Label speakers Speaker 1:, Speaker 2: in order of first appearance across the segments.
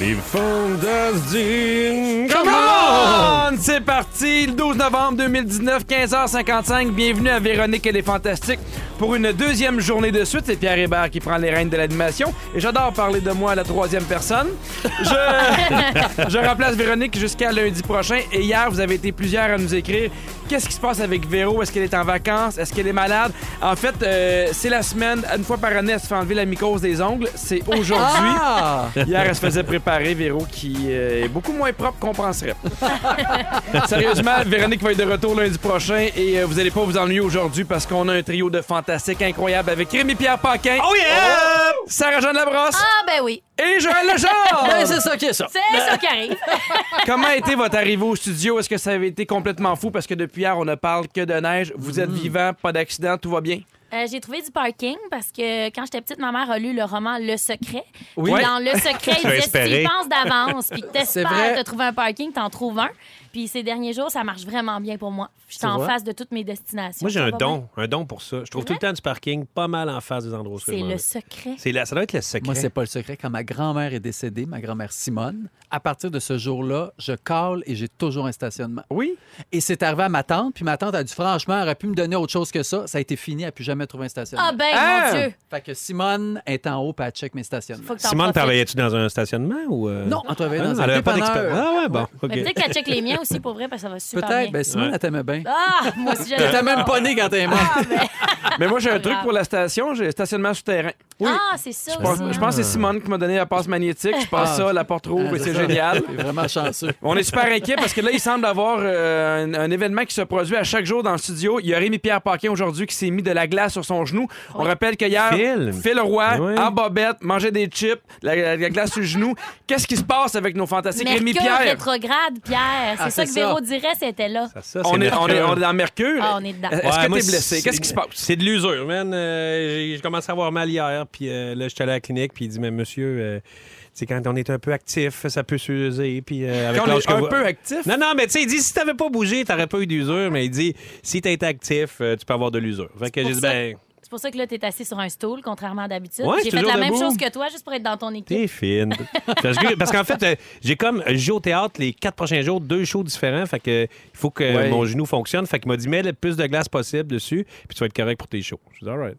Speaker 1: Ils font de se dire.
Speaker 2: Come on! C'est parti! Le 12 novembre 2019, 15h55. Bienvenue à Véronique et les Fantastiques pour une deuxième journée de suite. C'est Pierre Hébert qui prend les rênes de l'animation. Et j'adore parler de moi à la troisième personne. Je, je remplace Véronique jusqu'à lundi prochain. Et hier, vous avez été plusieurs à nous écrire qu'est-ce qui se passe avec Véro? Est-ce qu'elle est en vacances? Est-ce qu'elle est malade? En fait, euh, c'est la semaine, une fois par année, elle se fait enlever la mycose des ongles. C'est aujourd'hui.
Speaker 3: Ah!
Speaker 2: Hier, elle se faisait préparer, Véro, qui euh, est beaucoup moins propre qu'on penserait. Sérieusement, Véronique va être de retour lundi prochain et euh, vous n'allez pas vous ennuyer aujourd'hui parce qu'on a un trio de fantastiques incroyables avec Rémi-Pierre Paquin,
Speaker 3: Oh yeah!
Speaker 2: Sarah-Jeanne Labrosse
Speaker 4: Ah, ben oui.
Speaker 2: et Joël Legendre!
Speaker 3: Ben, c'est ça qui est ça.
Speaker 4: C'est ça qui arrive.
Speaker 2: Comment a été votre arrivée au studio? Est-ce que ça avait été complètement fou? Parce que depuis hier, on ne parle que de neige. Vous êtes vivant, pas d'accident, tout va bien?
Speaker 4: Euh, J'ai trouvé du parking parce que quand j'étais petite, ma mère a lu le roman Le Secret.
Speaker 2: Oui.
Speaker 4: Puis Dans Le Secret, il
Speaker 1: l'as
Speaker 4: disait si tu
Speaker 1: espéré.
Speaker 4: y penses d'avance puis que
Speaker 2: vrai.
Speaker 4: t'espères de trouver un parking, t'en trouves un. Puis ces derniers jours, ça marche vraiment bien pour moi. Je suis en
Speaker 3: vrai?
Speaker 4: face de toutes mes destinations.
Speaker 5: Moi, j'ai
Speaker 4: Ça
Speaker 5: un
Speaker 4: va bien.
Speaker 5: don, un don pour ça. Je trouve tout le temps du parking pas mal en face des endroits où je
Speaker 4: C'est
Speaker 5: m'en
Speaker 4: le
Speaker 5: vais.
Speaker 4: secret.
Speaker 5: C'est la- Ça doit être le secret.
Speaker 3: Moi, c'est pas le secret. Quand ma grand-mère est décédée, ma grand-mère Simone, à partir de ce jour-là, je cale et j'ai toujours un stationnement.
Speaker 2: Oui?
Speaker 3: Et c'est arrivé à ma tante, puis ma tante a dit franchement, elle aurait pu me donner autre chose que ça. Ça a été fini, elle n'a plus jamais trouvé un stationnement.
Speaker 4: Ah ben,
Speaker 2: Ah!
Speaker 4: mon Dieu.
Speaker 3: Fait que Simone est en haut, puis elle check mes stationnements.
Speaker 4: Faut que t'en
Speaker 5: Simone,
Speaker 4: profites.
Speaker 5: travaillais-tu dans un stationnement ou. euh?
Speaker 3: Non, on travaillait
Speaker 5: Ah,
Speaker 3: dans un
Speaker 5: elle avait pas
Speaker 3: dépanneur.
Speaker 5: d'expérience. Ah ouais, bon.
Speaker 4: Mais
Speaker 5: OK.
Speaker 4: peut-être qu'elle check les miens aussi pour vrai parce que ça va super
Speaker 3: Peut-être.
Speaker 4: bien.
Speaker 3: Ben, Simone,
Speaker 5: Ouais. Ah,
Speaker 3: elle t'aimait bien.
Speaker 4: Ah, moi aussi,
Speaker 3: Elle
Speaker 4: j'avais
Speaker 3: t'a même pas né quand t'es mort.
Speaker 2: Mais moi, j'ai un
Speaker 4: Pas
Speaker 2: truc
Speaker 4: grave.
Speaker 2: pour la station. J'ai stationnement souterrain.
Speaker 4: Ah, c'est ça
Speaker 2: Je pense-
Speaker 4: aussi.
Speaker 2: je
Speaker 4: hein.
Speaker 2: pense que c'est Simone qui m'a donné la passe magnétique. Je passe
Speaker 3: Ah.
Speaker 2: ça à la
Speaker 5: oh,
Speaker 2: porte rouge et c'est
Speaker 3: ça.
Speaker 2: génial.
Speaker 3: T'es vraiment chanceux.
Speaker 2: On est super inquiet parce que là, il semble avoir euh, un, un événement qui se produit à chaque jour dans le studio. Il y a Rémi-Pierre Paquin aujourd'hui qui s'est mis de la glace sur son genou. On rappelle que hier,
Speaker 5: Phil.
Speaker 2: Phil Roy,
Speaker 5: Oui.
Speaker 2: en bobette, mangeait des chips, la, la- la glace sur le genou. Qu'est-ce qui se passe avec nos fantastiques
Speaker 4: Mercure
Speaker 2: Rémi-Pierre?
Speaker 4: rétrograde, Pierre. C'est
Speaker 3: Ah,
Speaker 4: ça
Speaker 3: c'est
Speaker 4: que
Speaker 3: ça.
Speaker 4: Véro dirait, c'était là.
Speaker 5: Ah, Ça, ça, c'est
Speaker 2: On est, on, est,
Speaker 5: Mercure.
Speaker 2: on est dans Mercure.
Speaker 4: Ah, on est dedans.
Speaker 2: Est-ce
Speaker 5: Ouais,
Speaker 2: que
Speaker 5: moi,
Speaker 2: t'es blessé?
Speaker 5: c'est-
Speaker 2: Qu'est-ce qui se passe?
Speaker 5: C'est de l'usure, man. Euh, j'ai j'ai commencé à avoir mal hier, puis euh, là, j'étais allé à la clinique, puis il dit, mais monsieur, euh, tu sais, quand on est un peu actif, ça peut s'user, puis euh, avec
Speaker 2: Quand on
Speaker 5: l'âge
Speaker 2: est
Speaker 5: que
Speaker 2: un
Speaker 5: vous-
Speaker 2: peu actif,
Speaker 5: Non, non, mais tu sais, il dit, si t'avais pas bougé, t'aurais pas eu d'usure, mais il dit, si t'es actif, euh, tu peux avoir de l'usure. Fait que
Speaker 4: pour
Speaker 5: j'ai dit,
Speaker 4: ça.
Speaker 5: ben,
Speaker 4: C'est pour ça que là, t'es assis sur un stool, contrairement à d'habitude.
Speaker 5: Ouais,
Speaker 4: J'ai fait
Speaker 5: toujours
Speaker 4: la même
Speaker 5: debout.
Speaker 4: chose que toi, juste pour être dans ton équipe.
Speaker 5: T'es fine. parce que- parce qu'en fait, euh, j'ai comme je joue au théâtre les quatre prochains jours, deux shows différents. Fait que euh, il faut que
Speaker 2: Ouais.
Speaker 5: mon genou fonctionne. Fait qu'il m'a dit mets le plus de glace possible dessus, puis tu vas être correct pour tes shows. Je dis all right.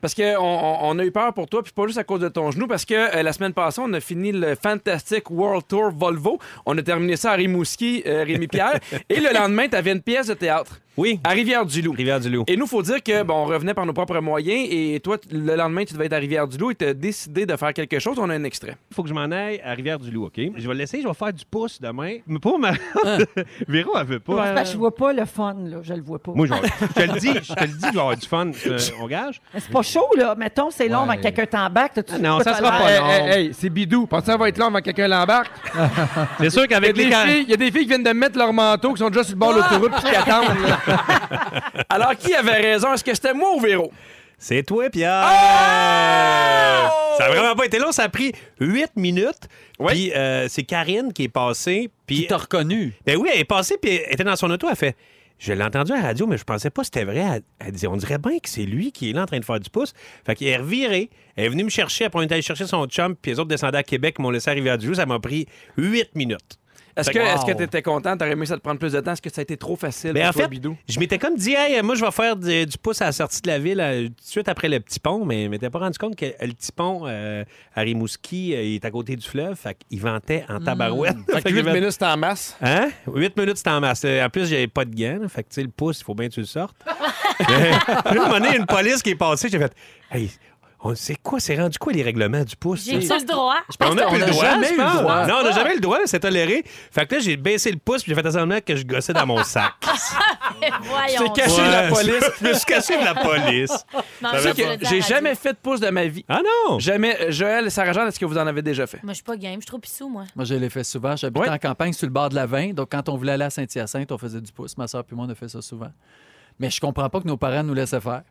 Speaker 2: parce qu'on on, on a eu peur pour toi, puis pas juste à cause de ton genou, parce que euh, la semaine passée, on a fini le Fantastic World Tour Volvo. On a terminé ça à Rimouski, euh, Rémi-Pierre. et le lendemain, t'avais une pièce de théâtre
Speaker 5: Oui.
Speaker 2: à Rivière-du-Loup.
Speaker 5: Rivière-du-Loup.
Speaker 2: Et nous, faut dire que bon, on revenait par nos propres moyens. Et toi, t- le lendemain, tu devais être à Rivière-du-Loup et t'as décidé de faire quelque chose. On a un extrait.
Speaker 5: Il faut que je m'en aille à Rivière-du-Loup, OK? Je vais le laisser, je vais faire du pouce demain. Mais pas ma. Véro, elle veut
Speaker 6: C'est parce que je vois pas le fun, là. Je le vois pas.
Speaker 5: Moi, je, vais- je te le dis, je te le dis, je vais avoir du fun. Euh, on gage?
Speaker 6: Mais C'est pas chaud, là. Mettons, c'est long avant que quelqu'un t'embarque. T'as-tu-
Speaker 5: Ah non, ça
Speaker 6: t'as
Speaker 5: sera
Speaker 6: l'air-
Speaker 5: pas
Speaker 2: Hey, hey,
Speaker 5: long.
Speaker 2: Eh, hey, c'est bidou. Pensez ça va être long avant que quelqu'un l'embarque.
Speaker 5: C'est sûr
Speaker 2: Il y, a
Speaker 5: qu'avec
Speaker 2: des
Speaker 5: les.
Speaker 2: filles, il y a des filles qui viennent de mettre leur manteau, qui sont déjà sur le bord de l'autoroute, puis qui attendent. là. Alors, qui avait raison? Est-ce que c'était moi ou Véro?
Speaker 5: C'est toi, Pierre!
Speaker 2: Ah!
Speaker 5: Ça a vraiment pas été long. Ça a pris 8 minutes.
Speaker 2: Oui.
Speaker 5: Puis euh, c'est Karine qui est passée. Puis,
Speaker 3: Qui t'a reconnu.
Speaker 5: ben oui, elle est passée, puis elle était dans son auto. Elle fait Je l'ai entendu à la radio, mais je pensais pas que c'était vrai. Elle, elle disait On dirait bien que c'est lui qui est là en train de faire du pouce. Fait qu'elle est revirée. Elle est venue me chercher. Après, on est allé chercher son chum, puis les autres descendaient à Québec, ils m'ont laissé arriver à du Ça m'a pris 8 minutes.
Speaker 2: Est-ce que
Speaker 5: Fait que-
Speaker 2: est-ce que
Speaker 3: Wow.
Speaker 2: t'étais content? T'aurais aimé ça te prendre plus de temps? Est-ce que ça a été trop facile
Speaker 5: Mais
Speaker 2: pour
Speaker 5: Ben, en
Speaker 2: toi,
Speaker 5: fait,
Speaker 2: Bidou?
Speaker 5: je m'étais comme dit, hey, moi, je vais faire du, du pouce à la sortie de la ville euh, tout de suite après le petit pont, mais je m'étais pas rendu compte que le petit pont euh, à Rimouski euh, il est à côté du fleuve, fait qu'il ventait
Speaker 2: Hmm.
Speaker 5: en tabarouette. Fait que j'ai fait-
Speaker 2: minutes, c'était en masse.
Speaker 5: Hein? 8 minutes, c'est en masse. Euh, En plus, j'avais pas de gants. là. Fait que, tu sais, le pouce, il faut bien que tu le sortes. Mais, à un moment donné, une police qui est passée, j'ai fait, hey, on sait quoi, c'est rendu quoi les règlements du pouce?
Speaker 4: J'ai
Speaker 5: tu sais?
Speaker 4: eu le droit.
Speaker 5: On n'a
Speaker 3: qu'on
Speaker 5: plus
Speaker 3: a
Speaker 5: le droit.
Speaker 3: jamais
Speaker 5: je
Speaker 3: eu le
Speaker 5: pense.
Speaker 3: droit.
Speaker 5: Non, on n'a jamais eu le droit, c'est toléré. Fait que là, j'ai baissé le pouce puis j'ai fait semblant que je gossais dans mon sac.
Speaker 4: Voyons.
Speaker 2: J'étais caché. Cacher la police.
Speaker 5: je me suis caché de la police.
Speaker 4: Non,
Speaker 5: Ça
Speaker 4: je
Speaker 5: veut
Speaker 4: te le
Speaker 5: pas-
Speaker 4: dis à
Speaker 2: J'ai
Speaker 4: la radio.
Speaker 2: jamais fait de pouce de ma vie.
Speaker 5: Ah non!
Speaker 2: Jamais. Euh, Joël, Sarah Jeanne, est-ce que vous en avez déjà fait?
Speaker 4: Moi, je suis pas game. Je suis trop pissou, moi.
Speaker 3: Moi, je l'ai fait souvent. J'habitais
Speaker 2: Ouais.
Speaker 3: en campagne sur le bord de la Vin. Donc, quand on voulait aller à Saint-Hyacinthe, on faisait du pouce. Ma soeur puis moi, on a fait ça souvent. Mais je comprends pas que nos parents nous laissaient faire.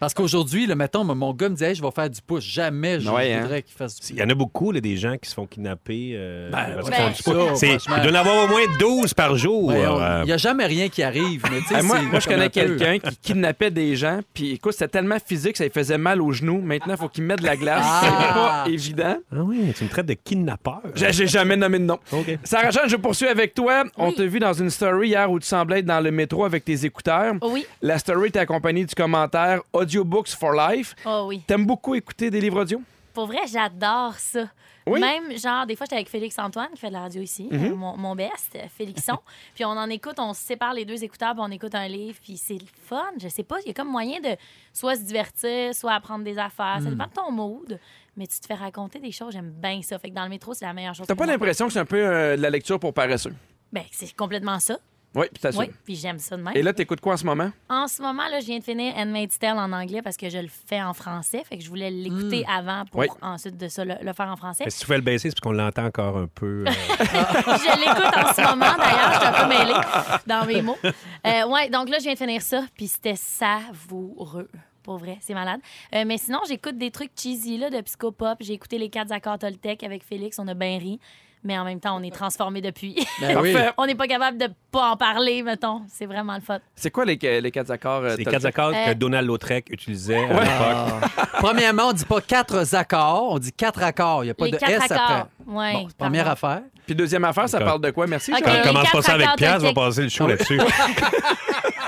Speaker 3: Parce qu'aujourd'hui, le mettons, mon gars me dit, Hey, je vais faire du push. Jamais je
Speaker 7: Ouais, hein.
Speaker 3: voudrais qu'il fasse du
Speaker 5: Il y en a beaucoup, là, des gens qui se font kidnapper. euh, parce
Speaker 4: ben,
Speaker 5: qu'ils font du sport.
Speaker 3: ça,
Speaker 5: C'est-
Speaker 3: franchement.
Speaker 5: il doit y en avoir au moins 12 par jour.
Speaker 3: Ouais, on-
Speaker 5: euh,
Speaker 3: Il n'y a jamais rien qui arrive. Mais, tu sais,
Speaker 2: Eh, moi,
Speaker 3: c'est
Speaker 2: moi, je
Speaker 3: comme
Speaker 2: connais
Speaker 3: un peu-
Speaker 2: quelqu'un qui kidnappait des gens, puis écoute, c'était tellement physique, ça lui faisait mal aux genoux. Maintenant, il faut qu'il mette de la glace. C'est
Speaker 3: Ah.
Speaker 2: pas évident.
Speaker 5: Ah oui, tu me traites de kidnappeur.
Speaker 2: J'ai j'ai jamais nommé de nom.
Speaker 5: OK.
Speaker 2: Sarah Jeanne, je poursuis avec toi. On
Speaker 4: Oui.
Speaker 2: t'a vu dans une story hier où tu semblais être dans le métro avec tes écouteurs.
Speaker 4: Oh oui,
Speaker 2: La story était accompagnée du commentaire Audiobooks for Life.
Speaker 4: oh oui.
Speaker 2: T'aimes beaucoup écouter des livres audio?
Speaker 4: Pour vrai, j'adore ça.
Speaker 2: Oui? Mm-hmm.
Speaker 4: Même, genre, des fois, j'étais avec Félix-Antoine, qui fait de la radio ici, euh, mon, mon best, euh, Félixon. puis on en écoute, on se sépare les deux écouteurs, puis on écoute un livre, puis c'est le fun. Je sais pas, il y a comme moyen de soit se divertir, soit apprendre des affaires.
Speaker 2: Mm.
Speaker 4: Ça dépend de ton mood, mais tu te fais raconter des choses. J'aime bien ça. Fait que dans le métro, c'est la meilleure chose.
Speaker 2: T'as
Speaker 4: pour
Speaker 2: pas
Speaker 4: moi.
Speaker 2: l'impression que c'est un peu euh, de la lecture pour paresseux?
Speaker 4: Ben, c'est complètement ça.
Speaker 2: Oui, puis t'assumes.
Speaker 4: Oui, puis j'aime ça de même.
Speaker 2: Et là, t'écoutes quoi en ce moment?
Speaker 4: En ce moment, là, je viens de finir Handmaid's Tale en anglais parce que je le fais en français. Fait que je voulais l'écouter avant pour
Speaker 2: Mm. Oui.
Speaker 4: ensuite de ça le, le faire en français.
Speaker 5: Mais si tu fais le baisser, c'est parce qu'on l'entend encore un peu. euh,
Speaker 4: je l'écoute en ce moment, d'ailleurs. Je suis un peu mêlée dans mes mots. Euh, ouais, donc là, je viens de finir ça, puis c'était savoureux. Pour vrai, c'est malade. Euh, mais sinon, j'écoute des trucs cheesy là, de psychopop. J'ai écouté les quatre accords Toltec avec Félix, on a bien ri. Mais en même temps, on est transformé depuis.
Speaker 3: Ben oui.
Speaker 2: Parfait.
Speaker 4: on n'est pas capable de pas en parler, mettons. C'est vraiment le fun.
Speaker 2: C'est quoi les, les quatre accords? euh,
Speaker 5: C'est les
Speaker 2: t'as-
Speaker 5: quatre accords que
Speaker 4: Euh,
Speaker 5: Donald Lautrec utilisait à l'époque.
Speaker 3: Ah. Premièrement, on dit pas quatre accords, on dit quatre accords. Il n'y a pas
Speaker 4: les
Speaker 3: de
Speaker 4: quatre
Speaker 3: S
Speaker 4: accords.
Speaker 3: après.
Speaker 4: Ouais,
Speaker 3: Bon, première
Speaker 4: pardon.
Speaker 3: affaire.
Speaker 2: Puis deuxième affaire, ça
Speaker 5: D'accord.
Speaker 2: parle de quoi? Merci.
Speaker 4: Ok.
Speaker 5: Quand
Speaker 2: Jean.
Speaker 5: on
Speaker 4: les
Speaker 5: commence pas
Speaker 4: quatre
Speaker 5: ça avec
Speaker 4: accords
Speaker 5: Pierre, je vais
Speaker 4: tactiques.
Speaker 5: passer le show là-dessus.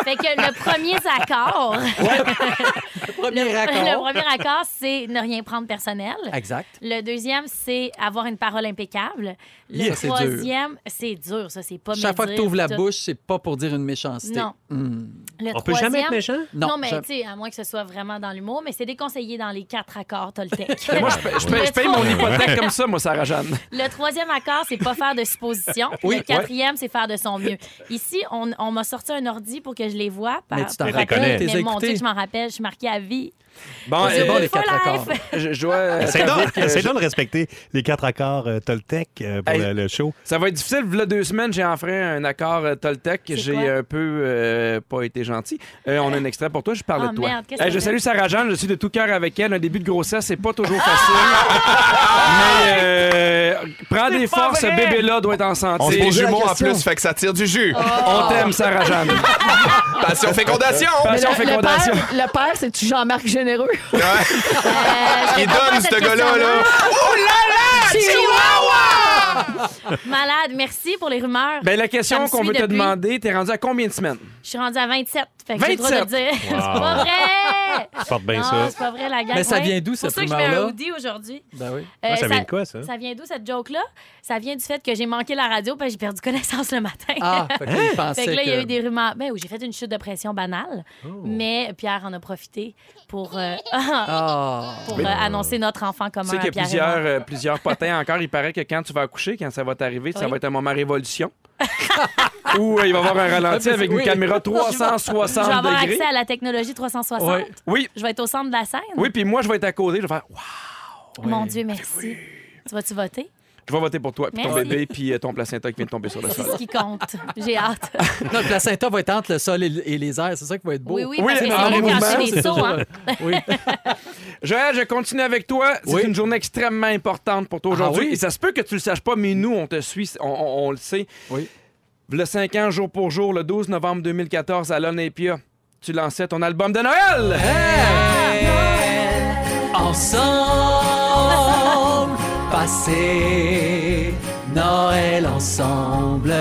Speaker 4: Fait que le premier accord,
Speaker 3: Premier
Speaker 4: le
Speaker 3: accord.
Speaker 4: premier accord, c'est ne rien prendre personnel.
Speaker 3: Exact.
Speaker 4: Le deuxième, c'est avoir une parole impeccable. Le
Speaker 3: Yeah, c'est dur.
Speaker 4: troisième, c'est dur, ça, c'est pas me
Speaker 3: Chaque fois que
Speaker 4: dire
Speaker 3: tu ouvres la
Speaker 4: tout.
Speaker 3: bouche, c'est pas pour dire une méchanceté.
Speaker 4: Non. Le
Speaker 5: On peut jamais être
Speaker 4: troisième-
Speaker 5: méchant?
Speaker 4: Non,
Speaker 3: Non,
Speaker 4: mais
Speaker 3: jamais.
Speaker 4: tu sais, à moins que ce soit vraiment dans l'humour, mais c'est déconseillé dans les quatre accords Toltec.
Speaker 2: Mais moi, je, paye- je paye- je paye mon hypothèque comme ça, moi, Sarah Jeanne.
Speaker 4: Le troisième accord, c'est pas faire de suppositions.
Speaker 2: Oui,
Speaker 4: le quatrième, c'est faire de son mieux. Ici, on, on m'a sorti un ordi pour que je les vois. par-
Speaker 3: Mais tu t'en
Speaker 4: pour
Speaker 5: rappelles,
Speaker 3: t'es
Speaker 4: rappel, Mais mon
Speaker 3: écouté.
Speaker 4: Dieu, que je m'en rappelle, je suis marquée à vie.
Speaker 2: Bon,
Speaker 3: C'est
Speaker 2: euh,
Speaker 3: bon, les
Speaker 4: Full
Speaker 3: quatre
Speaker 4: life.
Speaker 3: accords.
Speaker 2: je, je dois. euh,
Speaker 5: C'est
Speaker 2: t'avouer
Speaker 5: donc,
Speaker 2: que je-
Speaker 5: de respecter les quatre accords euh, Toltec euh, pour
Speaker 2: Hey.
Speaker 5: le, le show.
Speaker 2: Ça va être difficile. V'là deux semaines, j'ai enfreint un accord euh, Toltec.
Speaker 4: C'est
Speaker 2: J'ai
Speaker 4: quoi?
Speaker 2: un peu euh, pas été gentil. Euh, on a un extrait pour toi. Je parlais
Speaker 4: Ah,
Speaker 2: de toi. Euh,
Speaker 4: merde, qu'est-ce
Speaker 2: je
Speaker 4: que c'est?
Speaker 2: salue Sarah Jeanne. Je suis de tout cœur avec elle. Un début de grossesse, c'est pas toujours facile. Mais euh, prends des forces. Ce bébé-là doit être en
Speaker 7: On se
Speaker 2: santé.
Speaker 7: pose
Speaker 6: la
Speaker 7: jumeaux en
Speaker 6: question.
Speaker 7: plus, fait que ça tire du jus.
Speaker 2: On t'aime, Sarah Jeanne.
Speaker 7: Passion fécondation!
Speaker 2: Mais
Speaker 8: Mais
Speaker 2: Passion
Speaker 8: le, le
Speaker 2: fécondation.
Speaker 8: père, le père, c'est-tu Jean-Marc Généreux?
Speaker 4: Euh, je
Speaker 7: Il
Speaker 4: réponds à
Speaker 7: donne,
Speaker 4: cette
Speaker 7: ce gars-là, là!
Speaker 4: question-là.
Speaker 7: Oh là là! Chihuahua!
Speaker 4: Malade, merci pour les rumeurs.
Speaker 2: Ben, la
Speaker 4: Ça
Speaker 2: question
Speaker 4: me
Speaker 2: qu'on
Speaker 4: suit
Speaker 2: veut te
Speaker 4: depuis.
Speaker 2: demander, t'es rendu à combien de semaines?
Speaker 4: Je suis rendue à 27. Fait que j'ai le droit de le dire. c'est pas
Speaker 5: Je
Speaker 4: vrai!
Speaker 5: porte bien
Speaker 4: non, euh,
Speaker 5: ça.
Speaker 4: c'est pas vrai, la gang.
Speaker 3: Mais ça
Speaker 4: ouais.
Speaker 3: vient d'où, cette
Speaker 4: C'est pour ça que je mets un
Speaker 3: rumeur-là?
Speaker 4: hoodie aujourd'hui.
Speaker 3: Ben oui.
Speaker 4: Euh,
Speaker 5: Ah, ça vient de quoi, ça?
Speaker 4: Ça vient d'où, cette joke-là? Ça vient du fait que j'ai manqué la radio parce que j'ai perdu connaissance le matin.
Speaker 3: Ah, fait que lui, il pensait
Speaker 4: Fait que là, il y a eu
Speaker 3: que-
Speaker 4: des rumeurs. Ben oui, j'ai fait une chute de pression banale, mais Pierre en a profité pour, euh,
Speaker 3: Ah.
Speaker 4: pour euh, annoncer notre enfant
Speaker 2: Tu
Speaker 4: commun.
Speaker 2: sais
Speaker 4: à
Speaker 2: qu'il y a
Speaker 4: Pierre et
Speaker 2: plusieurs,
Speaker 4: moi.
Speaker 2: euh, plusieurs potins encore. Il paraît que quand tu vas accoucher, quand ça va t'arriver, ça
Speaker 4: Oui.
Speaker 2: va être un moment révolution. Où euh, il va y avoir un ralenti
Speaker 3: Oui.
Speaker 2: avec une caméra
Speaker 4: Je
Speaker 2: 360
Speaker 4: vais avoir
Speaker 2: degrés.
Speaker 4: accès à la technologie 360.
Speaker 2: Oui. Oui,
Speaker 4: Je vais être au centre de la scène.
Speaker 2: oui, puis moi, je vais être à côté. Je vais faire Wow!
Speaker 4: Mon Dieu, merci. Tu vas-tu voter?
Speaker 2: Je vais voter pour toi, puis ton
Speaker 4: Merci.
Speaker 2: bébé, puis euh, ton placenta qui vient de tomber sur le
Speaker 4: C'est
Speaker 2: sol.
Speaker 4: ce qui compte. J'ai hâte.
Speaker 3: Non, le placenta va être entre le sol et, le- et les airs. C'est ça qui va être beau.
Speaker 4: Oui, oui,
Speaker 2: Oui,
Speaker 4: parce que
Speaker 2: mais
Speaker 4: c'est
Speaker 2: en
Speaker 4: vrai
Speaker 2: mouvement,
Speaker 4: quand tu
Speaker 2: c'est
Speaker 4: des sauts, hein.
Speaker 3: Oui.
Speaker 2: Joël, je continue avec toi. C'est
Speaker 3: Oui.
Speaker 2: une journée extrêmement importante pour toi
Speaker 3: Ah
Speaker 2: aujourd'hui.
Speaker 3: oui?
Speaker 2: Et ça se peut que tu le saches pas, mais nous, on te suit, on, on- on le sait.
Speaker 3: Oui.
Speaker 2: Le 5 ans, jour pour jour, le 12 novembre 2014, à l'Olympia, tu lançais ton album de Noël!
Speaker 3: Ensemble, passer Noël ensemble.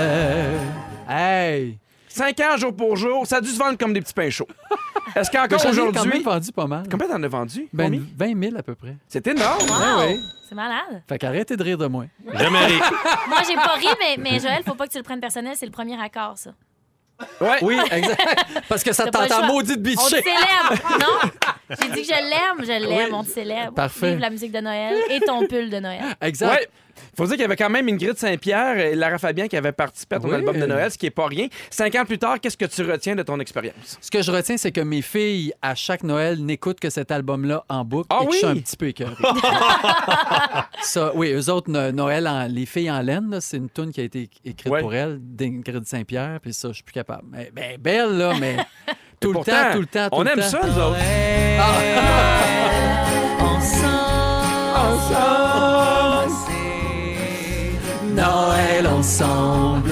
Speaker 3: Hey!
Speaker 2: 5 ans, jour pour jour, ça a dû se vendre comme des petits pains chauds. Est-ce
Speaker 3: Mais
Speaker 2: qu'encore
Speaker 3: j'en ai quand même
Speaker 2: aujourd'hui...
Speaker 3: vendu pas mal.
Speaker 2: Combien t'en as vendu?
Speaker 3: Ben,
Speaker 2: Combien?
Speaker 3: 20 000 à peu près.
Speaker 2: C'est énorme!
Speaker 4: Wow,
Speaker 3: oui.
Speaker 4: C'est malade.
Speaker 3: Fait qu'arrêtez de rire de moi.
Speaker 5: Jamais ri.
Speaker 4: Moi, j'ai pas ri, mais, mais Joël, faut pas que tu le prennes personnel. C'est le premier accord, ça.
Speaker 2: Ouais.
Speaker 3: Oui, exact. Parce que ça
Speaker 4: T'as pas le
Speaker 3: t'entend
Speaker 4: choix.
Speaker 3: maudit de
Speaker 4: On te
Speaker 3: bicher.
Speaker 4: célèbre. Non, j'ai dit que je l'aime, je l'aime,
Speaker 3: Oui.
Speaker 4: on te célèbre.
Speaker 3: Parfait.
Speaker 4: Vive la musique de Noël et ton pull de Noël.
Speaker 3: Exact.
Speaker 2: Ouais. Faut dire qu'il y avait quand même Ingrid Saint-Pierre et Lara Fabian qui avaient participé à ton
Speaker 3: Oui.
Speaker 2: album de Noël, ce qui est pas rien. Cinq ans plus tard, qu'est-ce que tu retiens de ton expérience?
Speaker 3: Ce que je retiens, c'est que mes filles, à chaque Noël, n'écoutent que cet album-là en boucle
Speaker 2: Ah
Speaker 3: et que je suis
Speaker 2: oui?
Speaker 3: un petit peu écœuré. Ça, oui, eux autres, No- Noël, en- les filles en laine, là, c'est une tune qui a été écrite
Speaker 2: Ouais.
Speaker 3: pour elles, d'Ingrid Saint-Pierre, puis ça, je suis plus capable. Mais, ben, belle, là, mais... Tout le temps, tout le temps, tout
Speaker 2: On
Speaker 3: le
Speaker 2: aime
Speaker 3: temps.
Speaker 2: ça, nous autres.
Speaker 3: Noël ensemble.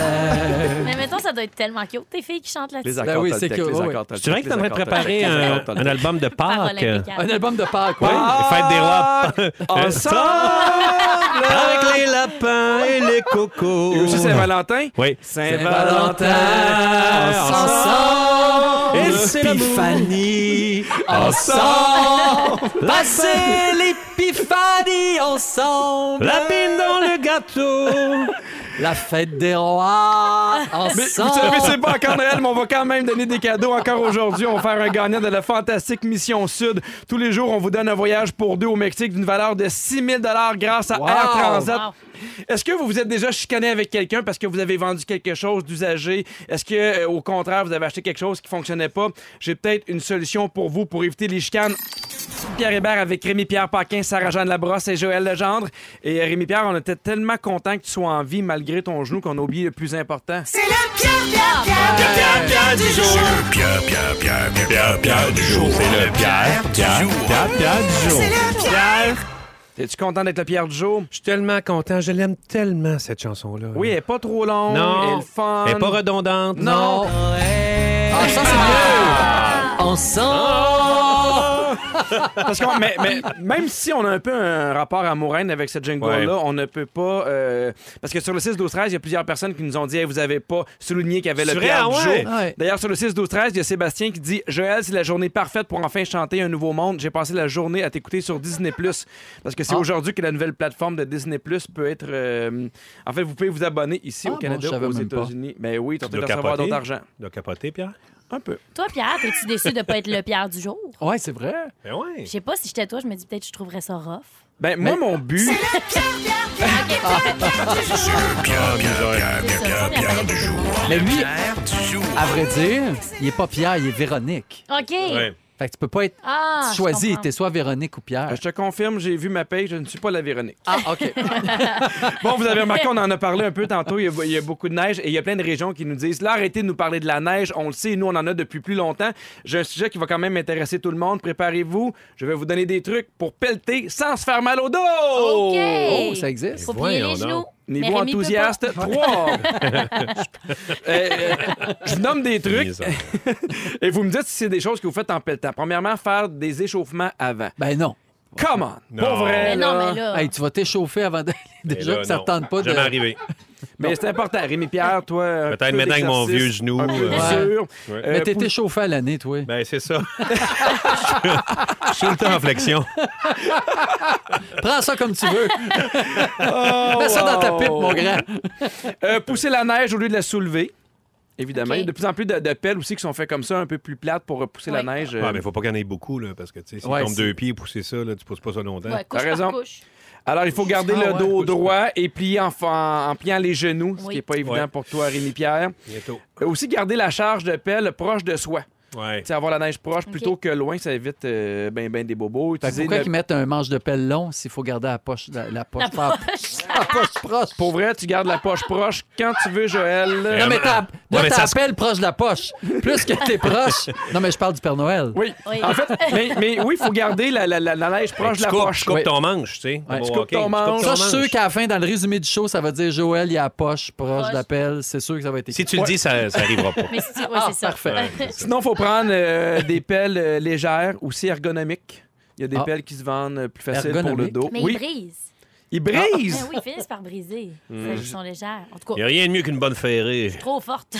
Speaker 4: Mais mettons, ça doit être tellement cute, tes filles qui chantent là-dessus.
Speaker 9: Les accords
Speaker 3: Ben oui,
Speaker 9: Toltec,
Speaker 3: c'est que-
Speaker 9: les
Speaker 3: oui,
Speaker 9: accords Toltec,
Speaker 5: C'est vrai que
Speaker 9: les
Speaker 5: t'es en train de
Speaker 9: accords
Speaker 5: préparer
Speaker 9: Toltec, les
Speaker 5: un,
Speaker 9: accords Toltec.
Speaker 5: un album de
Speaker 4: Parole
Speaker 5: Pâques. euh,
Speaker 4: impeccable.
Speaker 3: Un album de Pâques,
Speaker 5: Oui,
Speaker 3: oui.
Speaker 5: les fêtes des rois.
Speaker 9: Ah,
Speaker 2: Ensemble!
Speaker 5: Avec les lapins et les cocos.
Speaker 2: Et aussi Saint-Valentin.
Speaker 5: Oui.
Speaker 2: Saint-Valentin,
Speaker 3: ensemble,
Speaker 2: Et c'est l'amour.
Speaker 3: Épiphanie, ensemble, passer l'épiphanie ensemble,
Speaker 5: La pine dans le gâteau.
Speaker 3: la fête des rois,
Speaker 2: Mais vous
Speaker 3: ensemble.
Speaker 2: savez, c'est pas encore Noël, mais on va quand même donner des cadeaux encore aujourd'hui. On va faire un gagnant de la fantastique Mission Sud. Tous les jours, on vous donne un voyage pour deux au Mexique d'une valeur de 6 000 grâce à Air Transat.
Speaker 4: Wow.
Speaker 2: Est-ce que vous vous êtes déjà chicané avec quelqu'un parce que vous avez vendu quelque chose d'usagé? Est-ce que, euh, au contraire, vous avez acheté quelque chose qui fonctionnait pas? J'ai peut-être une solution pour vous pour éviter les chicanes. Pierre Hébert avec Rémi-Pierre Paquin, Sarah-Jeanne Labrosse et Joël Legendre. Et euh, Rémi-Pierre, on était tellement content que tu sois en vie malgré ton genou qu'on a oublié le plus important.
Speaker 10: Pierre, Pierre, Pierre, Pierre, Pierre, Pierre du jour. C'est le Pierre, Pierre, Pierre, Pierre du jour.
Speaker 2: Es-tu content d'être le Pierre du jour?
Speaker 5: Je suis tellement content. Je l'aime tellement, cette chanson-là.
Speaker 2: Oui, elle est pas trop longue.
Speaker 5: Non.
Speaker 2: Elle est le fun.
Speaker 5: Elle n'est pas redondante.
Speaker 2: Non.
Speaker 3: Ah, ça, c'est mieux. Ah. Ensemble.
Speaker 2: Parce que mais, mais même si on a un peu un rapport amouraine avec cette jingle-là,
Speaker 5: Ouais.
Speaker 2: on ne peut pas. euh, parce que sur le 6-12-13, il y a plusieurs personnes qui nous ont dit Hey, vous avez pas souligné qu'il y avait
Speaker 5: C'est
Speaker 2: le
Speaker 5: vrai,
Speaker 2: Pierre
Speaker 5: ah
Speaker 2: du
Speaker 5: ouais?
Speaker 2: jour.
Speaker 3: Ouais.
Speaker 2: D'ailleurs, sur le 6-12-13, il y a Sébastien qui dit Joël, c'est la journée parfaite pour enfin chanter Un Nouveau Monde. J'ai passé la journée à t'écouter sur Disney. Parce que c'est
Speaker 3: Ah.
Speaker 2: aujourd'hui que la nouvelle plateforme de Disney peut être. euh, en fait, vous pouvez vous abonner ici
Speaker 3: Ah,
Speaker 2: au
Speaker 3: bon,
Speaker 2: Canada
Speaker 3: je savais
Speaker 2: aux
Speaker 3: même pas.
Speaker 2: États-Unis. Mais oui, tu
Speaker 5: dois
Speaker 2: de recevoir
Speaker 5: capoter.
Speaker 2: d'autres argent.
Speaker 5: Tu dois capoter, Pierre.
Speaker 2: Un peu.
Speaker 4: Toi, Pierre, es-tu déçu de pas être le Pierre du jour?
Speaker 3: Ouais, c'est vrai.
Speaker 5: Ben ouais.
Speaker 4: Je sais pas si j'étais toi, je me dis peut-être que je trouverais ça rough.
Speaker 2: Ben, moi, mon but.
Speaker 10: Pierre, Pierre, Pierre,
Speaker 4: C'est
Speaker 10: Pierre,
Speaker 4: ça,
Speaker 10: Pierre,
Speaker 4: ça, il
Speaker 10: Pierre
Speaker 4: fallait
Speaker 10: du
Speaker 4: que je
Speaker 10: jour.
Speaker 4: trouve.
Speaker 3: Mais lui,
Speaker 10: Pierre du jour.
Speaker 3: à vrai dire, il est pas Pierre, il est Véronique.
Speaker 4: OK.
Speaker 5: Ouais.
Speaker 3: Fait que tu peux pas être
Speaker 4: Ah, je
Speaker 3: choisi,
Speaker 4: comprends.
Speaker 3: t'es soit Véronique ou Pierre.
Speaker 2: Ah, Je te confirme, j'ai vu ma paye, je ne suis pas la Véronique.
Speaker 3: Ah, OK.
Speaker 2: Bon, vous avez remarqué, on en a parlé un peu tantôt, il y, a, il y a beaucoup de neige et il y a plein de régions qui nous disent là, arrêtez de nous parler de la neige, on le sait, nous on en a depuis plus longtemps. J'ai un sujet qui va quand même intéresser tout le monde, préparez-vous, je vais vous donner des trucs pour pelleter sans se faire mal au dos.
Speaker 4: OK.
Speaker 3: Oh, ça existe.
Speaker 4: Faut plier
Speaker 5: Voyons
Speaker 4: les genoux.
Speaker 5: donc.
Speaker 4: Mais
Speaker 2: Niveau
Speaker 4: Rémi peut
Speaker 2: enthousiaste 3. euh, je vous nomme des trucs
Speaker 5: Bizarre.
Speaker 2: et vous me dites si c'est des choses que vous faites en pelletant. Premièrement, faire des échauffements avant.
Speaker 3: Ben non.
Speaker 2: Come on!
Speaker 5: Non.
Speaker 2: Pour vrai!
Speaker 4: Mais non,
Speaker 2: là.
Speaker 4: mais là.
Speaker 3: Hey, tu vas t'échauffer avant d'aller. Déjà,
Speaker 5: Ben là,
Speaker 3: que ça
Speaker 5: non.
Speaker 3: ne tente pas de.
Speaker 5: Jamais arrivé.
Speaker 2: Mais c'est important. Rémi Pierre, toi. euh, un
Speaker 5: Peut-être
Speaker 2: peu
Speaker 5: maintenant avec mon
Speaker 2: d'exercice,
Speaker 5: vieux genou,
Speaker 2: un peu
Speaker 5: euh,
Speaker 2: de
Speaker 3: ouais.
Speaker 2: mesure.
Speaker 5: Ouais.
Speaker 2: Euh,
Speaker 3: Mais t'es
Speaker 2: pou-
Speaker 3: échauffé à l'année, toi.
Speaker 5: Ben, c'est ça. Je suis tout le temps en flexion. Ben,
Speaker 3: Prends ça comme tu veux. Mets ça dans ta pipe,
Speaker 2: wow.
Speaker 3: mon grand.
Speaker 2: euh, pousser la neige au lieu de la soulever. Évidemment.
Speaker 4: Ok.
Speaker 2: Il y a de plus en plus de, de pelles aussi qui sont faites comme ça, un peu plus plates pour repousser la
Speaker 4: Ouais.
Speaker 2: neige. euh.
Speaker 5: Ouais, Ah, mais faut pas qu'il y en ait beaucoup, là, parce que, tu sais, s'il
Speaker 3: Ouais,
Speaker 5: tombe
Speaker 3: c'est-
Speaker 5: deux pieds, pousser ça, là, tu pousses pas ça longtemps.
Speaker 4: Ouais, couche
Speaker 2: T'as raison.
Speaker 4: par couche.
Speaker 2: Alors, il faut garder
Speaker 3: Ah
Speaker 2: le
Speaker 3: ouais,
Speaker 2: dos
Speaker 3: pousse-toi.
Speaker 2: droit et plier en, en- en pliant les genoux, ce
Speaker 4: Oui.
Speaker 2: qui n'est pas évident
Speaker 5: Ouais.
Speaker 2: pour toi, Rémi Pierre.
Speaker 5: Bientôt.
Speaker 2: Euh, aussi, garder la charge de pelle proche de soi.
Speaker 5: Ouais.
Speaker 2: Tu sais, avoir la neige proche plutôt que loin, ça évite euh, ben, ben des bobos.
Speaker 3: Fait que
Speaker 2: Utiliser
Speaker 3: pourquoi
Speaker 2: le-
Speaker 3: qu'ils mettent un manche de pelle long s'il faut garder la poche, la, la
Speaker 5: Ah,
Speaker 3: poche, pas la poche, la poche proche?
Speaker 2: Pour vrai, tu gardes la poche proche quand tu veux, Joël.
Speaker 3: Non, mais ta, là,
Speaker 5: mais
Speaker 3: ta
Speaker 5: ça se-
Speaker 3: pelle proche de la poche. Plus que t'es proche. Non, mais je parle du Père Noël.
Speaker 2: Oui.
Speaker 4: Oui.
Speaker 2: En fait, mais, mais oui, il faut garder la, la, la, la neige proche de
Speaker 5: Tu
Speaker 2: la
Speaker 5: coupes,
Speaker 2: poche.
Speaker 5: tu coupes
Speaker 2: Oui.
Speaker 5: ton manche, tu sais.
Speaker 3: Ouais.
Speaker 5: Bon,
Speaker 2: Tu coupes
Speaker 5: ok,
Speaker 2: ton manche.
Speaker 3: Ça, je suis sûr
Speaker 5: manche.
Speaker 3: qu'à la fin, dans le résumé du show, ça va dire Joël, il a la poche proche,
Speaker 4: Proche.
Speaker 3: de la pelle. C'est sûr que ça va être
Speaker 5: Si
Speaker 3: écrit.
Speaker 5: tu le dis, ça, ça arrivera pas.
Speaker 4: Mais si tu- ouais, c'est ça.
Speaker 3: Parfait.
Speaker 2: Sinon, il faut prendre euh, des pelles euh, légères, aussi ergonomiques. Il y a des
Speaker 3: Ah.
Speaker 2: pelles qui se vendent euh, plus faciles pour le
Speaker 3: Ergonomiques.
Speaker 2: dos.
Speaker 4: Mais
Speaker 2: oui,
Speaker 4: ils brisent.
Speaker 2: ils
Speaker 4: Mais
Speaker 2: brisent. Ah.
Speaker 4: oui, ils finissent par briser. Ils sont légères. En tout
Speaker 5: Mm. Il n'y
Speaker 4: cas,
Speaker 5: a rien de mieux qu'une bonne ferrée.
Speaker 4: trop fortes.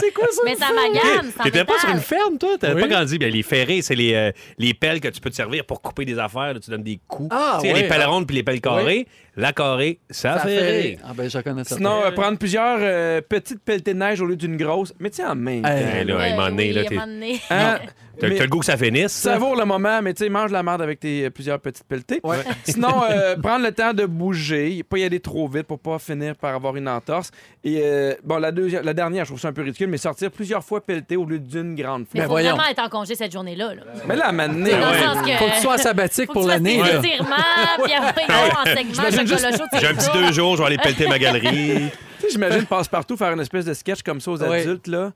Speaker 3: C'est quoi ça?
Speaker 4: Mais ça magane. ça
Speaker 5: T'étais pas sur
Speaker 4: m'étale.
Speaker 5: une ferme, toi? T'avais
Speaker 3: Oui.
Speaker 5: pas grandi. Bien, les ferrées, c'est les, euh, les pelles que tu peux te servir pour couper des affaires. là, tu donnes des coups.
Speaker 3: Ah,
Speaker 5: tu sais,
Speaker 3: oui.
Speaker 5: les pelles rondes puis les pelles carrées. La carrée, ça,
Speaker 3: Ça fait
Speaker 5: ferrée.
Speaker 3: rire. Ah, ben, je connais ça.
Speaker 2: Sinon, euh, prendre plusieurs euh, petites pelletées de neige au lieu d'une grosse. Mais tu sais, en main.
Speaker 5: Hey,
Speaker 3: Hey,
Speaker 5: Eh, là, à un
Speaker 4: Ouais,
Speaker 5: moment donné,
Speaker 4: oui,
Speaker 5: là,
Speaker 4: à un
Speaker 5: t'es-
Speaker 4: moment donné.
Speaker 3: Ben
Speaker 2: Hein?
Speaker 5: t'as
Speaker 2: Mais-
Speaker 5: t'as le goût que ça finisse. ça.
Speaker 2: Savoure le moment, mais tu sais, mange la merde avec tes euh, plusieurs petites pelletées. Sinon, euh, prendre le temps de bouger, pas y aller trop vite pour pas finir par avoir une entorse. Et euh, bon, la, deuxième, la dernière, je trouve ça un peu ridicule, mais sortir plusieurs fois pelleté au lieu d'une grande fois.
Speaker 4: Mais
Speaker 3: Ben
Speaker 4: faut
Speaker 3: voyons.
Speaker 4: vraiment être en congé cette journée-là. là. Faut
Speaker 2: Mais là, à un moment donné,
Speaker 4: Dans le
Speaker 5: ouais.
Speaker 4: sens que-
Speaker 3: Faut que tu sois en sabbatique
Speaker 4: que
Speaker 3: pour
Speaker 4: tu fasses
Speaker 3: l'année.
Speaker 4: tes
Speaker 3: là.
Speaker 4: étirements, puis après, non, en segment,
Speaker 2: J'imagine
Speaker 4: chocolat
Speaker 2: juste-
Speaker 4: chaud, tu
Speaker 5: J'ai un
Speaker 4: fais
Speaker 5: petit
Speaker 4: ça.
Speaker 5: deux jours, je vais aller pelleter ma galerie.
Speaker 2: Tu sais, j'imagine passe-partout faire une espèce de sketch comme ça aux
Speaker 3: Oui.
Speaker 2: adultes, là.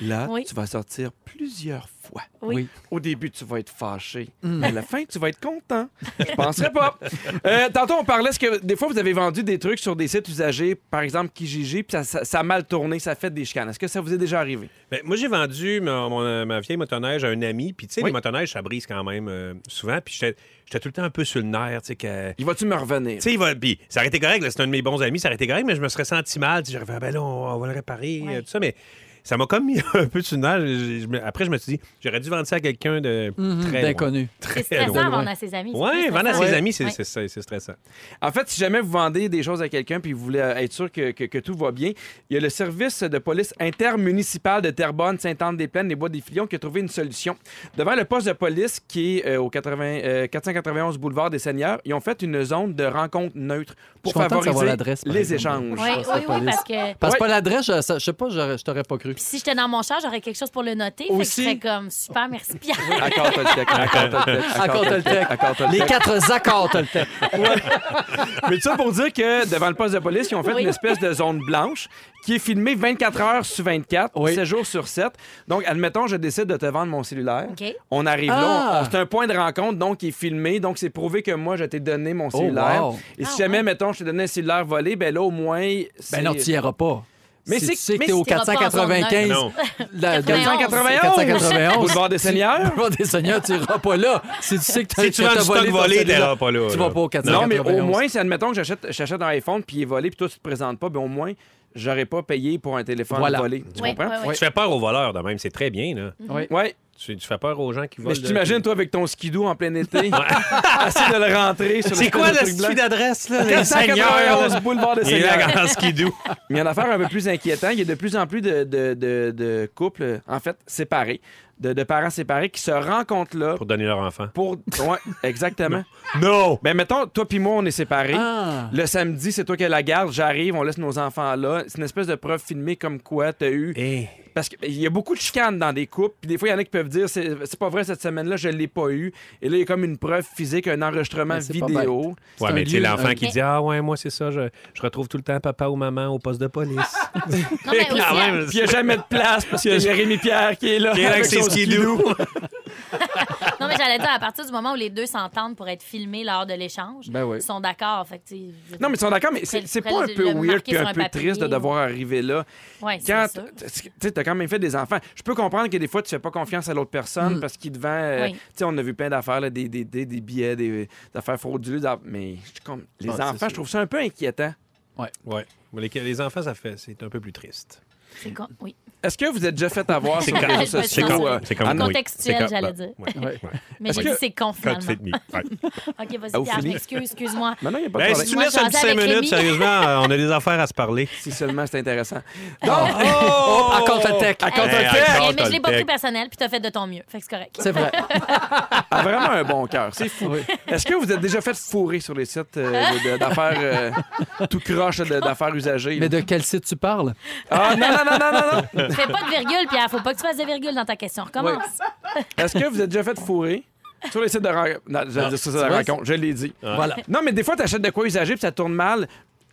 Speaker 2: Là,
Speaker 4: Oui.
Speaker 2: tu vas sortir plusieurs fois.
Speaker 4: Oui.
Speaker 2: Au début, tu vas être fâché. À la fin, tu vas être content. Je penserais pas. Euh, tantôt, on parlait, ce que des fois, vous avez vendu des trucs sur des sites usagés, par exemple Kijiji, puis ça, ça- ça a mal tourné, ça fait des chicanes. Est-ce que ça vous est déjà arrivé?
Speaker 5: Ben, moi, j'ai vendu mon- mon- ma vieille motoneige à un ami. Puis, tu sais,
Speaker 2: Oui.
Speaker 5: les motoneiges, ça brise quand même euh, souvent. Puis, j'étais j'étais tout le temps un peu sur le nerf. Tu sais, que- tu
Speaker 2: Il va-tu me revenir?
Speaker 5: sais, il va. Puis, ça aurait été correct. là, C'est un de mes bons amis. Ça aurait été correct, mais je me serais senti mal. Tu sais, J'aurais fait, ah, ben là, on, on va le réparer.
Speaker 4: Ouais.
Speaker 5: euh, Tout ça. Mais ça m'a comme mis un peu sur le nerf. Je- je me- après, je me suis dit, j'aurais dû vendre ça à quelqu'un de
Speaker 3: Mm-hmm, Hmm,
Speaker 5: très. loin.
Speaker 3: D'inconnu.
Speaker 5: Très
Speaker 4: C'est stressant
Speaker 5: loin.
Speaker 4: à vendre à ses amis. c'est
Speaker 5: Ouais,
Speaker 4: plus
Speaker 5: vendre à
Speaker 4: stressant.
Speaker 5: ses amis, c'est
Speaker 4: Ouais.
Speaker 5: c'est- c'est- c'est stressant.
Speaker 2: En fait, si jamais vous vendez des choses à quelqu'un puis vous voulez euh, être sûr que, que- que tout va bien, il y a le service de police intermunicipal de Terrebonne, Sainte-Anne-des-Plaines, les Bois-des-Filions qui a trouvé une solution. Devant le poste de police qui est euh, au 80, euh, 491 boulevard des Seigneurs, ils ont fait une zone de rencontre neutre pour
Speaker 3: Je suis content de savoir
Speaker 2: favoriser
Speaker 3: l'adresse, par
Speaker 2: les
Speaker 3: exemple.
Speaker 2: échanges.
Speaker 4: Oui, oui, oui, parce que
Speaker 3: Parce que
Speaker 2: Ouais.
Speaker 3: pas l'adresse, je, ça- je sais pas, j'aurais- je t'aurais pas cru.
Speaker 4: puis si j'étais dans mon char, j'aurais quelque chose pour le noter.
Speaker 2: Aussi-
Speaker 4: Fait que je serais comme super, merci Pierre.
Speaker 2: Accord Toltec, accord Toltec,
Speaker 3: Accord Toltec.
Speaker 2: accord
Speaker 3: Les
Speaker 2: Toltec.
Speaker 3: quatre accords, t'as le temps.
Speaker 2: Mais tout ça pour dire que devant le poste de police, ils ont fait
Speaker 4: Oui.
Speaker 2: une espèce de zone blanche qui est filmée 24 heures sur 24,
Speaker 3: Oui.
Speaker 2: 7 jours sur 7. Donc, admettons, je décide de te vendre mon cellulaire.
Speaker 4: OK.
Speaker 2: On arrive
Speaker 3: Ah!
Speaker 2: là, on- c'est un point de rencontre, donc il est filmé, donc c'est prouvé que moi, je t'ai donné mon cellulaire.
Speaker 3: Oh, wow.
Speaker 2: Et si
Speaker 4: Ah,
Speaker 2: jamais,
Speaker 4: ouais.
Speaker 2: mettons, je t'ai donné un cellulaire volé, ben là, au moins... c'est-
Speaker 3: Ben non, tu y iras pas.
Speaker 2: Mais
Speaker 3: Si
Speaker 2: c'est-
Speaker 3: tu sais que
Speaker 2: mais
Speaker 3: t'es au
Speaker 4: tu iras pas en
Speaker 3: 495.
Speaker 5: zone
Speaker 3: la- de-
Speaker 4: 491.
Speaker 3: 491.
Speaker 2: Boulevard des Seigneurs.
Speaker 3: Boulevard des Seigneurs, tu iras pas là. Si tu sais que t'as-
Speaker 5: Si tu
Speaker 3: que
Speaker 5: vends
Speaker 3: t'as
Speaker 5: du stock
Speaker 3: ton
Speaker 5: volé,
Speaker 3: cellulaire,
Speaker 5: t'es pas là,
Speaker 3: Tu
Speaker 5: là.
Speaker 3: vas pas au 491.
Speaker 2: Non, mais au moins, si admettons que j'achète j'achète un iPhone puis il est volé, puis toi, tu te présentes pas, ben au moins, j'aurais pas payé pour un téléphone
Speaker 3: Voilà.
Speaker 2: volé. Tu
Speaker 4: Ouais,
Speaker 2: comprends?
Speaker 4: ouais, ouais.
Speaker 5: Tu fais peur aux voleurs de même. C'est très bien. Là.
Speaker 2: Ouais.
Speaker 5: Tu, tu fais peur aux gens qui volent.
Speaker 2: Mais je t'imagine,
Speaker 5: de-
Speaker 2: toi, avec ton skidoo en plein été, essayer de le rentrer sur
Speaker 5: C'est quoi
Speaker 2: le
Speaker 5: la
Speaker 2: truc blanc.
Speaker 5: suite d'adresse, là? les seigneurs,
Speaker 2: 491
Speaker 5: là?
Speaker 2: boulevard des
Speaker 5: Il est là
Speaker 2: Seigneurs.
Speaker 5: en skidoo.
Speaker 2: Mais il y a une affaire un peu plus inquiétante. Il y a de plus en plus de, de- de- de couples, en fait, séparés, de, de parents séparés qui se rencontrent là
Speaker 5: Pour donner leur enfant.
Speaker 2: pour... Ouais, exactement.
Speaker 5: Non!
Speaker 2: Ben, mettons, toi puis moi, on est séparés.
Speaker 3: Ah.
Speaker 2: Le samedi, c'est toi qui as la garde, j'arrive, on laisse nos enfants là. C'est une espèce de preuve filmée comme quoi t'as eu.
Speaker 5: Eh,
Speaker 2: Parce qu'il y a beaucoup de chicanes dans des couples, puis des fois, il y en a qui peuvent dire c'est c'est pas vrai cette semaine-là, je l'ai pas eu. Et là, il y a comme une preuve physique, un enregistrement
Speaker 3: Mais c'est pas
Speaker 2: vidéo.
Speaker 5: Ouais,
Speaker 3: un
Speaker 5: mais tu sais,
Speaker 3: lieu-
Speaker 5: l'enfant
Speaker 3: un-
Speaker 5: qui dit Ah, ouais, moi, c'est ça, je, je retrouve tout le temps papa ou maman au poste de police.
Speaker 4: Non, mais aussi, à-
Speaker 5: Quand même,
Speaker 2: Puis il n'y a jamais de place parce qu'il y a Jérémy Pierre qui est là.
Speaker 5: Il est là avec ses
Speaker 2: son
Speaker 5: skidoo.
Speaker 4: non, mais j'allais dire, à partir du moment où les deux s'entendent pour être filmés lors de l'échange,
Speaker 2: Ben oui.
Speaker 4: ils sont d'accord. Fait que, tu sais,
Speaker 2: Non, mais ils sont d'accord, mais c'est
Speaker 4: Prêt-
Speaker 2: c'est
Speaker 4: prêt
Speaker 2: pas un
Speaker 4: de
Speaker 2: peu
Speaker 4: le
Speaker 2: weird
Speaker 4: marquer
Speaker 2: puis
Speaker 4: sur
Speaker 2: un
Speaker 4: un
Speaker 2: peu
Speaker 4: papier,
Speaker 2: triste de
Speaker 4: ou-
Speaker 2: devoir arriver là.
Speaker 4: Ouais, c'est
Speaker 2: Quand
Speaker 4: sûr.
Speaker 2: t- tu sais, t'as quand même fait des enfants, je peux comprendre que des fois tu fais pas confiance à l'autre personne parce qu'il devant, euh,
Speaker 4: Mm. Oui.
Speaker 2: tu sais, on a vu plein d'affaires, là, des, des, des, des billets, des, des affaires frauduleuses, ah, mais je suis comme- les
Speaker 3: Ah, c'est
Speaker 2: enfants,
Speaker 3: sûr.
Speaker 2: je trouve ça un peu inquiétant.
Speaker 5: Ouais. Mais Les, les enfants, ça fait. C'est un peu plus triste.
Speaker 4: C'est con- Oui.
Speaker 2: Est-ce que vous êtes déjà fait avoir sur les
Speaker 4: quand-
Speaker 2: réseaux
Speaker 4: c'est
Speaker 2: sociaux?
Speaker 4: quand-
Speaker 2: euh,
Speaker 5: c'est
Speaker 2: Ah
Speaker 5: comme
Speaker 2: non.
Speaker 4: contextuel,
Speaker 5: oui, c'est
Speaker 4: j'allais
Speaker 5: comme-
Speaker 4: dire.
Speaker 5: ouais, ouais.
Speaker 4: Mais j'ai
Speaker 2: que-
Speaker 4: dit c'est con,
Speaker 5: Quand
Speaker 4: finalement.
Speaker 5: tu fais demi. Ouais.
Speaker 4: OK, vas-y,
Speaker 2: Ah, au
Speaker 4: Pierre, je
Speaker 2: feeling.
Speaker 4: m'excuse, excuse-moi.
Speaker 2: Ben non, il n'y a pas de
Speaker 5: Ben,
Speaker 2: problème.
Speaker 5: si tu
Speaker 4: Moi,
Speaker 5: laisses
Speaker 4: je
Speaker 5: un petit
Speaker 4: jasais
Speaker 5: 5
Speaker 4: avec
Speaker 5: minutes,
Speaker 4: Rémi.
Speaker 5: sérieusement, euh, on a des affaires à se parler.
Speaker 2: Si seulement c'est intéressant.
Speaker 5: Oh!
Speaker 3: Encore le tech.
Speaker 4: Hey,
Speaker 5: Hey,
Speaker 4: mais-
Speaker 5: Toltec.
Speaker 4: mais je l'ai pas pris
Speaker 5: Toltec.
Speaker 4: personnel, puis t'as fait de ton mieux. Fait que c'est correct.
Speaker 3: C'est vrai.
Speaker 2: Ah, vraiment un bon cœur, c'est fou. Est-ce que vous êtes déjà fait fourrer sur les sites euh, de- de- d'affaires euh, tout croche, de- d'affaires usagées?
Speaker 3: Mais
Speaker 2: là?
Speaker 3: de quel site tu parles?
Speaker 2: Ah non, non, non, non, non, non!
Speaker 4: Fais pas de virgule, Pierre. Faut pas que tu fasses de virgule dans ta question. Recommence.
Speaker 2: Est-ce que vous êtes déjà fait fourrer sur les sites de rencontre? Non, je vais dire ça, c'est de
Speaker 3: vois,
Speaker 2: rencontre, je l'ai dit.
Speaker 3: Voilà.
Speaker 2: Non, mais des fois, t'achètes de quoi usager puis ça tourne mal.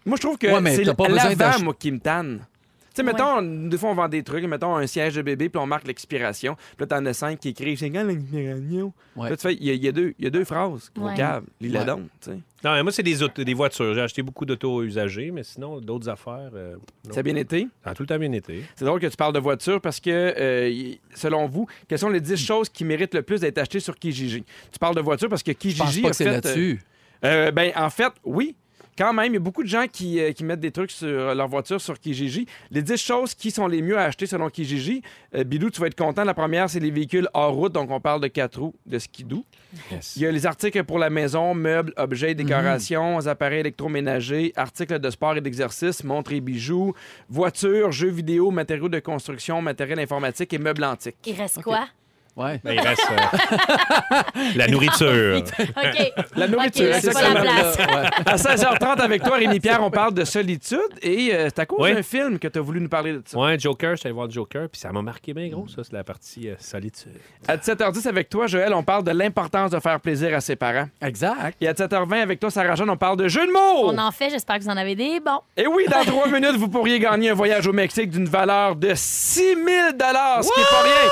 Speaker 2: Moi, je trouve que
Speaker 3: Ouais, mais
Speaker 2: c'est
Speaker 3: t'as pas besoin
Speaker 2: l'avant,
Speaker 3: d'ach-
Speaker 2: moi, qui me tanne. Tu sais, mettons, des fois, on vend des trucs, mettons un siège de bébé, puis on marque l'expiration. Puis là, t'en as cinq qui écrivent C'est quand l'expiration
Speaker 3: Ouais.
Speaker 2: Là, tu fais Il y, a- il y a deux- il y a deux phrases, gros
Speaker 4: Ouais.
Speaker 2: câble, lis-la
Speaker 3: Ouais.
Speaker 2: donc, tu sais.
Speaker 5: Non, mais moi, c'est des, auto- des voitures. J'ai acheté beaucoup d'autos usagées, mais sinon, d'autres affaires. euh, non.
Speaker 2: Ça a bien été.
Speaker 5: Ça a tout le temps bien été.
Speaker 2: C'est drôle que tu parles de voiture parce que, euh, y- selon vous, quelles sont les 10 choses qui méritent le plus d'être achetées sur Kijiji? Tu parles de voiture parce que
Speaker 3: Je pense
Speaker 2: Kijiji
Speaker 3: pas
Speaker 2: a
Speaker 3: que c'est
Speaker 2: fait,
Speaker 3: là-dessus.
Speaker 2: Euh, ben, en fait, oui. Quand même, il y a beaucoup de gens qui, euh, qui mettent des trucs sur leur voiture sur Kijiji. Les 10 choses qui sont les mieux à acheter selon Kijiji, euh, Bidou, tu vas être content. La première, c'est les véhicules hors route, donc on parle de 4 roues, de skidoo. Il y a les articles pour la maison, meubles, objets, décorations, appareils électroménagers, articles de sport et d'exercice, montres et bijoux, voitures, jeux vidéo, matériaux de construction, matériel informatique et meubles antiques.
Speaker 4: Il reste quoi?
Speaker 3: Ouais.
Speaker 5: Ben, il reste euh, la nourriture.
Speaker 4: OK.
Speaker 2: La nourriture,
Speaker 4: OK, c'est pas la
Speaker 2: exactement.
Speaker 4: place.
Speaker 3: Ouais.
Speaker 2: À 16h30 avec toi, Rémi-Pierre, on parle de solitude et euh, c'est à cause
Speaker 5: Oui.
Speaker 2: d'un film que tu as voulu nous parler de ça.
Speaker 5: Ouais, Joker, je suis allé voir Joker, puis ça m'a marqué bien gros, ça, c'est la partie euh, solitude.
Speaker 2: À 17h10 avec toi, Joël, on parle de l'importance de faire plaisir à ses parents.
Speaker 3: Exact.
Speaker 2: Et à 17h20 avec toi, Sarah Jeanne, on parle de jeux de mots.
Speaker 4: On en fait, j'espère que vous en avez des bons.
Speaker 2: Et oui, dans trois minutes, vous pourriez gagner un voyage au Mexique d'une valeur de 6000 dollars, ce qui est pas rien.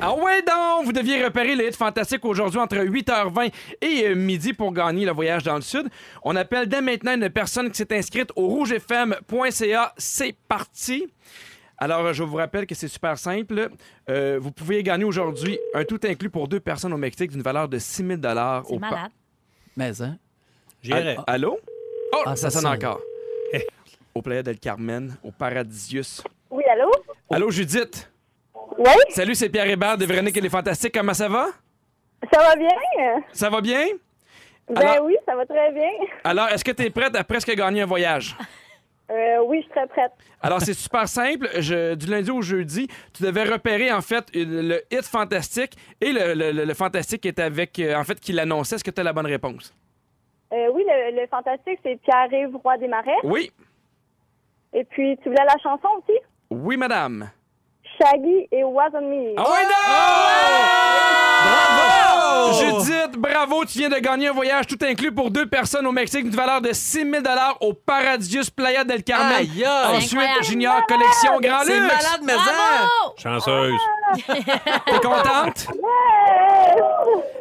Speaker 2: Ah ouais donc, vous deviez repérer les hits fantastiques aujourd'hui entre 8h20 et euh, midi pour gagner le voyage dans le sud. On appelle dès maintenant une personne qui s'est inscrite au rougefm.ca. C'est parti. Alors, euh, je vous rappelle que c'est super simple. Euh, vous pouvez gagner aujourd'hui un tout inclus pour deux personnes au Mexique d'une valeur de 6000 dollars
Speaker 4: C'est
Speaker 2: au
Speaker 4: malade.
Speaker 3: Mais, hein?
Speaker 5: J'irai.
Speaker 2: Allô? Allô? Oh,
Speaker 3: Ah,
Speaker 2: ça,
Speaker 3: ça
Speaker 2: sonne
Speaker 3: sonne.
Speaker 2: encore. Au Playa del Carmen, au Paradisius.
Speaker 9: Oui, allô?
Speaker 2: Allô, Judith?
Speaker 9: Oui?
Speaker 2: Salut, c'est Pierre Hébert de Véronique et les Fantastiques. Comment ça va?
Speaker 9: Ça va bien?
Speaker 2: Ça va bien?
Speaker 9: Ben
Speaker 2: Alors-
Speaker 9: oui, ça va très bien.
Speaker 2: Alors, est-ce que tu es prête à presque gagner un voyage?
Speaker 9: Euh, oui, je suis très prête.
Speaker 2: Alors, c'est super simple. Je- du lundi au jeudi, tu devais repérer, en fait, une- le hit fantastique et le, le- le- le fantastique qui était avec, euh, en fait, qui l'annonçait. Est-ce que tu as la bonne réponse?
Speaker 9: Euh, oui, le, le fantastique, c'est Pierre-Yves Roy des Marais.
Speaker 2: Oui.
Speaker 9: Et puis, tu voulais la chanson aussi?
Speaker 2: Oui, madame.
Speaker 9: Shaggy et Wasn't Me.
Speaker 2: Ah ouais, Oh! non! Bravo! Judith, bravo, tu viens de gagner un voyage tout inclus pour deux personnes au Mexique d'une valeur de 6 000 au Paradisius Playa del Carmen.
Speaker 3: Aïe, aïe.
Speaker 4: Incroyable.
Speaker 2: Ensuite, Junior Collection Grand
Speaker 3: C'est
Speaker 2: Luxe.
Speaker 3: malade, mais hein?
Speaker 4: Bravo!
Speaker 5: Chanceuse.
Speaker 2: T'es contente? Ah.
Speaker 9: Euh,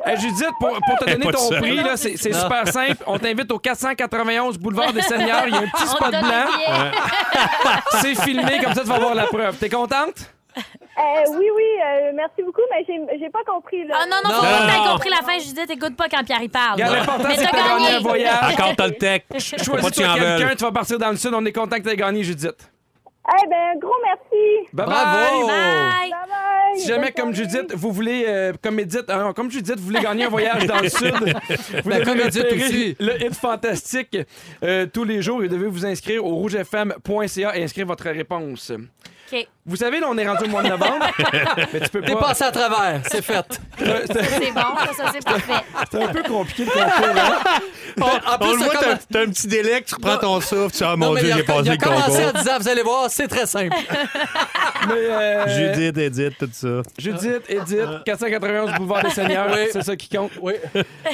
Speaker 2: Hey, Judith, pour, pour te donner
Speaker 5: Pas
Speaker 2: ton
Speaker 5: de ça.
Speaker 2: prix, là, c'est c'est
Speaker 3: Non.
Speaker 2: super simple. On t'invite au 491 Boulevard des Seigneurs. Il y a un petit
Speaker 4: Ah, On te
Speaker 2: spot
Speaker 4: donne le
Speaker 2: blanc.
Speaker 4: billet.
Speaker 2: C'est filmé, comme ça, tu vas voir la preuve. T'es contente?
Speaker 9: Euh, oui, oui, euh, merci beaucoup, mais j'ai j'ai pas compris. Là.
Speaker 4: Ah non, non, faut
Speaker 3: Non.
Speaker 4: pas que t'aies compris la fin, Judith. Écoute pas quand Pierre y parle.
Speaker 2: Regarde, l'important,
Speaker 4: Mais
Speaker 2: c'est que
Speaker 4: t'as
Speaker 2: t'as gagné un
Speaker 4: gagné.
Speaker 3: Ah!
Speaker 2: voyage.
Speaker 5: Ah! Encore t'as le tech. Faut pas que tu
Speaker 2: Choisis-toi
Speaker 5: en
Speaker 2: quelqu'un,
Speaker 5: veuilles.
Speaker 2: tu vas partir dans le sud. On est content que t'aies gagné, Judith.
Speaker 9: Eh ben, gros merci.
Speaker 2: Bye bye!
Speaker 3: Bravo!
Speaker 4: Bye!
Speaker 9: Bye-bye.
Speaker 2: Si jamais,
Speaker 9: Bonne
Speaker 2: comme
Speaker 9: journée.
Speaker 2: Judith, vous voulez, euh, comme Edith, hein, comme Judith, vous voulez gagner un voyage dans le sud, vous
Speaker 3: Ben,
Speaker 2: devez
Speaker 3: comme Edith
Speaker 2: repérer
Speaker 3: aussi.
Speaker 2: le hit fantastique euh, tous les jours et devez vous inscrire au rougefm.ca et inscrire votre réponse.
Speaker 4: OK,
Speaker 2: Vous savez, là, on est rendu au mois de novembre, mais tu peux
Speaker 3: T'es
Speaker 2: pas.
Speaker 3: passé à travers, c'est fait.
Speaker 4: c'est bon, ça, ça c'est parfait.
Speaker 2: C'est un peu compliqué le concours. hein?
Speaker 3: en
Speaker 5: On
Speaker 3: plus,
Speaker 5: le
Speaker 3: t'as
Speaker 5: voit,
Speaker 3: comme-
Speaker 5: t'as t'as un petit délai, que tu reprends ton souffle, tu dis, ah
Speaker 3: Non,
Speaker 5: mon
Speaker 3: mais il
Speaker 5: Dieu,
Speaker 3: a-
Speaker 5: j'ai
Speaker 3: il
Speaker 5: passé
Speaker 3: a
Speaker 5: le
Speaker 3: commencé
Speaker 5: concours.
Speaker 3: en disant, vous allez voir, c'est très simple.
Speaker 2: Mais, euh,
Speaker 5: Judith, Ah. Edith, tout ça.
Speaker 2: Judith, Edith, 491 Boulevard des Seigneurs,
Speaker 3: Oui.
Speaker 2: c'est ça qui compte.
Speaker 3: Oui.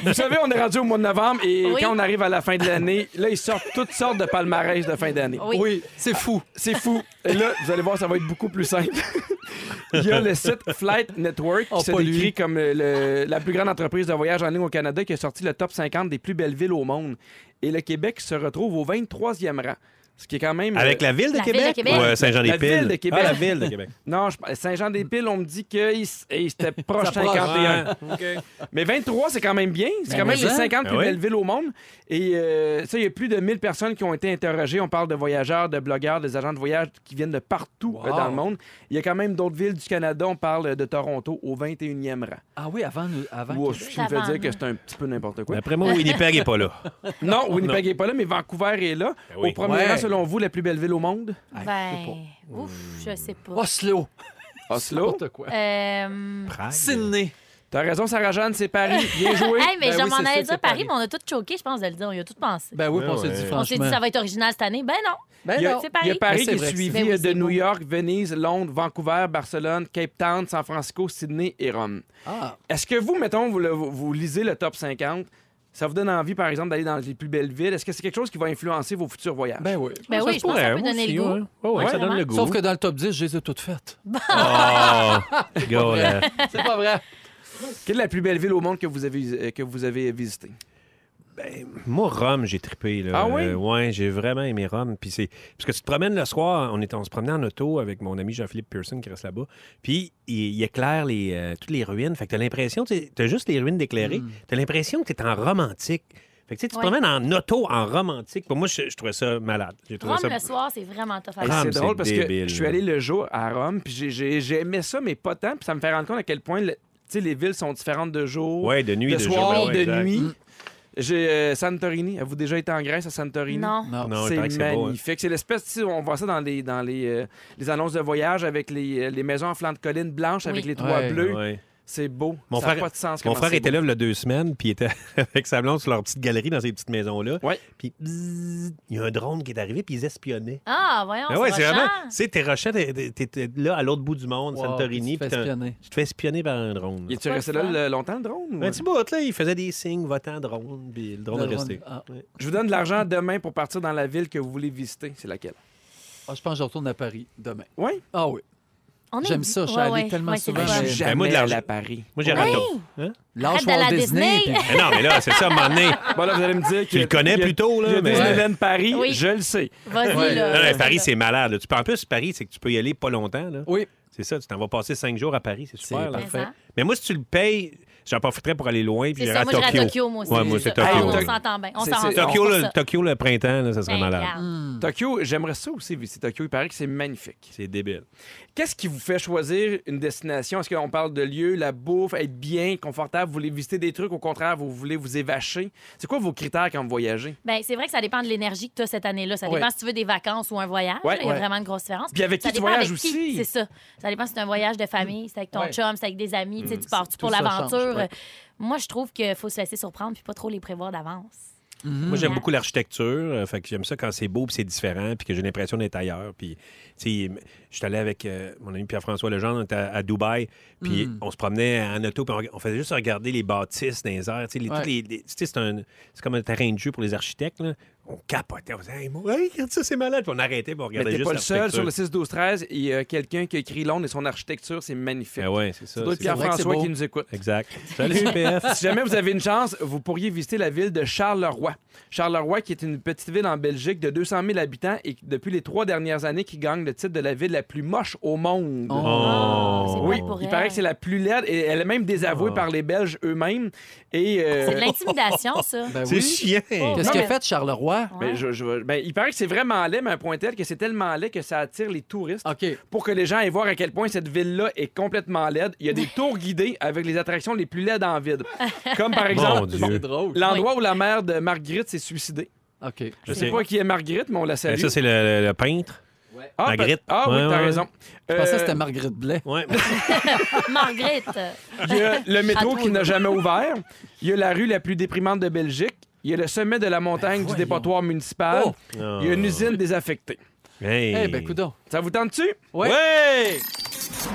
Speaker 2: Vous savez, on est rendu au mois de novembre et
Speaker 4: Oui.
Speaker 2: quand on arrive à la fin de l'année, là, ils sortent toutes sortes de palmarès de fin d'année.
Speaker 4: Oui.
Speaker 3: c'est fou.
Speaker 2: C'est fou. Et là, vous allez voir, ça va être beaucoup plus simple. Il y a le site Flight Network qui
Speaker 3: Oh,
Speaker 2: se
Speaker 3: pas lui.
Speaker 2: décrit comme le- la plus grande entreprise de voyage en ligne au Canada qui a sorti le top 50 des plus belles villes au monde. Et le Québec se retrouve au 23e rang. Ce qui est quand même. euh,
Speaker 5: Avec la ville de
Speaker 4: La ville de
Speaker 5: Québec?
Speaker 4: Québec.
Speaker 5: Ou euh, Saint-Jean-des-Piles?
Speaker 2: La ville de Québec.
Speaker 5: Ah, la ville de Québec.
Speaker 2: Non, je- Saint-Jean-des-Piles, on me dit qu'il était eh, proche
Speaker 3: Ça proche.
Speaker 2: 51. Mais 23, c'est quand même bien. C'est
Speaker 3: Ben
Speaker 2: quand même
Speaker 3: oui,
Speaker 2: les
Speaker 3: hein?
Speaker 2: 50 plus
Speaker 5: Ben oui.
Speaker 2: belles villes au monde. Et euh, ça, il y a plus de 1000 personnes qui ont été interrogées. On parle de voyageurs, de blogueurs, des agents de voyage qui viennent de partout
Speaker 3: Wow.
Speaker 2: euh, dans le monde. Il y a quand même d'autres villes du Canada. On parle de Toronto au 21e rang.
Speaker 3: Ah oui, avant. nous- avant
Speaker 2: Wow,
Speaker 3: que-
Speaker 2: ce qui me fait
Speaker 4: Savane.
Speaker 2: dire que c'est un petit peu n'importe quoi.
Speaker 5: D'après moi, Winnipeg n'est pas là.
Speaker 2: Non, Winnipeg n'est pas là, mais Vancouver est là.
Speaker 5: Ben oui.
Speaker 2: Au premier
Speaker 3: Ouais.
Speaker 2: rang, selon vous, la plus belle ville au monde?
Speaker 4: Ben, ouf, je sais pas.
Speaker 3: Oslo.
Speaker 2: Oslo.
Speaker 3: N'importe quoi.
Speaker 4: Euh...
Speaker 3: Sydney.
Speaker 2: T'as raison, Sarah-Jeanne, c'est Paris. Bien joué.
Speaker 4: Hey, mais
Speaker 3: Ben
Speaker 4: je
Speaker 3: oui, c'est
Speaker 4: m'en
Speaker 3: sûr
Speaker 4: allais
Speaker 3: que
Speaker 4: dire
Speaker 3: c'est
Speaker 4: Paris,
Speaker 3: Paris.
Speaker 4: mais on a tout choqué, je pense, de le dire. On y a tout pensé.
Speaker 3: Ben oui,
Speaker 5: Ouais,
Speaker 3: puis on s'est dit
Speaker 5: ouais.
Speaker 4: on s'est
Speaker 3: franchement.
Speaker 4: dit ça va être original cette année. Ben non.
Speaker 3: Ben
Speaker 2: Il y a-
Speaker 3: non.
Speaker 4: C'est
Speaker 2: Il y a
Speaker 4: Paris.
Speaker 2: Paris
Speaker 3: Ah,
Speaker 2: qui
Speaker 3: c'est
Speaker 2: est
Speaker 3: vrai que
Speaker 2: suivi
Speaker 4: c'est- Ben oui,
Speaker 2: de
Speaker 4: c'est
Speaker 2: New
Speaker 4: beau.
Speaker 2: York, Venise, Londres, Vancouver, Barcelone, Cape Town, San Francisco, Sydney et Rome.
Speaker 3: Ah,
Speaker 2: Est-ce que vous, mettons, vous, le- vous- vous lisez le top 50, ça vous donne envie, par exemple, d'aller dans les plus belles villes? Est-ce que c'est quelque chose qui va influencer vos futurs voyages?
Speaker 3: ben oui.
Speaker 4: Ben oui, je pense que ça peut donner le goût.
Speaker 5: Oui, ça donne
Speaker 4: vraiment.
Speaker 5: le goût.
Speaker 3: Sauf que dans le top 10, je les ai toutes faites.
Speaker 5: Oh, go, là.
Speaker 3: C'est pas vrai.
Speaker 2: Quelle est la plus belle ville au monde que vous avez, euh, que vous avez visitée?
Speaker 5: Moi, Rome, j'ai trippé. Là.
Speaker 2: Ah oui?
Speaker 5: Euh, ouais, j'ai vraiment aimé Rome. Puis c'est... Parce que tu te promènes le soir, on, est... on se promenait en auto avec mon ami Jean-Philippe Pearson qui reste là-bas. Puis il, il éclaire les, euh, toutes les ruines. Fait que t'as l'impression, tu sais, t'as juste les ruines d'éclairer.
Speaker 2: Hmm.
Speaker 5: T'as l'impression que t'es en romantique. Fait que tu sais, tu te
Speaker 4: Ouais.
Speaker 5: promènes en auto, en romantique. Pour moi, je, je trouvais ça malade. J'ai trouvé
Speaker 4: Rome
Speaker 5: ça...
Speaker 4: le soir, Ah. c'est vraiment tough à
Speaker 2: Hey,
Speaker 4: faire.
Speaker 5: Rome,
Speaker 2: c'est
Speaker 5: c'est
Speaker 2: drôle parce
Speaker 5: débile,
Speaker 2: que je suis
Speaker 5: là.
Speaker 2: allé le jour à Rome, puis j'ai- j'ai j'ai aimé ça, mais pas tant. Puis ça me fait rendre compte à quel point le- tu sais, les villes sont différentes de jour,
Speaker 5: Ouais, de nuit,
Speaker 2: de,
Speaker 5: de, jour,
Speaker 2: soir,
Speaker 5: ouais,
Speaker 2: de
Speaker 5: exact.
Speaker 2: nuit. J'ai euh, Santorini. Avez-vous déjà été en Grèce à Santorini?
Speaker 4: Non.
Speaker 5: Non, il
Speaker 2: c'est
Speaker 5: paraît que c'est beau, hein.
Speaker 2: magnifique. C'est l'espèce, tu sais, on voit ça dans les, dans les, euh, les annonces de voyage avec les, euh, les maisons en flanc de colline blanche avec
Speaker 4: Oui.
Speaker 2: les toits
Speaker 3: Ouais.
Speaker 2: bleus.
Speaker 5: Ouais.
Speaker 2: C'est beau.
Speaker 5: Mon
Speaker 2: ça n'a
Speaker 5: frère-
Speaker 2: pas de sens.
Speaker 5: Mon
Speaker 2: comment
Speaker 5: frère
Speaker 2: c'est
Speaker 5: était
Speaker 2: beau.
Speaker 5: là il y a deux semaines, puis il était avec sa blonde sur leur petite galerie dans ces petites maisons-là.
Speaker 2: Ouais.
Speaker 5: Puis bzzz, il y a un drone qui est arrivé, puis ils espionnaient.
Speaker 4: Ah, voyons,
Speaker 5: Ah ouais,
Speaker 4: c'est
Speaker 5: c'est
Speaker 4: rochant.
Speaker 5: vraiment. Tu sais, t'es rochés, t'es- t'es t'es là à l'autre bout du monde,
Speaker 3: Wow,
Speaker 5: Santorini,
Speaker 3: tu te
Speaker 5: puis
Speaker 3: fais
Speaker 5: t'as-
Speaker 3: espionner.
Speaker 5: tu te fais espionner par un drone.
Speaker 2: Il
Speaker 5: là.
Speaker 2: est-tu resté là le- longtemps, le drone? ou- euh?
Speaker 5: Un petit bout, là, il faisait des signes, votant drone, puis le drone
Speaker 3: Le
Speaker 5: est
Speaker 3: drone,
Speaker 5: resté.
Speaker 3: ah.
Speaker 5: Ouais.
Speaker 2: Je vous donne de l'argent demain pour partir dans la ville que vous voulez visiter. C'est laquelle?
Speaker 3: Ah, je pense que je retourne à Paris demain.
Speaker 2: Oui?
Speaker 3: Ah oui.
Speaker 4: On est-
Speaker 3: J'aime ça, je suis
Speaker 4: Ouais,
Speaker 3: allé
Speaker 4: ouais,
Speaker 3: tellement
Speaker 4: ouais, c'est
Speaker 3: souvent,
Speaker 4: le fun.
Speaker 3: j'ai-
Speaker 2: Jamais
Speaker 5: Ben, moi, de l'argent-
Speaker 2: allé à Paris.
Speaker 5: Moi, j'ai
Speaker 4: Hey!
Speaker 5: raconté. Hein?
Speaker 3: Lâche
Speaker 4: Arrête d'aller à
Speaker 3: Walt Disney.
Speaker 4: Disney.
Speaker 3: puis-
Speaker 5: Mais non, mais là, c'est ça, à un moment donné.
Speaker 2: Bon, là, vous allez me dire que.
Speaker 5: Tu le connais
Speaker 2: il y a-
Speaker 5: plus tôt, là,
Speaker 2: il y a
Speaker 5: mais-
Speaker 2: Disneyland Paris,
Speaker 4: Oui.
Speaker 2: je le sais.
Speaker 4: Vas-y,
Speaker 3: Ouais.
Speaker 4: là.
Speaker 5: Non, mais Paris, c'est malade. là. Tu peux- En plus, Paris, c'est que tu peux y aller pas longtemps. là.
Speaker 3: Oui,
Speaker 5: C'est ça, tu t'en vas passer cinq jours à Paris, c'est super.
Speaker 3: c'est
Speaker 5: là.
Speaker 4: Mais
Speaker 3: parfait.
Speaker 4: ça.
Speaker 5: Mais moi, si tu le payes, j'en profiterais pour aller loin. Puis
Speaker 4: C'est
Speaker 5: j'irai
Speaker 4: ça,
Speaker 5: à
Speaker 4: moi, j'irai
Speaker 5: Tokyo.
Speaker 4: à Tokyo, moi aussi.
Speaker 5: Ouais, moi, c'est
Speaker 4: Ah,
Speaker 5: Tokyo.
Speaker 4: On s'entend bien. On Ben,
Speaker 2: C'est-
Speaker 4: s'entend
Speaker 2: c'est-
Speaker 4: bien.
Speaker 5: Tokyo, le, Tokyo le printemps, là, ça serait malade.
Speaker 4: Hmm.
Speaker 2: Tokyo, j'aimerais ça aussi visiter Tokyo. Il paraît que c'est magnifique.
Speaker 5: C'est débile.
Speaker 2: Qu'est-ce qui vous fait choisir une destination? Est-ce qu'on parle de lieu, la bouffe, être bien, confortable? Vous voulez visiter des trucs? Au contraire, vous voulez vous évacher? C'est quoi vos critères quand vous voyagez?
Speaker 4: Ben, c'est vrai que ça dépend de l'énergie que tu as cette année-là. Ça dépend
Speaker 2: Ouais.
Speaker 4: si tu veux des vacances ou un voyage.
Speaker 2: Ouais,
Speaker 4: Il y a
Speaker 2: ouais.
Speaker 4: vraiment une grosse différence.
Speaker 2: Puis avec
Speaker 4: ça
Speaker 2: qui tu
Speaker 4: dépend
Speaker 2: voyages
Speaker 4: avec qui,
Speaker 2: aussi.
Speaker 4: C'est ça. Ça dépend si c'est un voyage de famille, c'est avec ton
Speaker 3: Ouais.
Speaker 4: chum, c'est avec des amis. Tu sais, Tu pars-tu pour
Speaker 3: Tout ça
Speaker 4: l'aventure?
Speaker 3: change, ouais.
Speaker 4: Moi, je trouve qu'il faut se laisser surprendre puis pas trop les prévoir d'avance.
Speaker 5: Moi, j'aime
Speaker 2: Mm-hmm.
Speaker 4: Mm.
Speaker 5: beaucoup l'architecture. euh, fait que j'aime ça quand c'est beau, puis c'est différent, puis que j'ai l'impression d'être ailleurs. Puis, tu sais, je suis allé avec euh, mon ami Pierre-François Legendre, on était à, à Dubaï, puis
Speaker 2: Mm.
Speaker 5: on se promenait en auto, puis on, on faisait juste regarder les bâtisses dans les airs. Tu sais, les-
Speaker 3: Ouais.
Speaker 5: toutes les- les- tu sais, c'est un- c'est comme un terrain de jeu pour les architectes. là. On capotait, on disait, hey, moi, hey, regarde ça, c'est malade. Puis on arrêtait, puis on
Speaker 2: Mais
Speaker 5: regardait
Speaker 2: t'es
Speaker 5: juste
Speaker 2: pas le seul. Sur le
Speaker 5: l'architecture.
Speaker 2: 6-12-13, il y a quelqu'un qui a écrit Londres et son architecture, c'est magnifique.
Speaker 5: Ben ouais, c'est ça.
Speaker 2: C'est toi,
Speaker 5: c'est ça.
Speaker 3: vrai que c'est
Speaker 2: Pierre-François
Speaker 3: beau.
Speaker 2: qui nous écoute.
Speaker 5: Exact. Salut, PF.
Speaker 2: si jamais vous avez une chance, vous pourriez visiter la ville de Charleroi. Charleroi, qui est une petite ville en Belgique de 200 000 habitants et qui, depuis les trois dernières années, qui gagne le titre de la ville la plus moche au monde.
Speaker 5: Oh.
Speaker 4: Ah, c'est
Speaker 2: Oui,
Speaker 4: plate pour
Speaker 2: il
Speaker 4: elle.
Speaker 2: paraît que c'est la plus laide et elle est même désavouée
Speaker 5: Ah.
Speaker 2: par les Belges eux-mêmes. Et euh,
Speaker 4: Ah, C'est de l'intimidation, ça.
Speaker 3: Ben
Speaker 5: C'est
Speaker 3: oui.
Speaker 5: chiant.
Speaker 3: Qu'est-ce
Speaker 2: Non,
Speaker 3: qu'il a
Speaker 2: mais-
Speaker 3: fait, Charleroi?
Speaker 4: Ouais.
Speaker 2: ben, je- je vais- ben, il paraît que c'est vraiment laid, mais un point tel que c'est tellement laid que ça attire les touristes.
Speaker 5: Ah.
Speaker 3: OK.
Speaker 2: Pour que les gens aient voir à quel point cette ville-là est complètement laide, il y a des tours guidés avec les attractions les plus laides en ville. Comme par
Speaker 5: Mon
Speaker 2: exemple
Speaker 5: Dieu.
Speaker 3: drôle.
Speaker 2: l'endroit où la mère de Marguerite s'est suicidée.
Speaker 3: OK.
Speaker 2: Je sais
Speaker 5: Ok.
Speaker 2: pas qui est Marguerite, mais on la
Speaker 5: Ben,
Speaker 2: salue.
Speaker 5: Ça, c'est le- le- le peintre.
Speaker 2: ah, peut-
Speaker 5: Marguerite.
Speaker 2: Ah oui,
Speaker 5: Ouais,
Speaker 2: t'as
Speaker 5: ouais.
Speaker 2: raison.
Speaker 3: Je pensais
Speaker 2: Euh,
Speaker 3: que c'était Marguerite Blais.
Speaker 5: Ouais.
Speaker 4: Marguerite.
Speaker 2: Il y a le métro
Speaker 4: Château.
Speaker 2: qui n'a jamais ouvert. Il y a la rue la plus déprimante de Belgique. Il y a le sommet de la montagne du
Speaker 3: Ben voyons.
Speaker 2: dépotoir municipal.
Speaker 3: Oh.
Speaker 2: Il
Speaker 5: Ah.
Speaker 2: y a une usine désaffectée.
Speaker 5: Hey.
Speaker 3: Eh ben, coudon.
Speaker 2: Ça vous tente-tu?
Speaker 3: Ouais.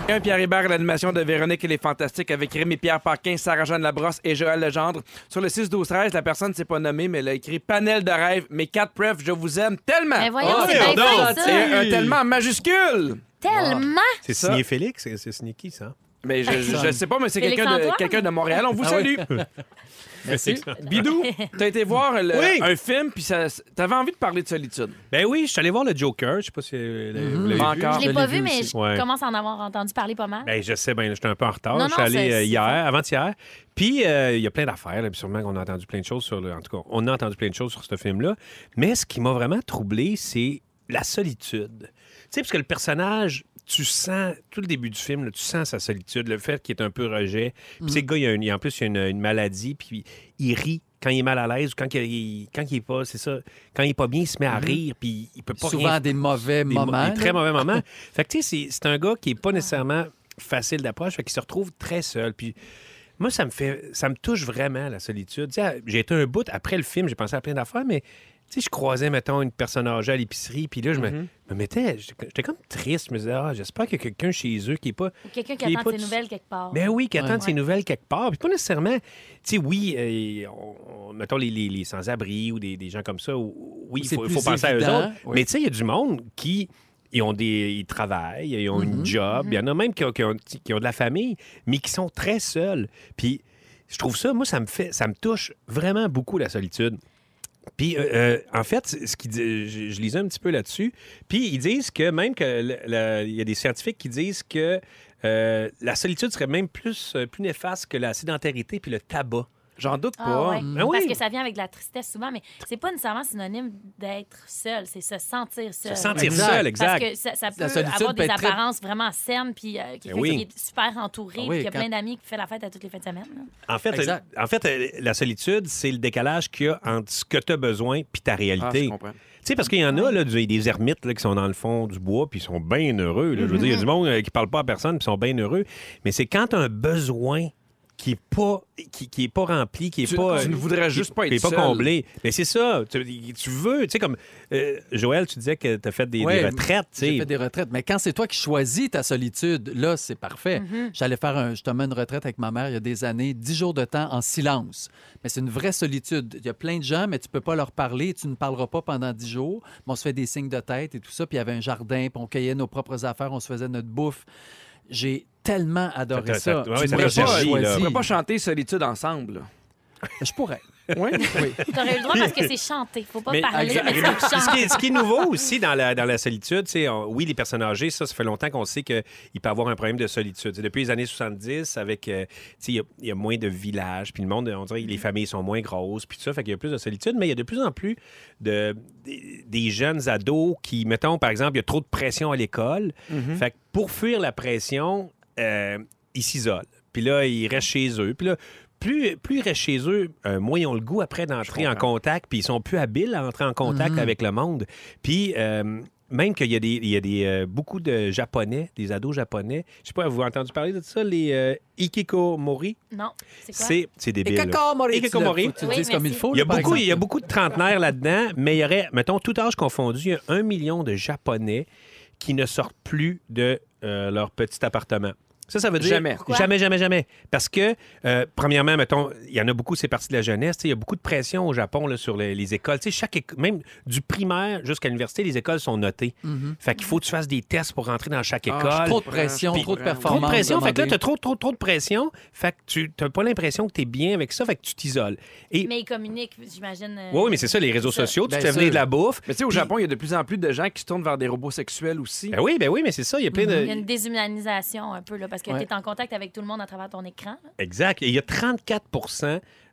Speaker 2: Un Pierre Hébert à l'animation de Véronique et les Fantastiques avec Rémi Pierre Paquin, Sarah-Jeanne Labrosse et Joël Legendre. Sur le 6-12-13, la personne ne s'est pas nommée, mais elle a écrit Panel de rêve, mes quatre preuves, je vous aime tellement.
Speaker 4: Mais Ben voyons,
Speaker 5: Ah,
Speaker 4: c'est bien
Speaker 5: voyons
Speaker 4: fin,
Speaker 5: donc,
Speaker 2: Et
Speaker 4: ça.
Speaker 2: un, un tellement en majuscule!
Speaker 4: Tellement.
Speaker 5: C'est
Speaker 2: Ça.
Speaker 5: signé Félix, c'est c'est signé qui ça?
Speaker 2: Mais je- je je sais pas, mais c'est
Speaker 4: Félix
Speaker 2: quelqu'un de,
Speaker 4: Antoine?
Speaker 2: quelqu'un de Montréal. On vous
Speaker 3: Ah
Speaker 2: salue.
Speaker 3: oui.
Speaker 5: Merci.
Speaker 2: Bidou, t'as été voir le-
Speaker 5: Oui.
Speaker 2: un film, puis ça- t'avais envie de parler de solitude.
Speaker 5: Ben oui, je suis allé voir le Joker, je sais pas si euh, vous l'avez
Speaker 2: Pas
Speaker 5: vu.
Speaker 2: encore.
Speaker 4: Je l'ai pas vu,
Speaker 3: vu
Speaker 4: mais
Speaker 3: aussi.
Speaker 4: je
Speaker 5: Ouais.
Speaker 4: commence à en avoir entendu parler pas mal.
Speaker 5: Ben, je sais, ben, j'étais un peu en retard.
Speaker 4: Non,
Speaker 5: je suis
Speaker 4: non,
Speaker 5: allé
Speaker 4: c'est-
Speaker 5: euh,
Speaker 4: c'est
Speaker 5: hier,
Speaker 4: fun.
Speaker 5: avant-hier. Puis, euh, il y a plein d'affaires, là, puis sûrement qu'on a entendu plein de choses sur le. En tout cas, on a entendu plein de choses sur ce film-là. Mais ce qui m'a vraiment troublé, c'est la solitude. Tu sais, parce que le personnage, tu sens, tout le début du film, là, tu sens sa solitude, le fait qu'il est un peu rejet.
Speaker 4: Mm.
Speaker 5: Puis, c'est le gars, il y a une- il y a en plus, il y a une, une maladie, puis il rit quand il est mal à l'aise ou quand il, il- quand il est pas, c'est ça, quand il est pas bien, il se met à
Speaker 4: Mm-hmm.
Speaker 5: rire, puis il peut pas
Speaker 3: Souvent
Speaker 5: rien
Speaker 3: à des mauvais
Speaker 5: des mo-
Speaker 3: moments.
Speaker 5: des très
Speaker 3: là.
Speaker 5: mauvais moments. fait que, tu sais, c'est- c'est un gars qui est pas nécessairement facile d'approche, fait qu'il se retrouve très seul. Puis moi, ça me fait, ça me touche vraiment, la solitude. Tu sais, j'ai été un bout, après le film, j'ai pensé à plein d'affaires, mais tu sais, je croisais, mettons, une personne âgée à l'épicerie, puis là, je me,
Speaker 3: Mm-hmm.
Speaker 5: me mettais, j'étais j'étais comme triste, je me disais, ah, j'espère qu'il y a quelqu'un chez eux qui est pas...
Speaker 4: Ou Quelqu'un
Speaker 5: Il est
Speaker 4: qui attend
Speaker 5: pas
Speaker 4: tes
Speaker 5: du-
Speaker 4: nouvelles quelque part.
Speaker 5: Ben oui, qui
Speaker 4: Ouais.
Speaker 5: attendent ses nouvelles quelque part. Puis pas nécessairement, tu sais, oui, euh, on- on- mettons les, les- les sans-abri ou des, des gens comme ça, ou- oui, il
Speaker 3: C'est
Speaker 5: faut,
Speaker 3: plus
Speaker 5: faut penser à
Speaker 3: évident,
Speaker 5: eux autres.
Speaker 3: oui.
Speaker 5: Mais tu sais, il y a du monde qui. Ils ont des. Ils travaillent, ils ont
Speaker 3: Mm-hmm.
Speaker 5: une job. Il y en a même qui ont, qui ont- qui ont de la famille, mais qui sont très seuls. Puis je trouve ça, moi, ça me fait. ça me touche vraiment beaucoup la solitude. Puis, euh, euh, en fait, c'est ce qu'ils disent- je, je lisais un petit peu là-dessus. Puis, ils disent que même que le- la- il y a des scientifiques qui disent que euh, la solitude serait même plus, euh, plus néfaste que la sédentarité puis le tabac.
Speaker 2: J'en doute
Speaker 4: Ah,
Speaker 2: pas.
Speaker 4: ouais.
Speaker 2: Ben
Speaker 4: Parce
Speaker 2: oui.
Speaker 4: que ça vient avec de la tristesse souvent, mais c'est pas nécessairement synonyme d'être seul, c'est se sentir seul.
Speaker 5: Se sentir Exact. seul, exact.
Speaker 4: Parce que ça, ça peut
Speaker 5: La solitude
Speaker 4: avoir
Speaker 5: peut
Speaker 4: des
Speaker 5: être très-
Speaker 4: apparences vraiment saines, puis euh, quelqu'un
Speaker 5: Ben oui.
Speaker 4: qui est super entouré,
Speaker 5: Ah oui,
Speaker 4: puis qui a
Speaker 5: quand-
Speaker 4: plein d'amis, qui fait la fête à toutes les fins de semaine. là.
Speaker 5: En fait,
Speaker 4: Exact.
Speaker 5: euh, en fait euh, la solitude, c'est le décalage qu'il y a entre ce que tu as besoin puis ta réalité.
Speaker 2: Ah, je comprends.
Speaker 5: Tu sais, parce qu'il y en a, là, du- des ermites là, qui sont dans le fond du bois puis ils sont bien heureux. là. Je veux dire, il y a
Speaker 2: Mm-hmm.
Speaker 5: du monde euh, qui parle pas à personne puis ils sont bien heureux. Mais c'est quand tu as un besoin qui est pas qui, qui est pas rempli qui est
Speaker 2: Tu-
Speaker 5: pas
Speaker 2: tu ne voudrais
Speaker 5: qui-
Speaker 2: juste pas
Speaker 5: qui est
Speaker 2: être
Speaker 5: pas
Speaker 2: seul.
Speaker 5: comblé mais c'est ça tu, tu veux tu sais comme euh, Joël tu disais que tu as fait des, des
Speaker 3: Ouais,
Speaker 5: retraites tu
Speaker 3: J'ai
Speaker 5: sais
Speaker 3: fait des retraites. Mais quand c'est toi qui choisis ta solitude, là, c'est parfait.
Speaker 4: Mm-hmm.
Speaker 5: Mhm.
Speaker 3: J'allais faire un- justement une retraite avec ma mère il y a des années, dix jours de temps en silence. Mais c'est une vraie solitude. Il y a plein de gens, mais tu peux pas leur parler. Tu ne parleras pas pendant dix jours. Mais on se fait des signes de tête et tout ça. Puis il y avait un jardin, puis on cueillait nos propres affaires, on se faisait notre bouffe. J'ai tellement adoré
Speaker 2: T'as-
Speaker 3: ça.
Speaker 2: t'as-
Speaker 3: Tu
Speaker 2: ouais,
Speaker 3: m'aurais
Speaker 2: t'as
Speaker 5: Ah,
Speaker 3: pas
Speaker 2: choisi,
Speaker 3: choisi.
Speaker 2: là. On pourrait pas chanter Solitude ensemble.
Speaker 3: Je pourrais.
Speaker 2: Oui?
Speaker 4: T'aurais eu le droit parce que c'est chanté, faut pas
Speaker 5: Mais-
Speaker 4: parler,
Speaker 5: exact-
Speaker 4: mais c'est
Speaker 5: ce, qui
Speaker 4: chanté.
Speaker 5: est, ce qui est nouveau aussi dans la, dans la solitude, c'est on- oui, les personnes âgées, ça, ça fait longtemps qu'on sait qu'il peut avoir un problème de solitude. C'est depuis les années 70, avec, euh, tu sais, il y a- il y, a moins de villages, puis le monde, on dirait que les familles sont moins grosses, puis tout ça, fait qu'il y a plus de solitude, mais il y a de plus en plus de, des, des jeunes ados qui, mettons, par exemple, il y a trop de pression à l'école.
Speaker 2: Mhm.
Speaker 5: Fait que pour fuir la pression, euh, ils s'isolent. Puis là, ils restent chez eux. Puis là, plus, plus ils restent chez eux, euh, moins ils ont le goût après d'entrer en contact, puis ils sont plus habiles à entrer en contact
Speaker 2: Mhm.
Speaker 5: avec le monde. Puis euh, même qu'il y a, des, il y a des, euh, beaucoup de Japonais, des ados japonais. Je sais pas, vous avez entendu parler de ça, les euh, Ikikomori?
Speaker 4: Non, c'est quoi?
Speaker 5: C'est c'est débile. là.
Speaker 4: Ikikomori.
Speaker 5: Ikikomori.
Speaker 4: Faut que tu le Oui, dises comme merci. il faut,
Speaker 5: Il y a
Speaker 4: là, par
Speaker 5: beaucoup, il y a
Speaker 4: exemple.
Speaker 5: beaucoup de trentenaires là-dedans, mais il y aurait, mettons, tout âge confondu, il y a un million de Japonais qui ne sortent plus de euh, leur petit appartement. Ça, ça veut dire...
Speaker 2: Jamais. Pourquoi?
Speaker 5: Jamais, jamais, jamais. Parce que, euh, premièrement, mettons, il y en a beaucoup, c'est parti de la jeunesse. tu sais, Il y a beaucoup de pression au Japon là, sur les, les écoles. Tu sais, chaque éco- Même du primaire jusqu'à l'université, les écoles sont notées.
Speaker 4: Mm-hmm.
Speaker 3: Mhm.
Speaker 5: Fait qu'il faut que tu fasses des tests pour rentrer dans chaque
Speaker 3: Ah,
Speaker 5: école.
Speaker 3: trop de pression,
Speaker 5: Puis-
Speaker 3: trop de
Speaker 5: Trop de
Speaker 3: performance
Speaker 5: pression. Fait que là,
Speaker 3: demandée.
Speaker 5: t'as trop, trop, trop de pression. Fait que tu n'as pas l'impression que tu es bien avec ça. Fait que tu t'isoles. Et
Speaker 4: Mais ils communiquent, j'imagine. euh,
Speaker 5: oui, oui, mais c'est ça, les réseaux sociaux,
Speaker 4: Ben
Speaker 5: tu te fais venir de la bouffe.
Speaker 2: Mais tu sais, au Japon, il y a de plus en plus de gens qui se tournent vers des robots sexuels aussi.
Speaker 5: Ben oui, ben oui, mais c'est ça, il y a plein
Speaker 4: Mhm. Mm-hmm. Il y a
Speaker 5: de...
Speaker 4: une déshumanisation un peu, là, parce que
Speaker 5: Ouais.
Speaker 4: tu es en contact avec tout le monde à travers ton écran. là.
Speaker 5: Exact. Et il y a 34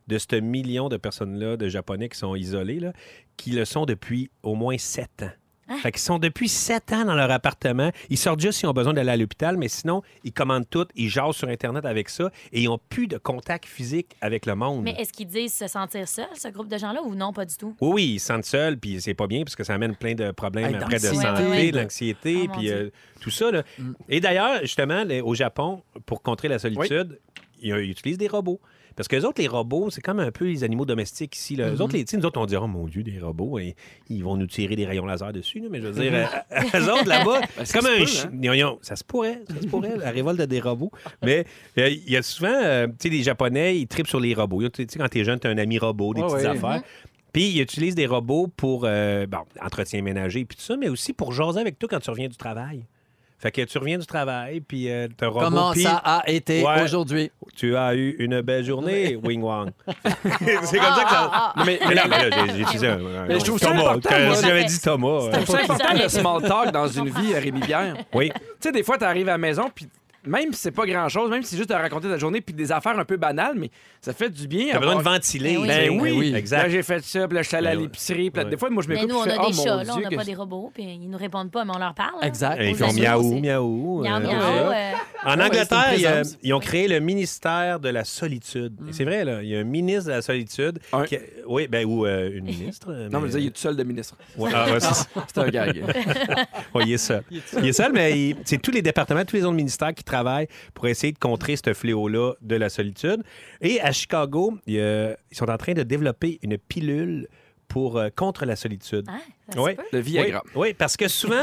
Speaker 5: de ce million de personnes-là, de Japonais qui sont isolés, là, qui le sont depuis au moins 7 ans.
Speaker 4: Ah.
Speaker 5: Fait qu'ils sont depuis 7 ans dans leur appartement. Ils sortent juste s'ils ont besoin d'aller à l'hôpital, mais sinon, ils commandent tout, ils jasent sur Internet avec ça et ils n'ont plus de contact physique avec le monde.
Speaker 4: Mais est-ce qu'ils disent se sentir seul, ce groupe de gens-là, ou non, pas du tout?
Speaker 5: Oui, oui, ils se sentent seuls, puis c'est pas bien, parce que ça amène plein de problèmes
Speaker 2: Hey,
Speaker 5: après de
Speaker 2: d'anxiété.
Speaker 5: santé,
Speaker 2: Ouais, ouais.
Speaker 5: de l'anxiété,
Speaker 2: Oh, mon
Speaker 5: puis
Speaker 2: Dieu. Mm.
Speaker 5: euh, tout ça. là. Et d'ailleurs, justement, les- au Japon, pour contrer la solitude, ils, ils utilisent des robots. Parce que les autres, les robots, c'est comme un peu les animaux domestiques ici. Là. Eux
Speaker 2: Mhm.
Speaker 5: autres, les, tu sais, nous autres, on dit Oh mon Dieu, des robots, et ils vont nous tirer des rayons laser dessus. là. mais je veux dire, euh, eux autres, là-bas,
Speaker 2: Ben,
Speaker 5: c'est
Speaker 2: ça
Speaker 5: comme
Speaker 2: se
Speaker 5: un.
Speaker 2: peut,
Speaker 5: chi-
Speaker 2: hein?
Speaker 5: ils ont- ils ont- ça se pourrait, ça se pourrait, la révolte des robots. Mais euh, il y a souvent, euh, tu sais, les Japonais, ils tripent sur les robots. Ils ont- Tu sais, quand t'es jeune, t'as un ami robot, des
Speaker 2: Ouais,
Speaker 5: petites
Speaker 2: ouais.
Speaker 5: affaires.
Speaker 2: Mhm.
Speaker 5: Puis ils utilisent des robots pour euh, bon, entretien ménager puis tout ça, mais aussi pour jaser avec toi quand tu reviens du travail. Fait que tu reviens du travail, puis euh, t'as un robot...
Speaker 3: Comment
Speaker 5: puis-
Speaker 3: ça a été
Speaker 5: Ouais.
Speaker 3: aujourd'hui?
Speaker 5: Tu as eu une belle journée, Wing Wang. c'est comme ça que ça...
Speaker 2: ah, ah.
Speaker 5: mais, mais là, mais là, j'ai- j'ai utilisé un...
Speaker 2: Mais je trouve ça
Speaker 5: Thomas,
Speaker 2: important,
Speaker 5: que-
Speaker 2: moi.
Speaker 5: si J'avais dit Thomas.
Speaker 2: Je trouve ça
Speaker 5: euh,
Speaker 2: important le small talk dans une vie, Rémi Pierre.
Speaker 5: Oui.
Speaker 2: Tu sais, des fois, tu arrives à la maison, puis même si c'est pas grand-chose, même si c'est juste de raconter ta journée, puis des affaires un peu banales, mais ça fait du bien.
Speaker 5: T'as
Speaker 2: avoir-
Speaker 5: besoin de ventiler,
Speaker 2: Ben oui,
Speaker 5: Ah, Ben oui, exact.
Speaker 2: exact. Là, j'ai fait ça, puis là, je suis allé à
Speaker 5: Ben oui.
Speaker 2: l'épicerie, puis là, des fois, moi, je
Speaker 4: Mais
Speaker 2: m'écoute.
Speaker 4: Ben, nous, on
Speaker 2: puis je
Speaker 4: a
Speaker 2: fais,
Speaker 4: des
Speaker 2: oh,
Speaker 4: chats,
Speaker 2: mon
Speaker 4: là, on n'a
Speaker 2: Dieu,
Speaker 4: pas
Speaker 2: que-
Speaker 4: des robots, puis ils nous répondent pas, mais on leur parle. là.
Speaker 3: Exact.
Speaker 5: Ils
Speaker 4: Aux
Speaker 5: font
Speaker 4: ados
Speaker 5: miaou,
Speaker 4: aussi.
Speaker 5: miaou.
Speaker 4: Miaou,
Speaker 5: euh,
Speaker 4: miaou,
Speaker 5: ouais.
Speaker 4: euh,
Speaker 5: En
Speaker 4: ouais,
Speaker 5: Angleterre,
Speaker 4: c'est une
Speaker 5: il y a-
Speaker 4: présence.
Speaker 5: ils ont créé le ministère de la solitude. Et C'est vrai, là. Il y a un ministre de la solitude. qui- Oui, ben, ou euh, une ministre.
Speaker 2: Non, mais je veux dire, il est tout seul de ministre.
Speaker 5: Ouais, ah, ouais, c'est-
Speaker 2: c'est un gag.
Speaker 5: Oui, il est seul. Il est seul, mais il- c'est tous les départements, tous les autres ministères qui travaillent pour essayer de contrer ce fléau-là de la solitude. Et à Chicago, il y a- ils sont en train de développer une pilule pour euh, contre la solitude.
Speaker 4: Ah. hein?
Speaker 2: ça se peut. Le Viagra.
Speaker 5: Oui, oui, parce que souvent,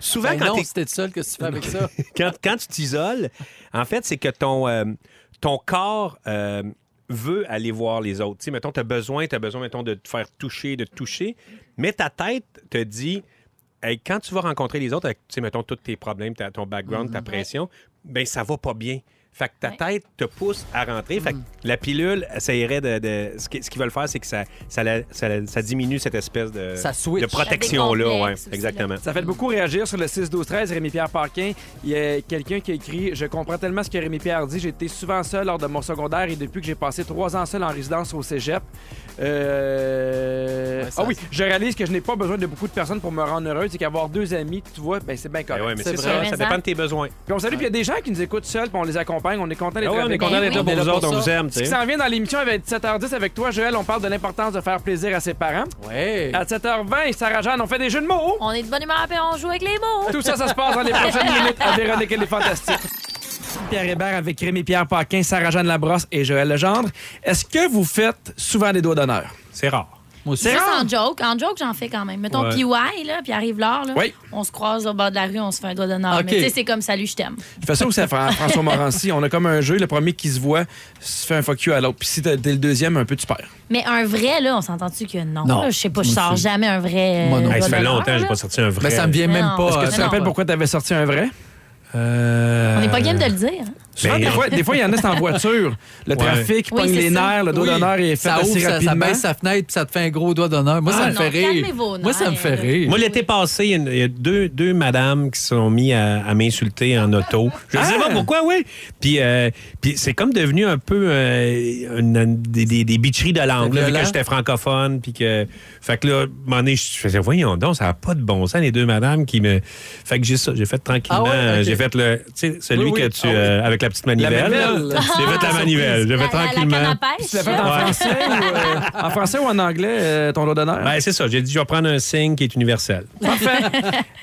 Speaker 5: souvent
Speaker 3: Ben
Speaker 5: quand
Speaker 3: non,
Speaker 5: t'es-
Speaker 3: si t'es seul, qu'est-ce que tu fais avec ça?
Speaker 5: quand, quand tu t'isoles, en fait, c'est que ton, euh, ton corps euh, veut aller voir les autres. Tu sais, mettons, tu as besoin, t'as besoin, mettons, de te faire toucher, de te toucher, mais ta tête te dit, Hey, quand
Speaker 2: Mhm.
Speaker 5: tu vas rencontrer les autres, avec, tu sais, mettons, tous tes problèmes, ta- ton background, ta pression, ben ça va pas bien. Fait que ta tête te pousse à rentrer.
Speaker 2: Mhm.
Speaker 5: Fait que la pilule, ça irait de. de- ce qui- ce qu'ils veulent faire, c'est que ça, ça, la- ça la- ça diminue cette espèce de,
Speaker 2: Ça switch.
Speaker 5: de
Speaker 2: Ça
Speaker 5: protection-là. Ouais,
Speaker 2: décomplexe aussi,
Speaker 5: exactement.
Speaker 2: Ça fait beaucoup réagir sur le 6-12-13, Rémi-Pierre Parquin. Il y a quelqu'un qui a écrit « Je comprends tellement ce que Rémi-Pierre dit. J'ai été souvent seul lors de mon secondaire et depuis que j'ai passé trois ans seul en résidence au cégep. Euh...
Speaker 3: ça-
Speaker 2: ah oui, je réalise que je n'ai pas besoin de beaucoup de personnes pour me rendre heureuse et qu'avoir deux amis, tu vois, ben c'est bien correct.
Speaker 5: Ben ouais, mais c'est ça, ça dépend de tes besoins.
Speaker 2: Puis on salue, puis il y a des gens qui nous écoutent seuls, puis on les accompagne, on est content d'être
Speaker 5: Ah ouais, on est
Speaker 2: avec
Speaker 5: content
Speaker 2: eux.
Speaker 5: d'être là pour
Speaker 2: est
Speaker 5: vous autres, on
Speaker 2: ça.
Speaker 5: vous aime, tu
Speaker 2: Ce qui
Speaker 5: sais.
Speaker 2: s'en vient dans l'émission, elle va être 7h10 avec toi, Joël, on parle de l'importance de faire plaisir à ses parents.
Speaker 3: Ouais.
Speaker 5: Ah,
Speaker 2: À 7h20, Sarah Jeanne, on fait des jeux de mots.
Speaker 4: On est de bonne humeur et on joue avec les mots.
Speaker 2: Tout ça, ça se passe dans les prochaines minutes à Véronique et les Fantastiques. Pierre Hébert avec Rémi-Pierre Paquin, Sarah-Jeanne Labrosse et Joël Legendre. Est-ce que vous faites souvent des doigts d'honneur?
Speaker 5: C'est rare.
Speaker 3: Moi
Speaker 4: Juste en joke. En joke, j'en fais quand même. Mettons
Speaker 2: Ouais.
Speaker 4: PY, là, puis arrive l'heure, là,
Speaker 2: Oui.
Speaker 4: on se croise au bord de la rue, on se fait un doigt d'honneur.
Speaker 2: OK.
Speaker 4: Mais tu sais, c'est comme salut, je t'aime.
Speaker 2: Je fais ça aussi à Fran- François Morancy. On a comme un jeu, le premier qui se voit se fait un fuck you à l'autre. Puis si t'es t'es le deuxième, un peu, tu perds.
Speaker 4: Mais un vrai, là, on s'entend-tu que non?
Speaker 2: Non.
Speaker 4: là? je sais pas, je
Speaker 2: Moi
Speaker 4: sors
Speaker 2: aussi.
Speaker 4: jamais un vrai. euh,
Speaker 2: Moi non.
Speaker 4: doigt
Speaker 2: Hey, ça fait
Speaker 4: d'honneur,
Speaker 5: longtemps que j'ai
Speaker 4: là.
Speaker 5: pas sorti un vrai.
Speaker 2: Mais ça me vient
Speaker 4: Mais
Speaker 2: même pas.
Speaker 4: non. Mais
Speaker 3: euh,
Speaker 2: Est-ce que tu te
Speaker 4: non.
Speaker 2: rappelles pourquoi t'avais sorti un vrai?
Speaker 4: On n'est pas
Speaker 2: Euh,
Speaker 4: game de le dire. hein.
Speaker 2: Souvent,
Speaker 5: Ben
Speaker 2: des
Speaker 5: non.
Speaker 2: fois, des fois, il y en a, c'est en voiture. Le
Speaker 3: Ouais.
Speaker 2: trafic
Speaker 4: Oui,
Speaker 2: pogne
Speaker 4: c'est
Speaker 2: les
Speaker 4: ça.
Speaker 2: nerfs, le dos
Speaker 3: Oui.
Speaker 2: d'honneur est fait
Speaker 3: ça ouvre,
Speaker 2: assez
Speaker 3: ça-
Speaker 2: rapidement.
Speaker 3: Ça baisse sa fenêtre puis ça te fait un gros doigt d'honneur. Moi,
Speaker 5: Ah,
Speaker 3: ça me
Speaker 5: non,
Speaker 3: fait rire.
Speaker 4: calmez vos
Speaker 3: Moi, ça me
Speaker 4: nerfs.
Speaker 3: fait rire.
Speaker 5: Moi, l'été passé, il y a une- il y a deux, deux madames qui se sont mis à, à m'insulter en auto. Je ne sais
Speaker 3: Ah!
Speaker 5: pas pourquoi, oui. Puis, euh, puis c'est comme devenu un peu euh, une- une- des, des, des bitcheries de langue,
Speaker 3: C'est
Speaker 5: là, vu
Speaker 3: violent.
Speaker 5: que j'étais francophone. Puis que, fait que là, à un moment donné, je faisais, voyons donc, ça n'a pas de bon sens, les deux madames qui me. Fait que j'ai ça, j'ai fait tranquillement. euh,
Speaker 3: Ah ouais, ok.
Speaker 5: J'ai fait le. Tu sais, celui
Speaker 3: Oui, oui.
Speaker 5: que tu.
Speaker 3: Ah oui.
Speaker 5: euh, avec la petite manivelle.
Speaker 3: manivelle. Ah,
Speaker 5: là. J'ai fait la manivelle. J'ai
Speaker 4: La-
Speaker 5: fait
Speaker 4: la- la
Speaker 5: tranquillement.
Speaker 4: canne à pêche,
Speaker 2: Tu l'as fait en
Speaker 5: Ouais.
Speaker 2: français, ou, euh, en français ou en anglais, euh, ton doigt d'honneur?
Speaker 5: Ben, c'est ça. J'ai dit, je vais prendre un signe qui est universel.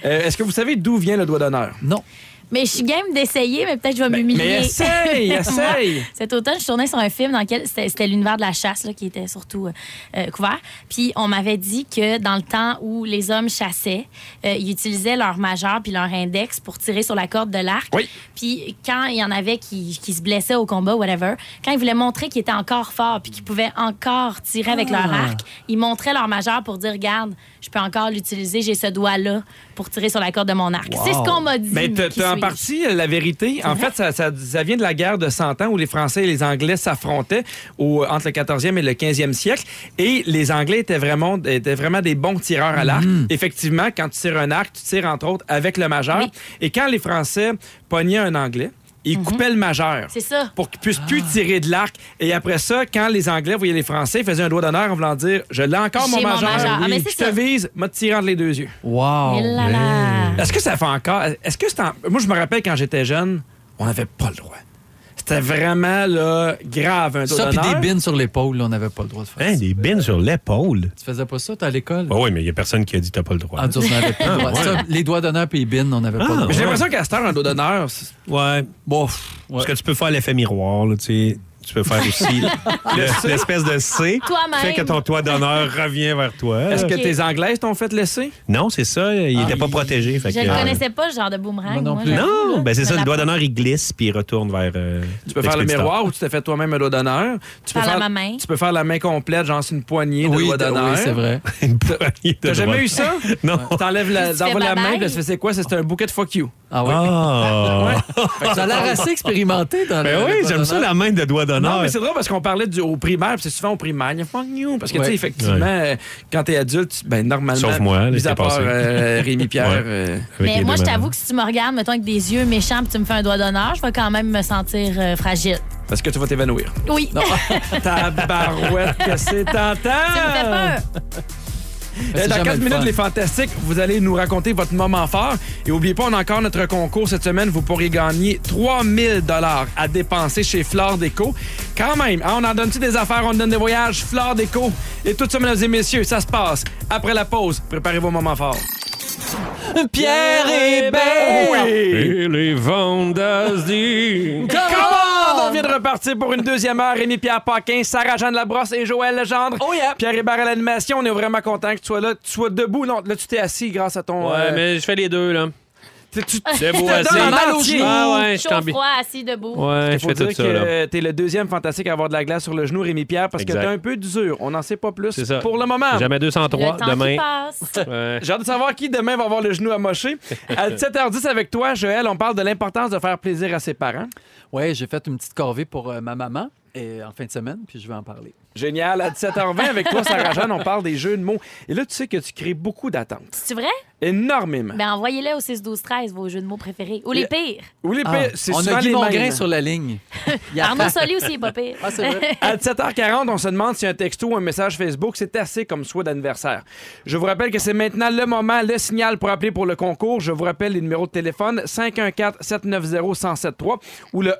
Speaker 2: Euh, Est-ce que vous savez d'où vient le doigt d'honneur?
Speaker 3: Non.
Speaker 4: Mais je suis game d'essayer, mais peut-être je vais m'humilier.
Speaker 2: mais essaye, essaye.
Speaker 4: Cet automne, je tournais sur un film dans lequel c'était c'était l'univers de la chasse là, qui était surtout euh, euh, couvert. Puis on m'avait dit que dans le temps où les hommes chassaient, euh, ils utilisaient leur majeur puis leur index pour tirer sur la corde de l'arc. Puis quand il y en avait qui, qui se blessaient au combat, whatever, quand ils voulaient montrer qu'ils étaient encore forts puis qu'ils pouvaient encore tirer avec
Speaker 3: Ah.
Speaker 4: leur arc, ils montraient leur majeur pour dire regarde, je peux encore l'utiliser, j'ai ce doigt-là pour tirer sur la corde de mon arc. C'est ce qu'on m'a dit.
Speaker 2: Mais Ben, t'as-
Speaker 4: qui
Speaker 2: t'as en
Speaker 4: suis-je?
Speaker 2: partie euh, la vérité. En fait, ça, ça- ça vient de la guerre de 100 ans où les Français et les Anglais s'affrontaient au- entre le 14e et le 15e siècle. Et les Anglais étaient vraiment, étaient vraiment des bons tireurs à l'arc.
Speaker 4: Mm-hmm.
Speaker 2: Effectivement, quand tu tires un arc, tu tires entre autres avec le majeur. Et quand les Français pognaient un Anglais, ils coupaient le majeur.
Speaker 4: Mm-hmm. C'est ça. Ah.
Speaker 2: pour qu'ils puissent plus tirer de l'arc. Et après ça, quand les Anglais voyaient les Français, ils faisaient un doigt d'honneur en voulant dire Je l'ai encore mon
Speaker 4: J'ai mon
Speaker 2: majeur.
Speaker 4: majeur. Ah, mais
Speaker 2: Je
Speaker 4: c'est
Speaker 2: te
Speaker 4: ça.
Speaker 2: vise, m'a tiré entre les deux yeux.
Speaker 3: Wow.
Speaker 5: Oh,
Speaker 4: Et là là.
Speaker 2: Est-ce que ça fait encore. Est-ce que c'est en- Moi, je me rappelle quand j'étais jeune, on n'avait pas le droit. C'était vraiment là, grave, un doigt
Speaker 3: Ça, puis des
Speaker 2: d'honneur.
Speaker 3: bines sur l'épaule, là, on n'avait pas le droit de faire
Speaker 5: Hein,
Speaker 3: ça.
Speaker 5: des bines sur l'épaule.
Speaker 3: Tu faisais pas ça, t'es à l'école?
Speaker 5: Ah oui, mais il n'y a personne qui a dit t'as pas le droit.
Speaker 3: Ah, nous autres, on n'avait pas le droit.
Speaker 5: Ah, ouais.
Speaker 3: Ça, les doigts d'honneur puis les bines, on n'avait pas
Speaker 5: Ah,
Speaker 3: le droit.
Speaker 2: J'ai l'impression qu'à cette heure, un doigt d'honneur, c'est-
Speaker 5: Ouais.
Speaker 3: Bof. Ouais.
Speaker 5: Parce que tu peux faire l'effet miroir, là, tu sais. Tu peux faire aussi le- l'espèce de C
Speaker 4: Toi-même.
Speaker 5: fait que ton toit d'honneur revient vers toi.
Speaker 2: est-ce que
Speaker 4: Ok.
Speaker 2: tes Anglaises t'ont fait laisser?
Speaker 5: Non, c'est ça, il
Speaker 3: Ah,
Speaker 5: n'était pas
Speaker 3: il-
Speaker 5: protégé. fait
Speaker 4: Je
Speaker 5: que- euh,
Speaker 4: le connaissais pas, ce genre de boomerang.
Speaker 3: Moi non plus.
Speaker 4: j'avoue,
Speaker 5: Non,
Speaker 4: là.
Speaker 5: ben c'est
Speaker 4: Je
Speaker 5: ça,
Speaker 4: me
Speaker 5: le doigt
Speaker 4: l'apprends.
Speaker 5: d'honneur, il glisse puis il retourne vers. euh,
Speaker 2: Tu peux faire le
Speaker 5: l'expéditeur.
Speaker 2: miroir ou tu t'es fait toi-même un doigt d'honneur. Tu peux
Speaker 4: Par la ma main.
Speaker 2: Tu peux faire la main complète, genre c'est une poignée de
Speaker 3: Oui,
Speaker 2: doigt
Speaker 3: d-
Speaker 2: d'honneur.
Speaker 3: oui, c'est vrai.
Speaker 5: Une poignée de
Speaker 2: T'as jamais
Speaker 5: droite.
Speaker 2: eu ça?
Speaker 5: Non.
Speaker 2: T'enlèves la,
Speaker 4: Tu
Speaker 2: t'envoies
Speaker 4: fais
Speaker 2: la main,
Speaker 4: bye-bye.
Speaker 2: puis c'est quoi? C'est un bouquet de fuck you.
Speaker 3: Ah ouais.
Speaker 5: Ah!
Speaker 3: Ça a l'air assez expérimenté dans le-
Speaker 5: Ben
Speaker 3: le
Speaker 5: oui,
Speaker 3: doigt
Speaker 5: j'aime ça,
Speaker 3: d'honneur.
Speaker 5: la main de doigt
Speaker 2: Non,
Speaker 5: d'honneur.
Speaker 2: mais c'est drôle parce qu'on parlait du, au primaire, puis c'est souvent au primaire, il y a fuck you. Parce que, tu
Speaker 3: Ouais.
Speaker 2: sais, effectivement, euh, quand t'es adulte, tu- ben, normalement.
Speaker 5: Sauf moi,
Speaker 2: mis
Speaker 5: laissez
Speaker 2: à part
Speaker 5: passer.
Speaker 2: euh, Rémi Pierre.
Speaker 5: Ouais.
Speaker 2: euh,
Speaker 5: Avec
Speaker 4: Mais
Speaker 5: les
Speaker 4: moi,
Speaker 5: deux
Speaker 4: je
Speaker 5: mains.
Speaker 4: t'avoue que si tu me regardes, mettons, avec des yeux méchants, puis tu me fais un doigt d'honneur, je vais quand même me sentir euh, fragile.
Speaker 2: parce que tu vas t'évanouir.
Speaker 4: Oui.
Speaker 2: Ta barouette, que c'est tentant!
Speaker 4: Ça me fait peur.
Speaker 3: Mais c'est
Speaker 2: Euh, Dans
Speaker 3: jamais
Speaker 2: 4
Speaker 3: le
Speaker 2: minutes,
Speaker 3: fun.
Speaker 2: les fantastiques, vous allez nous raconter votre moment fort. Et oubliez pas, on a encore notre concours cette semaine. Vous pourrez gagner 3000 dollars à dépenser chez Flore Déco. Quand même, hein, on en donne-tu des affaires, on donne des voyages, Flore Déco. Et tout ça, mesdames et messieurs, ça se passe après la pause. Préparez vos moments forts.
Speaker 3: Pierre et
Speaker 1: Et les fantastiques.
Speaker 2: Comment on vient de repartir pour une deuxième heure. Rémi Pierre Paquin, Sarah Jeanne Labrosse et Joël Legendre.
Speaker 3: Oh yeah.
Speaker 2: Pierre Hébert à l'animation, on est vraiment content que tu sois là. Tu sois debout. Non, là, tu t'es assis grâce à ton. euh,
Speaker 5: mais je fais les deux, là.
Speaker 2: Tu
Speaker 5: C'est beau,
Speaker 2: te
Speaker 5: assis.
Speaker 2: donnes en
Speaker 5: Mal aux
Speaker 2: entier.
Speaker 5: genoux. Ah ouais, je suis
Speaker 4: Chaud,
Speaker 5: ambi-
Speaker 4: froid, assis, debout.
Speaker 5: Ouais, je
Speaker 2: Faut
Speaker 5: fais
Speaker 2: dire
Speaker 5: tout ça.
Speaker 2: que
Speaker 5: Là.
Speaker 2: t'es le deuxième fantastique à avoir de la glace sur le genou, Rémi Pierre, parce
Speaker 5: Exact.
Speaker 2: que t'es un peu dur. On n'en sait pas plus
Speaker 5: C'est ça.
Speaker 2: pour le moment.
Speaker 5: Jamais
Speaker 4: Le
Speaker 5: 203
Speaker 4: temps qui
Speaker 5: demain.
Speaker 4: passe.
Speaker 5: Ouais.
Speaker 2: J'ai hâte de savoir qui demain va avoir le genou amoché. À 7h10 avec toi, Joël, on parle de l'importance de faire plaisir à ses parents.
Speaker 3: Oui, j'ai fait une petite corvée pour euh, ma maman et, en fin de semaine, puis je vais en parler.
Speaker 2: Génial. À 17h20 avec toi, Sarah Jeanne, on parle des jeux de mots. Et là, tu sais que tu crées beaucoup d'attentes.
Speaker 4: C'est vrai?
Speaker 2: Énormément.
Speaker 4: Ben envoyez-le au 6-12-13, vos jeux de mots préférés. Ou les pires.
Speaker 2: Ou les
Speaker 3: Ah,
Speaker 2: pires, c'est
Speaker 3: on
Speaker 2: souvent
Speaker 3: a Guy
Speaker 2: les mêmes.
Speaker 3: Mongrain sur la ligne. Il y a-
Speaker 4: Arnaud Soli aussi, il est pas pire.
Speaker 3: Ah, c'est vrai.
Speaker 2: À 17h40, on se demande si un texto ou un message Facebook, c'est assez comme souhait d'anniversaire. Je vous rappelle que c'est maintenant le moment, le signal pour appeler pour le concours. Je vous rappelle les numéros de téléphone 514-790-1073 ou le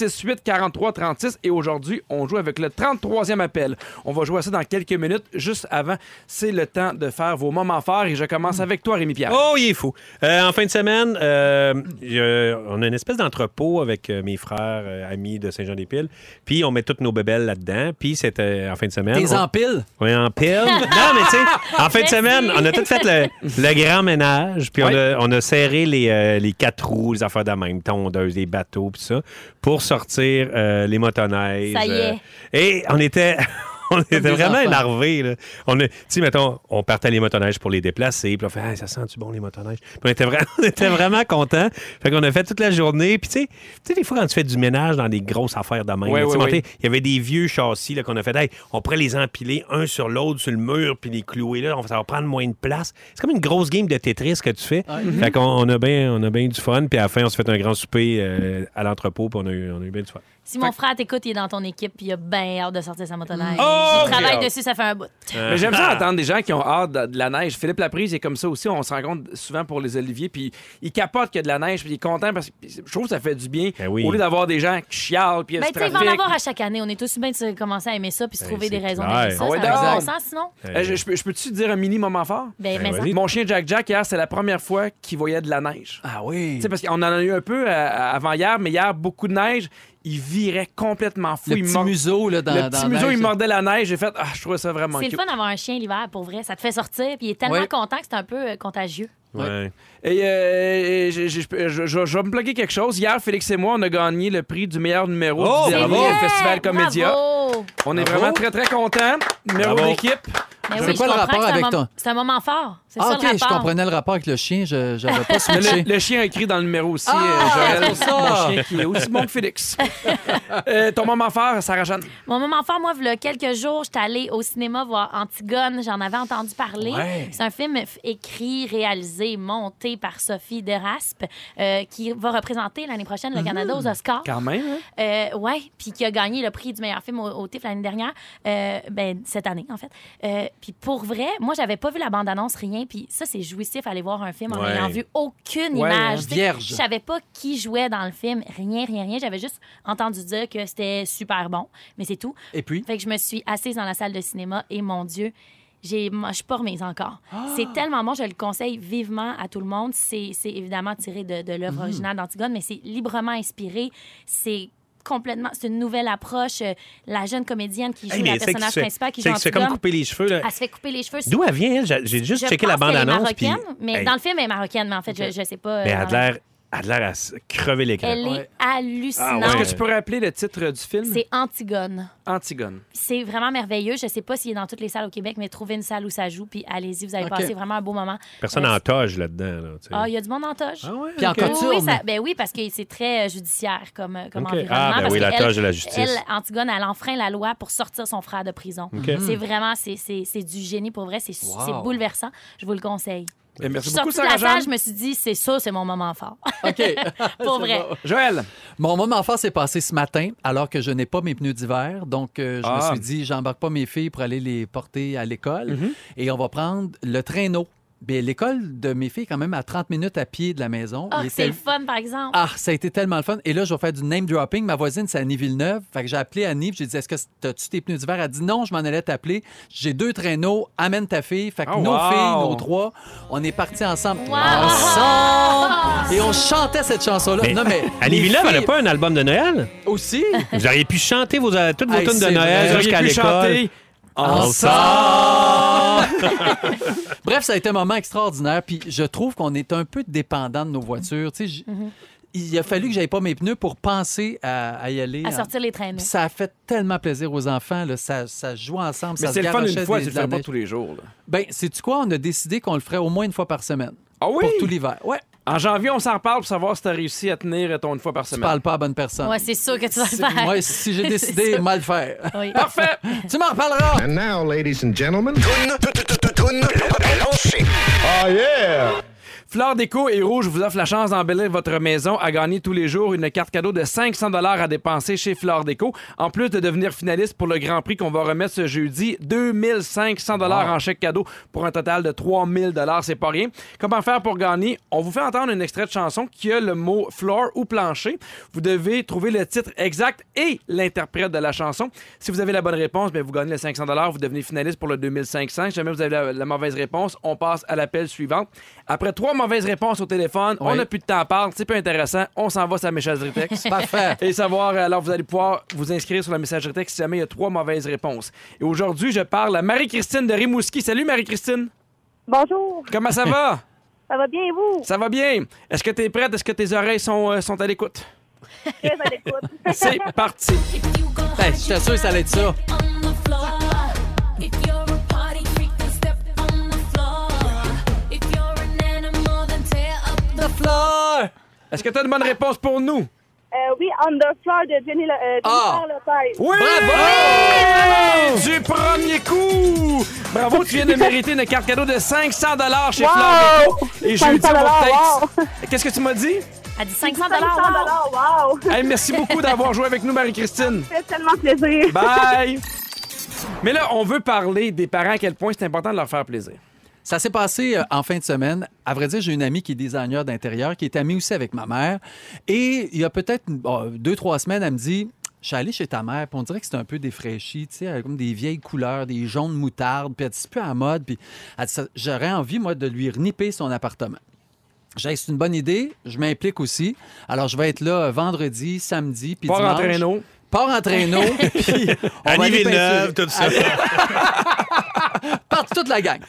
Speaker 2: 1855-768-4336. Et aujourd'hui, on joue avec le 33e appel. On va jouer à ça dans quelques minutes. Juste avant, c'est le temps de faire vos moments forts. Et je commence avec toi, Rémi-Pierre.
Speaker 5: Oh, il est fou. Euh, en fin de semaine, euh, je- on a une espèce d'entrepôt avec euh, mes frères, euh, amis de Saint-Jean-des-Piles. Puis on met toutes nos bébelles là-dedans. Puis c'était en fin de semaine.
Speaker 3: Des
Speaker 5: on-
Speaker 3: empiles.
Speaker 5: Oui, en pile. Non, mais tu sais, en fin de
Speaker 4: Merci.
Speaker 5: semaine, on a tout fait le, le grand ménage, puis
Speaker 2: Oui.
Speaker 5: on, a, on a serré les, euh, les quatre roues, les affaires de la même, tondeuses, les bateaux, puis ça, pour sortir euh, les motoneiges.
Speaker 4: Ça y est.
Speaker 5: Euh, et on était. On était
Speaker 3: des
Speaker 5: vraiment
Speaker 3: enfants.
Speaker 5: énervés. Là. On a- tu sais, mettons, on partait les motoneiges pour les déplacer. Puis on fait, Ah, ça sent-tu bon, les motoneiges? Puis on était, vra- on était vraiment contents. Fait qu'on a fait toute la journée. Puis tu sais, tu sais, des fois, quand tu fais du ménage dans des grosses affaires de même,
Speaker 2: Oui,
Speaker 5: là, tu sais,
Speaker 2: oui,
Speaker 5: monter-
Speaker 2: oui.
Speaker 5: il y avait des vieux châssis là, qu'on a fait. Hey, on pourrait les empiler un sur l'autre, sur le mur, puis les clouer là. On- Ça va prendre moins de place. C'est comme une grosse game de Tetris que tu fais. Mm-hmm. Fait qu'on on a bien on a bien du fun. Puis à la fin, on s'est fait un grand souper euh, à l'entrepôt, puis on a eu, on a eu bien du fun.
Speaker 4: Si mon frère t'écoute, il est dans ton équipe, puis il a bien hâte de sortir sa motoneige.
Speaker 2: Oh,
Speaker 4: il travaille
Speaker 2: ok.
Speaker 4: dessus, ça fait un bout.
Speaker 2: Mais j'aime ça entendre des gens qui ont hâte de de la neige. Philippe Laprise est comme ça aussi. On se rencontre souvent pour les oliviers. Puis il capote qu'il y a de la neige. Puis il est content parce que puis je trouve que ça fait du bien.
Speaker 5: Ben oui.
Speaker 2: Au lieu d'avoir des gens qui chialent. Puis il y a
Speaker 4: Ben,
Speaker 2: du
Speaker 4: tu sais, il
Speaker 2: trafic.
Speaker 4: va en avoir à chaque année. On est tous bien de commencer à aimer ça, puis se
Speaker 5: Ben,
Speaker 4: trouver des
Speaker 5: c'est
Speaker 4: raisons
Speaker 5: clair.
Speaker 4: d'aimer ça.
Speaker 5: Ah
Speaker 2: ouais,
Speaker 4: ça a
Speaker 2: donc.
Speaker 4: du bon sens, sinon?
Speaker 5: Eh
Speaker 2: Euh, je, je peux- je peux-tu te dire un mini moment fort?
Speaker 4: Ben, mais
Speaker 5: Ben,
Speaker 4: ça.
Speaker 5: vas-y.
Speaker 2: Mon chien Jack Jack, hier, c'est la première fois qu'il voyait de la neige.
Speaker 3: Ah oui.
Speaker 2: Tu sais, parce qu'on en a eu un peu euh, avant hier, mais hier, beaucoup de neige. Il virait complètement fou.
Speaker 3: Le
Speaker 2: il
Speaker 3: petit
Speaker 2: mord-
Speaker 3: museau, là, dans
Speaker 2: le petit
Speaker 3: dans
Speaker 2: museau,
Speaker 3: neige,
Speaker 2: il
Speaker 3: là.
Speaker 2: mordait la neige. J'ai fait, ah, je trouvais ça vraiment
Speaker 4: C'est
Speaker 2: cute.
Speaker 4: le fun d'avoir un chien l'hiver, pour vrai. Ça te fait sortir, puis il est tellement
Speaker 3: Ouais.
Speaker 4: content que c'est un peu euh, contagieux.
Speaker 3: Ouais.
Speaker 5: Ouais.
Speaker 2: Et euh, et j'ai- j'ai- je peux- je- je- je vais me plugger quelque chose. Hier, Félix et moi, on a gagné le prix du meilleur numéro
Speaker 5: Oh,
Speaker 2: du dernier
Speaker 5: bravo!
Speaker 2: Festival Comédia.
Speaker 4: Bravo!
Speaker 2: On est
Speaker 3: Bravo.
Speaker 2: vraiment très, très contents. Numéro
Speaker 5: Bravo.
Speaker 2: d'équipe.
Speaker 4: Mais
Speaker 3: C'est
Speaker 4: oui, je
Speaker 3: quoi le
Speaker 4: comprends
Speaker 3: rapport
Speaker 4: que c'est un
Speaker 3: avec
Speaker 4: mom-
Speaker 3: toi?
Speaker 4: C'est un moment fort. C'est
Speaker 3: Ah,
Speaker 4: ça
Speaker 3: OK,
Speaker 4: le
Speaker 3: je
Speaker 4: rapport.
Speaker 3: comprenais le rapport avec le chien. Je n'avais pas
Speaker 2: Mais
Speaker 3: switché.
Speaker 2: Le, le chien a écrit dans le numéro aussi,
Speaker 3: Ah,
Speaker 2: euh, Joël.
Speaker 3: c'est pour ça.
Speaker 2: Mon chien qui est aussi bon que Félix. Euh, ton moment fort, Sarah-Jeanne.
Speaker 4: Mon moment fort, moi, il y a quelques jours, j'étais allée au cinéma voir Antigone. J'en avais entendu parler.
Speaker 3: Ouais.
Speaker 4: C'est un film f- écrit, réalisé, monté par Sophie Deraspe, euh, qui va représenter l'année prochaine le Canada aux Oscars.
Speaker 2: Quand même, hein?
Speaker 4: Euh, ouais, puis qui a gagné le prix du meilleur film au, au TIFF l'année dernière, Euh, ben cette année en fait. Euh, puis pour vrai, moi j'avais pas vu la bande annonce rien, puis ça c'est jouissif aller voir un film en
Speaker 5: Ouais.
Speaker 4: n'ayant vu aucune
Speaker 2: Ouais,
Speaker 4: image.
Speaker 3: hein,
Speaker 4: Tu sais,
Speaker 3: vierge.
Speaker 4: Je savais pas qui jouait dans le film, rien, rien, rien. J'avais juste entendu dire que c'était super bon, mais c'est tout.
Speaker 3: Et puis?
Speaker 4: Fait que je me suis assise dans la salle de cinéma et mon Dieu, j'ai, moi, je suis pas remise encore.
Speaker 5: Ah!
Speaker 4: C'est tellement bon, je le conseille vivement à tout le monde. C'est, c'est évidemment tiré de, de
Speaker 5: Mhm.
Speaker 4: l'œuvre originale d'Antigone, mais c'est librement inspiré. C'est complètement, c'est une nouvelle approche. Euh, La jeune comédienne qui joue
Speaker 5: Hey, mais
Speaker 4: la
Speaker 5: c'est
Speaker 4: personnage
Speaker 5: qui se fait-
Speaker 4: principale qui
Speaker 5: c'est
Speaker 4: joue
Speaker 5: qui se fait comme
Speaker 4: Antigone,
Speaker 5: couper les cheveux. là.
Speaker 4: elle se fait couper les cheveux.
Speaker 5: D'où elle vient, elle? J'ai- J'ai juste
Speaker 4: je
Speaker 5: checké
Speaker 4: pense
Speaker 5: la
Speaker 4: qu'elle est
Speaker 5: bande-annonce. puis-
Speaker 4: marocaine, mais
Speaker 5: Hey,
Speaker 4: dans le film, elle est marocaine, mais en fait, je, je sais pas. euh,
Speaker 5: mais elle a
Speaker 4: dans
Speaker 5: de
Speaker 4: la-
Speaker 5: l'air- elle a de l'air à se crever l'écran.
Speaker 4: Elle
Speaker 3: Ouais.
Speaker 4: est hallucinante.
Speaker 5: Ah
Speaker 2: Est-ce
Speaker 5: ouais.
Speaker 2: que tu peux rappeler le titre du film?
Speaker 4: C'est Antigone.
Speaker 2: Antigone.
Speaker 4: C'est vraiment merveilleux. Je sais pas s'il est dans toutes les salles au Québec, mais trouvez une salle où ça joue, puis allez-y, vous allez
Speaker 3: OK.
Speaker 4: passer vraiment un beau moment.
Speaker 5: Personne
Speaker 4: Euh,
Speaker 5: en toge là-dedans. là, tu sais.
Speaker 4: Ah, il y a du monde en toge.
Speaker 5: Ah ouais?
Speaker 3: Puis en
Speaker 5: ok.
Speaker 4: Oui, oui,
Speaker 3: coturne.
Speaker 4: ça- ben oui, parce que c'est très euh, judiciaire comme, euh, comme
Speaker 5: Ok.
Speaker 4: environnement.
Speaker 5: Ah, ben
Speaker 4: parce
Speaker 5: oui, la
Speaker 4: qu'elle-
Speaker 5: tâche de la justice.
Speaker 4: Elle, Antigone, elle enfreint la loi pour sortir son frère de prison. C'est vraiment, c'est- c'est c'est du génie pour vrai. C'est su-
Speaker 3: Wow.
Speaker 4: c'est bouleversant. Je vous le conseille.
Speaker 2: Eh,
Speaker 4: Je
Speaker 2: merci
Speaker 4: suis
Speaker 2: beaucoup,
Speaker 4: sortie de la salle, je
Speaker 2: Sarah-Jeanne.
Speaker 4: me suis dit, c'est ça, c'est mon moment fort.
Speaker 3: OK.
Speaker 4: pour
Speaker 3: C'est
Speaker 4: vrai.
Speaker 3: bon.
Speaker 2: Joël,
Speaker 3: Mon moment fort s'est passé ce matin, alors que je n'ai pas mes pneus d'hiver. Donc, euh, je
Speaker 2: Ah.
Speaker 3: me suis dit, j'embarque pas mes filles pour aller les porter à l'école.
Speaker 4: Mhm.
Speaker 3: Et on va prendre le traîneau. Bien, l'école de mes filles est quand même à 30 minutes à pied de la maison.
Speaker 4: Ah,
Speaker 3: Il
Speaker 4: c'est
Speaker 3: était-
Speaker 4: le fun, par exemple.
Speaker 3: Ah, ça a été tellement le fun. Et là, je vais faire du name dropping. Ma voisine, c'est Annie Villeneuve. Fait que j'ai appelé Annie, puis j'ai dit Est-ce que as-tu tes pneus d'hiver Elle a dit Non, je m'en allais t'appeler. J'ai deux traîneaux, amène ta fille. Fait que
Speaker 2: Oh,
Speaker 3: nos
Speaker 2: wow.
Speaker 3: filles, nos trois, on est partis ensemble.
Speaker 4: Wow.
Speaker 3: Ensemble Et on chantait cette chanson-là.
Speaker 5: Mais-
Speaker 3: non, mais.
Speaker 5: Annie
Speaker 3: mes
Speaker 5: Villeneuve, elle n'a
Speaker 3: filles-
Speaker 5: pas un album de Noël?
Speaker 3: Aussi
Speaker 5: Vous auriez pu chanter vos, euh, toutes vos
Speaker 3: Hey,
Speaker 5: tunes de
Speaker 3: c'est vrai.
Speaker 5: Noël
Speaker 3: Vous
Speaker 5: jusqu'à
Speaker 2: pu
Speaker 5: l'école.
Speaker 2: chanter. Ensemble!
Speaker 3: Bref, ça a été un moment extraordinaire. Puis je trouve qu'on est un peu dépendant de nos voitures. Tu sais, j-
Speaker 4: Mm-hmm.
Speaker 3: Il a fallu que j'aille pas mes pneus pour penser à, à y aller.
Speaker 4: À sortir les traîneaux.
Speaker 3: Puis ça a fait tellement plaisir aux enfants. là. Ça, ça joue ensemble.
Speaker 2: Mais
Speaker 3: ça
Speaker 2: c'est
Speaker 3: se
Speaker 2: le fun
Speaker 3: garochait
Speaker 2: une fois,
Speaker 3: des-
Speaker 2: tu le
Speaker 3: de la
Speaker 2: fais pas
Speaker 3: neige.
Speaker 2: tous les jours. là.
Speaker 3: Ben, sais-tu quoi? On a décidé qu'on le ferait au moins une fois par semaine.
Speaker 2: Ah oui?
Speaker 3: Pour tout l'hiver. Ouais.
Speaker 2: En janvier, on s'en reparle pour savoir si t'as réussi à tenir ton une fois par
Speaker 3: Tu
Speaker 2: semaine.
Speaker 3: parles pas à bonne personne.
Speaker 4: Ouais, c'est sûr que tu vas le
Speaker 3: Si-
Speaker 4: faire.
Speaker 3: Moi, si j'ai
Speaker 4: C'est
Speaker 3: décidé,
Speaker 4: sûr.
Speaker 3: mal le faire.
Speaker 4: Oui.
Speaker 2: Parfait!
Speaker 3: tu m'en reparleras!
Speaker 2: Ben,
Speaker 10: And now, ladies and gentlemen.
Speaker 2: Fleur Déco et Rouge vous offre la chance d'embellir votre maison à gagner tous les jours une carte cadeau de 500 à dépenser chez Fleur Déco, en plus de devenir finaliste pour le Grand Prix qu'on va remettre ce jeudi, 2500 en chèque cadeau pour un total de 3000 c'est pas rien. Comment faire pour gagner? On vous fait entendre un extrait de chanson qui a le mot floor ou plancher. Vous devez trouver le titre exact et l'interprète de la chanson. Si vous avez la bonne réponse, bien, vous gagnez les 500 vous devenez finaliste pour le 2500. Si jamais vous avez la, la mauvaise réponse, on passe à l'appel suivant. Après trois mauvaises réponses au téléphone, on
Speaker 3: Oui.
Speaker 2: n'a plus de temps à parler, c'est pas intéressant, on s'en va sur la messagerie texte.
Speaker 3: Parfait.
Speaker 2: Et savoir, euh, alors vous allez pouvoir vous inscrire sur la messagerie texte si jamais il y a trois mauvaises réponses. Et aujourd'hui, je parle à Marie-Christine de Rimouski. Salut Marie-Christine,
Speaker 9: Bonjour,
Speaker 2: comment ça va?
Speaker 9: ça va bien vous?
Speaker 2: Ça va bien? Est-ce que t'es prête? Est-ce que tes oreilles sont, euh, sont à l'écoute?
Speaker 9: Très à l'écoute.
Speaker 2: C'est parti!
Speaker 3: Ben, j'étais sûr que ça allait être ça.
Speaker 2: Est-ce que t'as une bonne réponse pour nous?
Speaker 9: Euh, oui, Under Floor de Jenny, Le- euh, Jennifer
Speaker 3: Ah.
Speaker 9: Lopez.
Speaker 2: Oui! Bravo! Du premier coup! Bravo, tu viens de mériter une carte cadeau de 500 chez Fleur Déco. Et jeudi,
Speaker 9: 500
Speaker 2: on va
Speaker 9: wow.
Speaker 2: peut-être... Qu'est-ce que tu m'as dit?
Speaker 4: Elle dit 500 wow.
Speaker 9: 500 wow!
Speaker 2: Hey, merci beaucoup d'avoir joué avec nous, Marie-Christine.
Speaker 9: Ça fait tellement plaisir.
Speaker 2: Bye! Mais là, on veut parler des parents à quel point c'est important de leur faire plaisir.
Speaker 3: Ça s'est passé euh, en fin de semaine. À vrai dire, j'ai une amie qui est designer d'intérieur, qui est amie aussi avec ma mère. Et il y a peut-être oh, deux, trois semaines, elle me dit Je suis allée chez ta mère, puis on dirait que c'est un peu défraîchi, tu sais, elle a comme des vieilles couleurs, des jaunes moutardes, puis elle dit C'est plus à la mode, puis elle dit, Ça- j'aurais envie, moi, de lui reniper son appartement. J'ai dit, c'est une bonne idée, je m'implique aussi. Alors, je vais être là euh, vendredi, samedi, puis
Speaker 2: Pas en
Speaker 3: dimanche.
Speaker 2: traîneau.
Speaker 3: Pars en traîneau, puis on va
Speaker 5: Annie
Speaker 3: aller peinturer.
Speaker 5: Villeneuve, tout ça.
Speaker 3: Par toute la gang.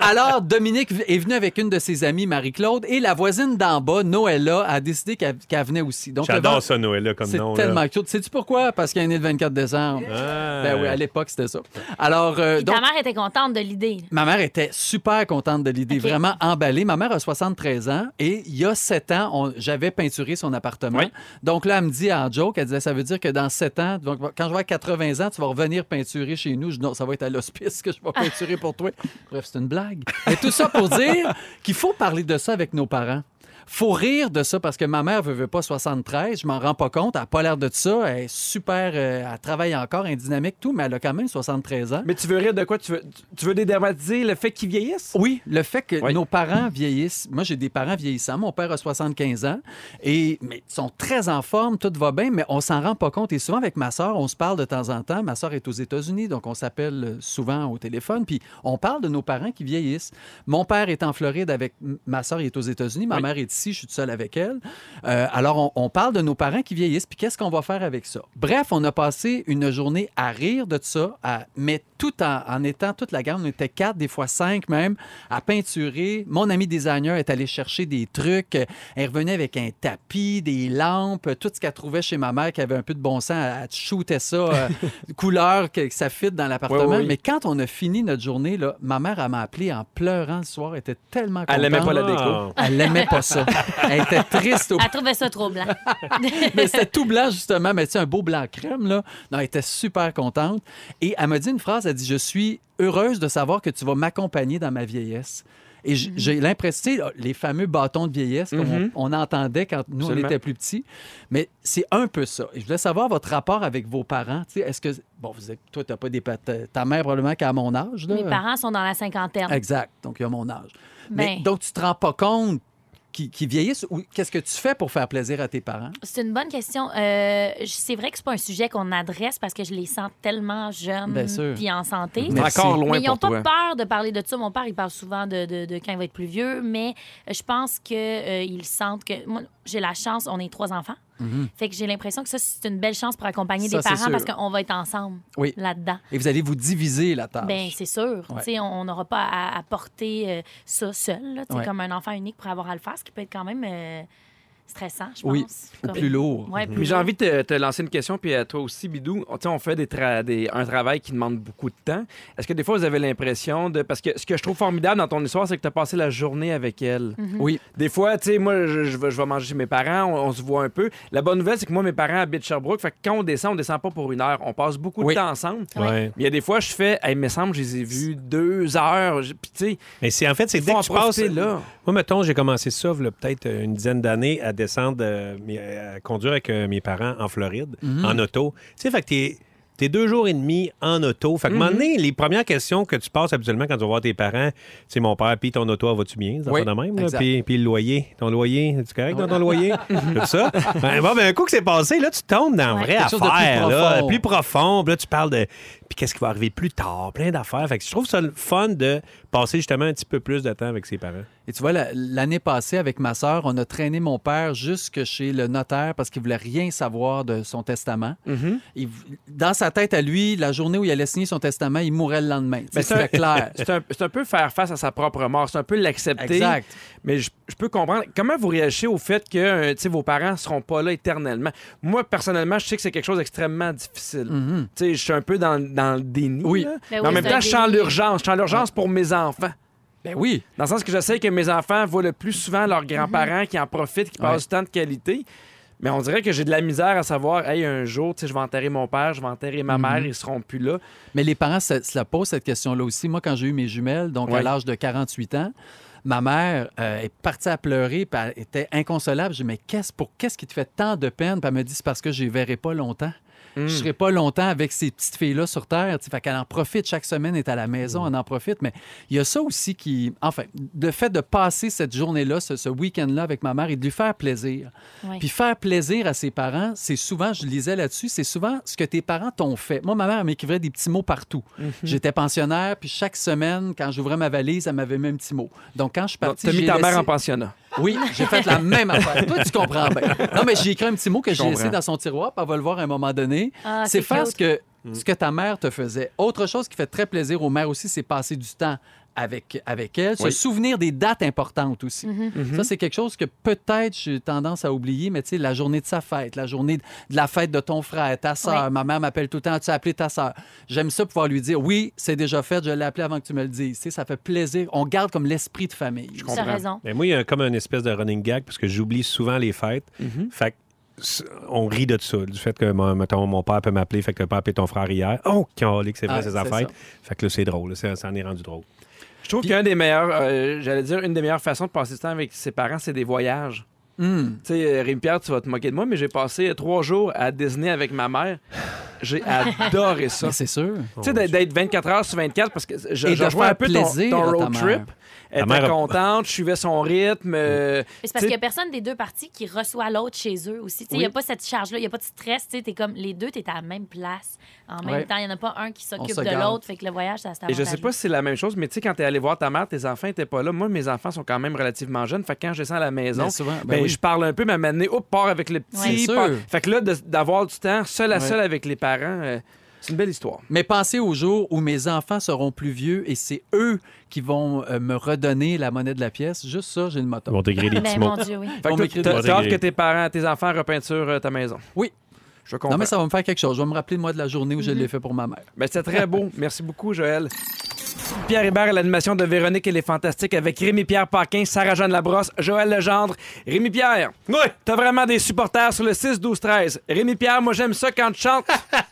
Speaker 3: Alors, Dominique est venu avec une de ses amies, Marie-Claude, et la voisine d'en bas, Noëlla, a décidé qu'elle qu'elle venait aussi. Donc, le vent-
Speaker 5: J'adore ça, Noël, là, comme
Speaker 3: C'est
Speaker 5: nom. là.
Speaker 3: tellement cute. Sais-tu pourquoi? Parce qu'elle est née le 24 décembre.
Speaker 5: Ah.
Speaker 3: Ben oui, à l'époque, c'était ça. Alors, euh,
Speaker 4: Puis
Speaker 3: donc,
Speaker 4: ta mère était contente de l'idée. là.
Speaker 3: ma mère était super contente de l'idée,
Speaker 4: Ok.
Speaker 3: vraiment emballée. Ma mère a 73 ans et il y a 7 ans, on- j'avais peinturé son appartement.
Speaker 2: Oui.
Speaker 3: Donc là, elle me dit en joke, elle disait, ça veut dire que dans 7 ans, donc, quand je vais à 80 ans, tu vas revenir peinturer chez nous. Je dis, non, ça va être à l'hospice que je vais peinturer pour toi. Bref, c'est une blague. Mais tout ça pour dire qu'il faut parler de ça avec nos parents. Faut rire de ça parce que ma mère veut, veut pas 73, je m'en rends pas compte, elle a pas l'air de ça, elle est super, euh, elle travaille encore, elle est dynamique, tout, mais elle a quand même 73 ans.
Speaker 2: Mais tu veux rire de quoi? Tu veux, tu veux dédramatiser le fait qu'ils vieillissent?
Speaker 3: Oui, le fait que
Speaker 2: Oui.
Speaker 3: nos parents vieillissent. Moi, j'ai des parents vieillissants. Mon père a 75 ans et mais ils sont très en forme, tout va bien, mais on s'en rend pas compte. Et souvent, avec ma sœur, on se parle de temps en temps. Ma sœur est aux États-Unis, donc on s'appelle euh, souvent au téléphone. Puis on parle de nos parents qui vieillissent. Mon père est en Floride avec ma sœur, il est aux États-Unis. Ma mère est ici, je suis toute seule avec elle. Euh, alors, on, on parle de nos parents qui vieillissent, puis qu'est-ce qu'on va faire avec ça? Bref, on a passé une journée à rire de ça, à- mais tout en, en étant toute la gamme, on était quatre, des fois cinq même, à peinturer. Mon ami designer est allé chercher des trucs. Elle revenait avec un tapis, des lampes, tout ce qu'elle trouvait chez ma mère qui avait un peu de bon sens, elle elle shootait ça, euh, couleur, que, que ça fit dans l'appartement.
Speaker 2: Ouais, ouais, ouais.
Speaker 3: Mais quand on a fini notre journée, là, ma mère, elle m'a appelé en pleurant le soir, elle était tellement contente.
Speaker 2: Elle aimait pas la déco.
Speaker 5: Ah.
Speaker 3: Elle aimait pas ça. Elle était triste au
Speaker 4: Elle trouvait ça hein. trop blanc.
Speaker 3: mais c'était tout blanc, justement. Mais tu sais, un beau blanc crème, là. Non, elle était super contente. Et elle m'a dit une phrase, elle dit « Je suis heureuse de savoir que tu vas m'accompagner dans ma vieillesse. » Et j- j'ai l'impression, tu sais, les fameux bâtons de vieillesse
Speaker 2: Mhm.
Speaker 3: qu'on on entendait quand nous,
Speaker 2: Absolument.
Speaker 3: on était plus petits. Mais c'est un peu ça. Et je voulais savoir votre rapport avec vos parents. Tu sais, est-ce que... Bon, vous êtes, toi, t'as pas des... pa- ta- Ta mère, probablement, qu'à mon âge, là.
Speaker 4: Mes parents sont dans la cinquantaine.
Speaker 3: Exact. Donc, il y a mon âge. Mais
Speaker 4: Ben.
Speaker 3: donc, tu te rends pas compte qu'ils qu'ils vieillissent ou qu'est-ce que tu fais pour faire plaisir à tes parents?
Speaker 4: C'est une bonne question. Euh, je- c'est vrai que c'est pas un sujet qu'on adresse parce que je les sens tellement jeunes
Speaker 3: Bien sûr.
Speaker 4: puis en santé.
Speaker 2: C'est
Speaker 3: Merci.
Speaker 2: encore loin
Speaker 4: mais ils
Speaker 2: pour
Speaker 4: n'ont pas
Speaker 2: toi.
Speaker 4: peur de parler de ça. Mon père, il parle souvent de, de- de quand il va euh, être plus vieux, mais je pense qu'ils sentent que. Moi, j'ai la chance, on est trois enfants. Fait que j'ai l'impression que ça, c'est une belle chance pour accompagner
Speaker 3: Mhm. Ça,
Speaker 4: des
Speaker 3: c'est
Speaker 4: parents
Speaker 3: sûr.
Speaker 4: parce qu'on va être ensemble
Speaker 3: Oui.
Speaker 4: là-dedans.
Speaker 3: Et vous allez vous diviser la tâche.
Speaker 4: Ben, c'est sûr.
Speaker 3: Ouais.
Speaker 4: Tu sais, On on n'aura pas à, à porter euh, ça seul, là, tu sais,
Speaker 3: Ouais.
Speaker 4: comme un enfant unique pour avoir à le faire, ce qui peut être quand même euh, stressant, je pense.
Speaker 2: Oui,
Speaker 3: ou
Speaker 4: Comme-
Speaker 3: plus lourd. Mhm.
Speaker 4: Ouais, plus
Speaker 2: Mm. Mais j'ai
Speaker 4: lourd.
Speaker 2: envie de te, te lancer une question, puis à toi aussi, Bidou. On, tu sais, on fait des tra- des- un travail qui demande beaucoup de temps. Est-ce que des fois, vous avez l'impression de. Parce que ce que je trouve formidable dans ton histoire, c'est que tu as passé la journée avec elle.
Speaker 3: Oui.
Speaker 2: Des fois, tu sais, moi, je, je vais- je vais manger chez mes parents, on, on se voit un peu. La bonne nouvelle, c'est que moi, mes parents habitent Sherbrooke. Fait que quand on descend, on descend pas pour une heure. On passe beaucoup
Speaker 3: Oui.
Speaker 2: de temps ensemble.
Speaker 5: Ouais.
Speaker 2: Mais il y a des fois, je fais, hey, il me semble, je les ai vus deux heures. Je- Puis, tu sais,
Speaker 5: Mais c'est en fait, c'est
Speaker 2: Faut
Speaker 5: dès
Speaker 2: en
Speaker 5: que tu passes.
Speaker 2: profiter, là.
Speaker 5: Moi, mettons, j'ai commencé ça, v'là peut-être une dizaine d'années, à descendre, euh, mes- à conduire avec euh, mes parents en Floride,
Speaker 3: Mhm.
Speaker 5: en auto. Tu sais, fait que t'es. T'es deux jours et demi en auto. Fait que, à un
Speaker 2: Mhm.
Speaker 5: moment donné, les premières questions que tu passes habituellement quand tu vas voir tes parents, c'est mon père, puis ton auto, va tu bien? Ça
Speaker 3: Oui,
Speaker 5: de même, là?
Speaker 3: exact.
Speaker 5: Puis, puis le loyer. Ton loyer, es-tu correct dans ton loyer? Tout ça. Ben, bon, ben, un coup que c'est passé, là, tu tombes dans
Speaker 4: Ouais.
Speaker 5: vrai
Speaker 3: Quelque chose de plus
Speaker 5: affaire, là,
Speaker 3: profond.
Speaker 5: plus profond. Puis Là, tu parles de puis qu'est-ce qui va arriver plus tard, plein d'affaires. Fait que je trouve ça le fun de passer justement un petit peu plus de temps avec ses parents.
Speaker 3: Et tu vois, la- l'année passée, avec ma sœur, on a traîné mon père jusque chez le notaire parce qu'il voulait rien savoir de son testament.
Speaker 2: Mm-hmm.
Speaker 3: Il v- dans sa tête à lui, la journée où il allait signer son testament, il mourait le lendemain. Tu sais,
Speaker 2: Ben, c'est un-
Speaker 3: C'était clair.
Speaker 2: c'est un, c'est un peu faire face à sa propre mort. C'est un peu l'accepter.
Speaker 3: Exact.
Speaker 2: Mais je, je peux comprendre. Comment vous réagissez au fait que euh, tu sais, vos parents seront pas là éternellement? Moi, personnellement, je sais que c'est quelque chose d'extrêmement difficile. Tu sais, Je suis un peu dans, dans le déni.
Speaker 3: Mhm. Oui.
Speaker 2: là.
Speaker 4: Ben
Speaker 2: Mais
Speaker 4: oui,
Speaker 2: en même
Speaker 4: c'est
Speaker 2: temps,
Speaker 4: un
Speaker 2: je sens
Speaker 4: déni.
Speaker 2: l'urgence. Je sens l'urgence pour mes enfants.
Speaker 3: Ben oui.
Speaker 2: Dans le sens que j'essaie que mes enfants voient le plus souvent
Speaker 3: Mhm.
Speaker 2: leurs grands-parents qui en profitent, qui passent du temps de qualité. Mais on dirait que j'ai de la misère à savoir, hey, un jour, tu sais, je vais enterrer mon père, je vais enterrer
Speaker 3: Mhm.
Speaker 2: ma mère, ils seront plus là.
Speaker 3: Mais les parents se, se la posent cette question-là aussi. Moi, quand j'ai eu mes jumelles, donc
Speaker 2: Ouais.
Speaker 3: à l'âge de 48 ans, ma mère euh, est partie à pleurer, puis elle était inconsolable. Je dis, mais qu'est-ce pour qu'est-ce qui te fait tant de peine? Puis elle me dit, c'est parce que je les verrai pas longtemps. Je serai pas longtemps avec ces petites filles-là sur Terre. tu sais. Fait qu'elle en profite chaque semaine, est à la maison, elle en profite. Mais il y a ça aussi qui. Enfin, le fait de passer cette journée-là, ce, ce week-end-là avec ma mère et de lui faire plaisir.
Speaker 4: Ouais.
Speaker 3: Puis faire plaisir à ses parents, c'est souvent, je lisais là-dessus, c'est souvent ce que tes parents t'ont fait. Moi, ma mère elle m'écrivait des petits mots partout.
Speaker 2: Mhm.
Speaker 3: J'étais pensionnaire, puis chaque semaine, quand j'ouvrais ma valise, elle m'avait mis un petit mot. Donc, quand je suis
Speaker 2: Donc,
Speaker 3: parti.
Speaker 2: T'as mis
Speaker 3: j'ai
Speaker 2: ta mère
Speaker 3: laissé-
Speaker 2: en pensionnat.
Speaker 3: Oui, j'ai fait la même affaire. Toi, tu comprends bien. Non, mais j'ai écrit un petit mot que j'ai laissé
Speaker 2: comprends.
Speaker 3: dans son tiroir, puis elle va le voir à un moment donné.
Speaker 4: Ah,
Speaker 3: c'est
Speaker 4: c'est
Speaker 3: faire ce
Speaker 4: cute.
Speaker 3: que,
Speaker 2: Mm.
Speaker 3: ce que ta mère te faisait. Autre chose qui fait très plaisir aux mères aussi, c'est passer du temps avec, avec elle, se
Speaker 2: Oui. Mm-hmm.
Speaker 3: souvenir des dates importantes aussi.
Speaker 4: Mm-hmm.
Speaker 3: Ça, c'est quelque chose que peut-être j'ai tendance à oublier, mais tu sais, la journée de sa fête, la journée de de la fête de ton frère, ta soeur,
Speaker 4: Oui.
Speaker 3: ma mère m'appelle tout le temps, tu as appelé ta soeur. J'aime ça pouvoir lui dire, oui, c'est déjà fait, je l'ai appelé avant que tu me le dises. Tu sais, ça fait plaisir. On garde comme l'esprit de famille.
Speaker 4: Tu as raison.
Speaker 5: Mais Ben, moi, il y a comme une espèce de running gag parce que j'oublie souvent les fêtes.
Speaker 3: Mm-hmm.
Speaker 5: Fait que s- on rit de ça, du fait que mon- mettons, mon père peut m'appeler, fait que le père appelé ton frère hier. Oh, calique, c'est vrai,
Speaker 3: Ah,
Speaker 5: c'est
Speaker 3: c'est
Speaker 5: sa fête.
Speaker 3: ça.
Speaker 5: Fait que là, c'est drôle. là, Ça, ça en est rendu drôle.
Speaker 2: Je trouve qu'un des meilleurs, euh, j'allais dire, une des meilleures façons de passer du temps avec ses parents, c'est des voyages.
Speaker 3: Hum.
Speaker 2: Tu sais, euh, Rémi-Pierre, tu vas te moquer de moi, mais j'ai passé euh, trois jours à Disney avec ma mère. J'ai adoré ça.
Speaker 3: Mais C'est sûr.
Speaker 2: Tu sais, d'être- d'être 24 heures sur 24, parce que je,
Speaker 3: Et
Speaker 2: je
Speaker 3: de
Speaker 2: rejoins un
Speaker 3: faire
Speaker 2: peu ton,
Speaker 3: plaisir
Speaker 2: ton
Speaker 3: à ta
Speaker 2: road
Speaker 3: mère.
Speaker 2: trip. Elle
Speaker 5: Ta mère
Speaker 2: était
Speaker 5: a- Hmm.
Speaker 2: contente, je suivais son rythme. euh,
Speaker 4: Mais C'est parce
Speaker 2: tu
Speaker 4: qu'il
Speaker 2: sais,
Speaker 4: n'y a personne des deux parties qui reçoit l'autre chez eux aussi. Il n'y a
Speaker 2: Oui.
Speaker 4: pas cette charge-là, il n'y a pas de stress. Tu es comme les deux, tu es à la même place en même
Speaker 3: Ouais.
Speaker 4: temps. Il n'y en a pas un qui
Speaker 3: On
Speaker 4: s'occupe
Speaker 3: se
Speaker 4: de
Speaker 3: garde.
Speaker 4: l'autre. Fait que le voyage, ça c'est
Speaker 2: Et je sais pas
Speaker 4: avantageux.
Speaker 2: si c'est la même chose, mais tu sais, quand t'es allé voir ta mère, tes enfants étaient pas là. Moi, mes enfants sont quand même relativement jeunes. Fait que quand je descends à la maison,
Speaker 3: Mais souvent, ben
Speaker 2: ben,
Speaker 3: oui.
Speaker 2: je parle un peu, mais à un moment donné, hop, part avec le
Speaker 4: Ouais.
Speaker 2: petit.
Speaker 3: C'est
Speaker 2: part-
Speaker 3: sûr.
Speaker 2: Fait que là, de- d'avoir du temps seul à
Speaker 3: Ouais.
Speaker 2: seul avec les parents, euh, c'est une belle histoire.
Speaker 3: Mais pensez au jour où mes enfants seront plus vieux et c'est eux qui vont euh, me redonner la monnaie de la pièce. Juste ça, j'ai le moto.
Speaker 5: Ils vont t'écrire des petits
Speaker 4: Ben, mon
Speaker 5: mots.
Speaker 4: Dieu, oui.
Speaker 2: Fait
Speaker 3: On
Speaker 2: que toi,
Speaker 3: m'écrit
Speaker 2: t'as
Speaker 5: des-
Speaker 2: t'as hâte que tes parents, tes enfants repeinturent euh, ta maison.
Speaker 3: Oui.
Speaker 2: Je comprends.
Speaker 3: Non, mais ça va me faire quelque chose. Je vais me rappeler de moi de la journée où
Speaker 4: Mm-hmm.
Speaker 3: je l'ai fait pour ma mère.
Speaker 2: Ben, c'était très beau. Merci beaucoup, Joël. Pierre Hébert à l'animation de Véronique et les Fantastiques avec Rémi-Pierre Paquin, Sarah-Jeanne Labrosse, Joël Legendre. Rémi-Pierre, t'as vraiment des supporters sur le 6-12-13. Rémi-Pierre, moi j'aime ça quand tu chantes.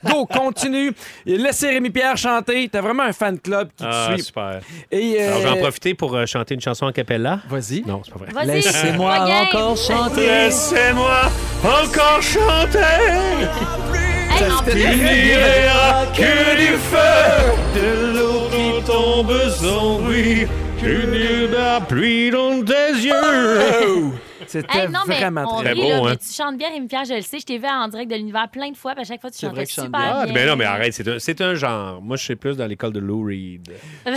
Speaker 2: Go, continue. Et Laissez Rémi-Pierre chanter. T'as vraiment un fan club qui te
Speaker 5: Ah,
Speaker 2: suit.
Speaker 5: super.
Speaker 2: Et, euh,
Speaker 5: Alors, j'en profiter pour euh, chanter une chanson en cappella.
Speaker 3: Vas-y.
Speaker 5: Non, c'est pas vrai.
Speaker 4: Vas-y,
Speaker 3: Laissez-moi
Speaker 4: pas game.
Speaker 3: encore chanter.
Speaker 5: Laissez-moi encore chanter.
Speaker 4: Hey, en plus,
Speaker 5: Il n'ira que du feu, de l'eau qui tombe sans bruit,
Speaker 1: Une pluie dans tes yeux.
Speaker 2: C'était
Speaker 4: Hey, non, mais
Speaker 2: vraiment
Speaker 4: on
Speaker 2: très
Speaker 4: rit, là,
Speaker 5: hein.
Speaker 4: mais tu chantes bien, Rémi Pierre, je le sais. Je t'ai vu en direct de l'univers plein de fois, puis à chaque fois, tu
Speaker 3: C'est
Speaker 4: chantais
Speaker 3: vrai que je chante
Speaker 4: super
Speaker 3: bien.
Speaker 4: bien.
Speaker 5: Ah, ben non, mais arrête, c'est un, c'est un genre. Moi, je suis plus dans l'école de Lou Reed.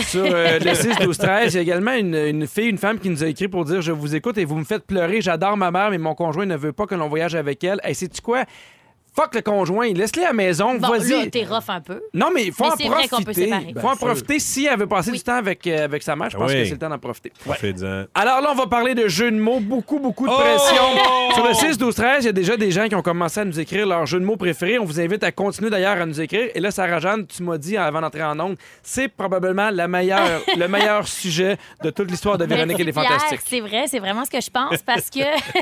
Speaker 2: Sur euh, le 6, 12, 13, il y a également une, une fille, une femme qui nous a écrit pour dire Je vous écoute et vous me faites pleurer. J'adore ma mère, mais mon conjoint ne veut pas que l'on voyage avec elle. Et sais-tu quoi Fuck le conjoint, laisse-les à la maison,
Speaker 4: Bon, là,
Speaker 2: vas-y.
Speaker 4: t'es rough un peu.
Speaker 2: Non, mais il faut
Speaker 4: Mais
Speaker 2: en
Speaker 4: c'est vrai qu'on peut
Speaker 2: profiter.
Speaker 4: séparer.
Speaker 2: faut
Speaker 5: Ben,
Speaker 2: en
Speaker 5: sûr.
Speaker 2: profiter si elle veut passer du temps avec, euh, avec sa mère. Je pense
Speaker 5: Oui.
Speaker 2: que c'est le temps d'en profiter.
Speaker 5: Fais-en.
Speaker 2: Alors là, on va parler de jeux de mots. Beaucoup, beaucoup de
Speaker 5: Oh!
Speaker 2: pression. Sur le 6, 12, 13, il y a déjà des gens qui ont commencé à nous écrire leurs jeux de mots préférés. On vous invite à continuer d'ailleurs à nous écrire. Et là, Sarah-Jeanne, tu m'as dit avant d'entrer en ondes, c'est probablement la meilleure, le meilleur sujet de toute l'histoire de Véronique et les
Speaker 4: Pierre,
Speaker 2: Fantastiques.
Speaker 4: C'est vrai, c'est vraiment ce que je pense parce que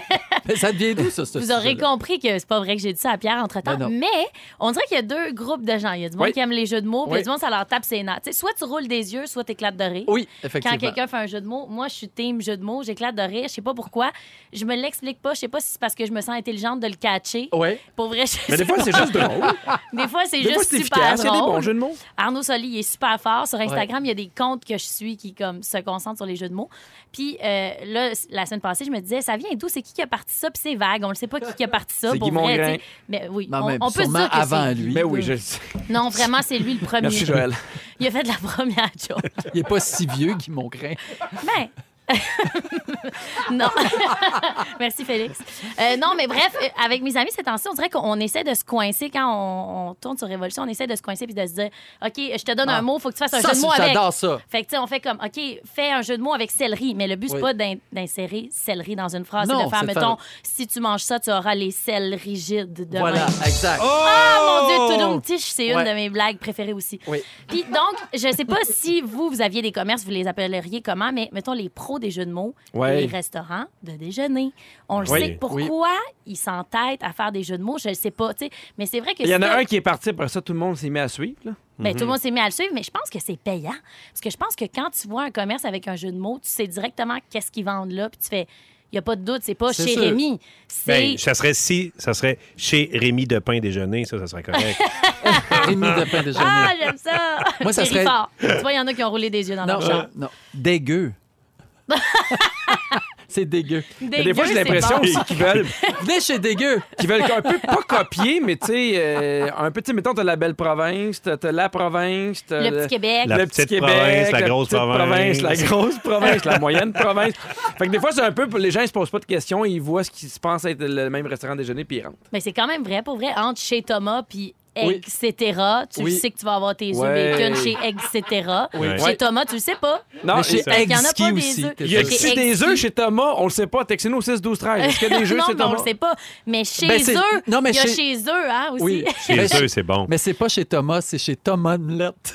Speaker 3: Mais ça devient d'où, ça, ce
Speaker 4: vous aurez
Speaker 3: sujet-là?
Speaker 4: compris que c'est pas vrai que j'ai dit ça à Pierre entre-temps.
Speaker 3: Ben non.
Speaker 4: mais on dirait qu'il y a deux groupes de gens. Il y a du monde
Speaker 2: Oui.
Speaker 4: qui aime les jeux de mots, puis il y
Speaker 2: Oui.
Speaker 4: a du monde, ça leur tape ses nattes. Tu sais, soit tu roules des yeux, soit t'éclates de rire.
Speaker 3: Oui,
Speaker 4: Quand
Speaker 3: effectivement.
Speaker 4: quelqu'un fait un jeu de mots, moi, je suis team jeu de mots, j'éclate de rire, je sais pas pourquoi. Je me l'explique pas, je sais pas si c'est parce que je me sens intelligente de le catcher.
Speaker 3: Ouais.
Speaker 4: Pour vrai, je
Speaker 2: Mais des
Speaker 4: sais
Speaker 2: fois,
Speaker 4: pas.
Speaker 2: c'est juste drôle.
Speaker 4: Des fois, c'est
Speaker 2: Des fois,
Speaker 4: juste
Speaker 2: c'est
Speaker 4: super
Speaker 2: efficace. Il y a des
Speaker 4: drôle.
Speaker 2: bons jeux de mots.
Speaker 4: Arnaud Soli, il est super fort. Sur Instagram, il y a des comptes que je suis qui comme, se concentrent sur les jeux de mots. Puis euh, là, c- la semaine passée, je me disais, ça vient d'où? C'est qui qui a parti ça? Puis c'est vague. On ne sait pas qui qui a parti ça.
Speaker 2: C'est
Speaker 4: pour
Speaker 2: Guy
Speaker 4: vrai,
Speaker 2: Mongrain.
Speaker 4: tu sais. Mais oui,
Speaker 3: Non,
Speaker 4: on,
Speaker 3: mais
Speaker 4: on peut se
Speaker 3: sûrement
Speaker 4: dire que
Speaker 3: avant
Speaker 4: c'est-
Speaker 3: lui.
Speaker 2: Mais Ben oui, je le sais.
Speaker 4: Non, vraiment, c'est lui le premier.
Speaker 2: Merci, Joël.
Speaker 4: Il a fait de la première joke.
Speaker 3: Il n'est pas si vieux, Guy Mongrain.
Speaker 4: Ben. non. Merci, Félix. Euh, non, mais bref, euh, avec mes amis, c'est temps-ci, on dirait qu'on essaie de se coincer quand on, on tourne sur Révolution. On essaie de se coincer puis de se dire OK, je te donne
Speaker 3: Ah.
Speaker 4: un mot, faut que tu fasses un
Speaker 3: Ça,
Speaker 4: jeu de mots
Speaker 3: c'est-
Speaker 4: avec.
Speaker 3: j'adore ça.
Speaker 4: Fait que, tu sais, on fait comme OK, fais un jeu de mots avec céleri. Mais le but, c'est
Speaker 3: Oui.
Speaker 4: pas d'in- d'insérer céleri dans une phrase.
Speaker 3: Non,
Speaker 4: c'est de faire,
Speaker 3: c'est de
Speaker 4: mettons, si tu manges ça, tu auras les selles rigides demain.
Speaker 3: Voilà, exact.
Speaker 2: Oh!
Speaker 4: Ah, mon Dieu, Toudoum Tiche, c'est
Speaker 3: Ouais.
Speaker 4: une de mes blagues préférées aussi.
Speaker 3: Oui.
Speaker 4: Puis donc, je sais pas si vous, vous aviez des commerces, vous les appelleriez comment, mais mettons les pros des jeux de mots,
Speaker 2: Ouais.
Speaker 4: les restaurants de déjeuner. On le
Speaker 5: Oui.
Speaker 4: sait pourquoi ils s'entêtent à faire des jeux de mots, je le sais pas, tu sais. Mais c'est vrai que
Speaker 2: Il y en
Speaker 4: si-
Speaker 2: a un qui est parti, après ça, tout le monde s'est mis à suivre. là.
Speaker 4: ben, Tout le monde s'est mis à le suivre, mais je pense que c'est payant. Parce que je pense que quand tu vois un commerce avec un jeu de mots, tu sais directement qu'est-ce qu'ils vendent là, puis tu fais, il n'y a pas de doute, c'est pas
Speaker 3: C'est
Speaker 4: chez
Speaker 3: sûr.
Speaker 4: Rémi. C'est.
Speaker 5: Ben, ça serait si, ça serait chez Rémi Depin déjeuner, ça, ça serait correct.
Speaker 3: Rémi de pain déjeuner.
Speaker 4: Ah, j'aime ça!
Speaker 3: Moi, ça
Speaker 4: J'ai ri
Speaker 3: serait-
Speaker 4: fort. Tu vois, il y en a qui ont roulé des yeux dans
Speaker 3: non,
Speaker 4: leur champ.
Speaker 3: euh, non. Dégueu. c'est dégueu.
Speaker 2: Mais des fois, j'ai
Speaker 4: Dégueu, c'est
Speaker 2: l'impression
Speaker 4: bon.
Speaker 2: aussi euh, qu'ils veulent
Speaker 3: Venez chez Dégueu.
Speaker 2: qui veulent un peu pas copier, mais tu sais, euh, un peu, tu sais, mettons, t'as la belle province, t'as t'as la province, t'as
Speaker 4: Le petit Québec.
Speaker 5: La
Speaker 2: le
Speaker 5: petite province, la grosse
Speaker 2: petite
Speaker 5: province.
Speaker 2: la grosse province, la moyenne province. Fait que des fois, c'est un peu, les gens, ils se posent pas de questions, ils voient ce qui se pense être le même restaurant déjeuner, puis ils rentrent.
Speaker 4: Mais c'est quand même vrai, pour vrai, entre chez Thomas puis
Speaker 3: Oui.
Speaker 4: etc. Tu
Speaker 3: Oui.
Speaker 4: le sais que tu vas avoir tes œufs
Speaker 2: Ouais.
Speaker 4: bacon chez etc.
Speaker 5: Ouais.
Speaker 4: Chez Thomas, tu le sais pas.
Speaker 2: Non,
Speaker 3: Mais chez
Speaker 2: il-
Speaker 4: Fait qu'il y en a
Speaker 3: Eggsky
Speaker 4: pas des
Speaker 3: aussi.
Speaker 4: œufs.
Speaker 2: il y a
Speaker 4: Chez
Speaker 2: aussi des
Speaker 4: Eggsky.
Speaker 2: œufs chez Thomas, on le sait pas. Textez-nous au 6 12 13. Est-ce qu'il y a des œufs
Speaker 4: non,
Speaker 2: chez
Speaker 4: mais on
Speaker 2: Thomas
Speaker 4: le sait pas. Mais chez
Speaker 3: Ben, c'est-
Speaker 4: eux,
Speaker 3: non, mais
Speaker 4: il y a
Speaker 3: chez-
Speaker 4: chez eux, hein, aussi.
Speaker 3: Oui.
Speaker 5: chez eux, c'est bon.
Speaker 3: Mais c'est pas chez Thomas, c'est chez Thomas Omelette.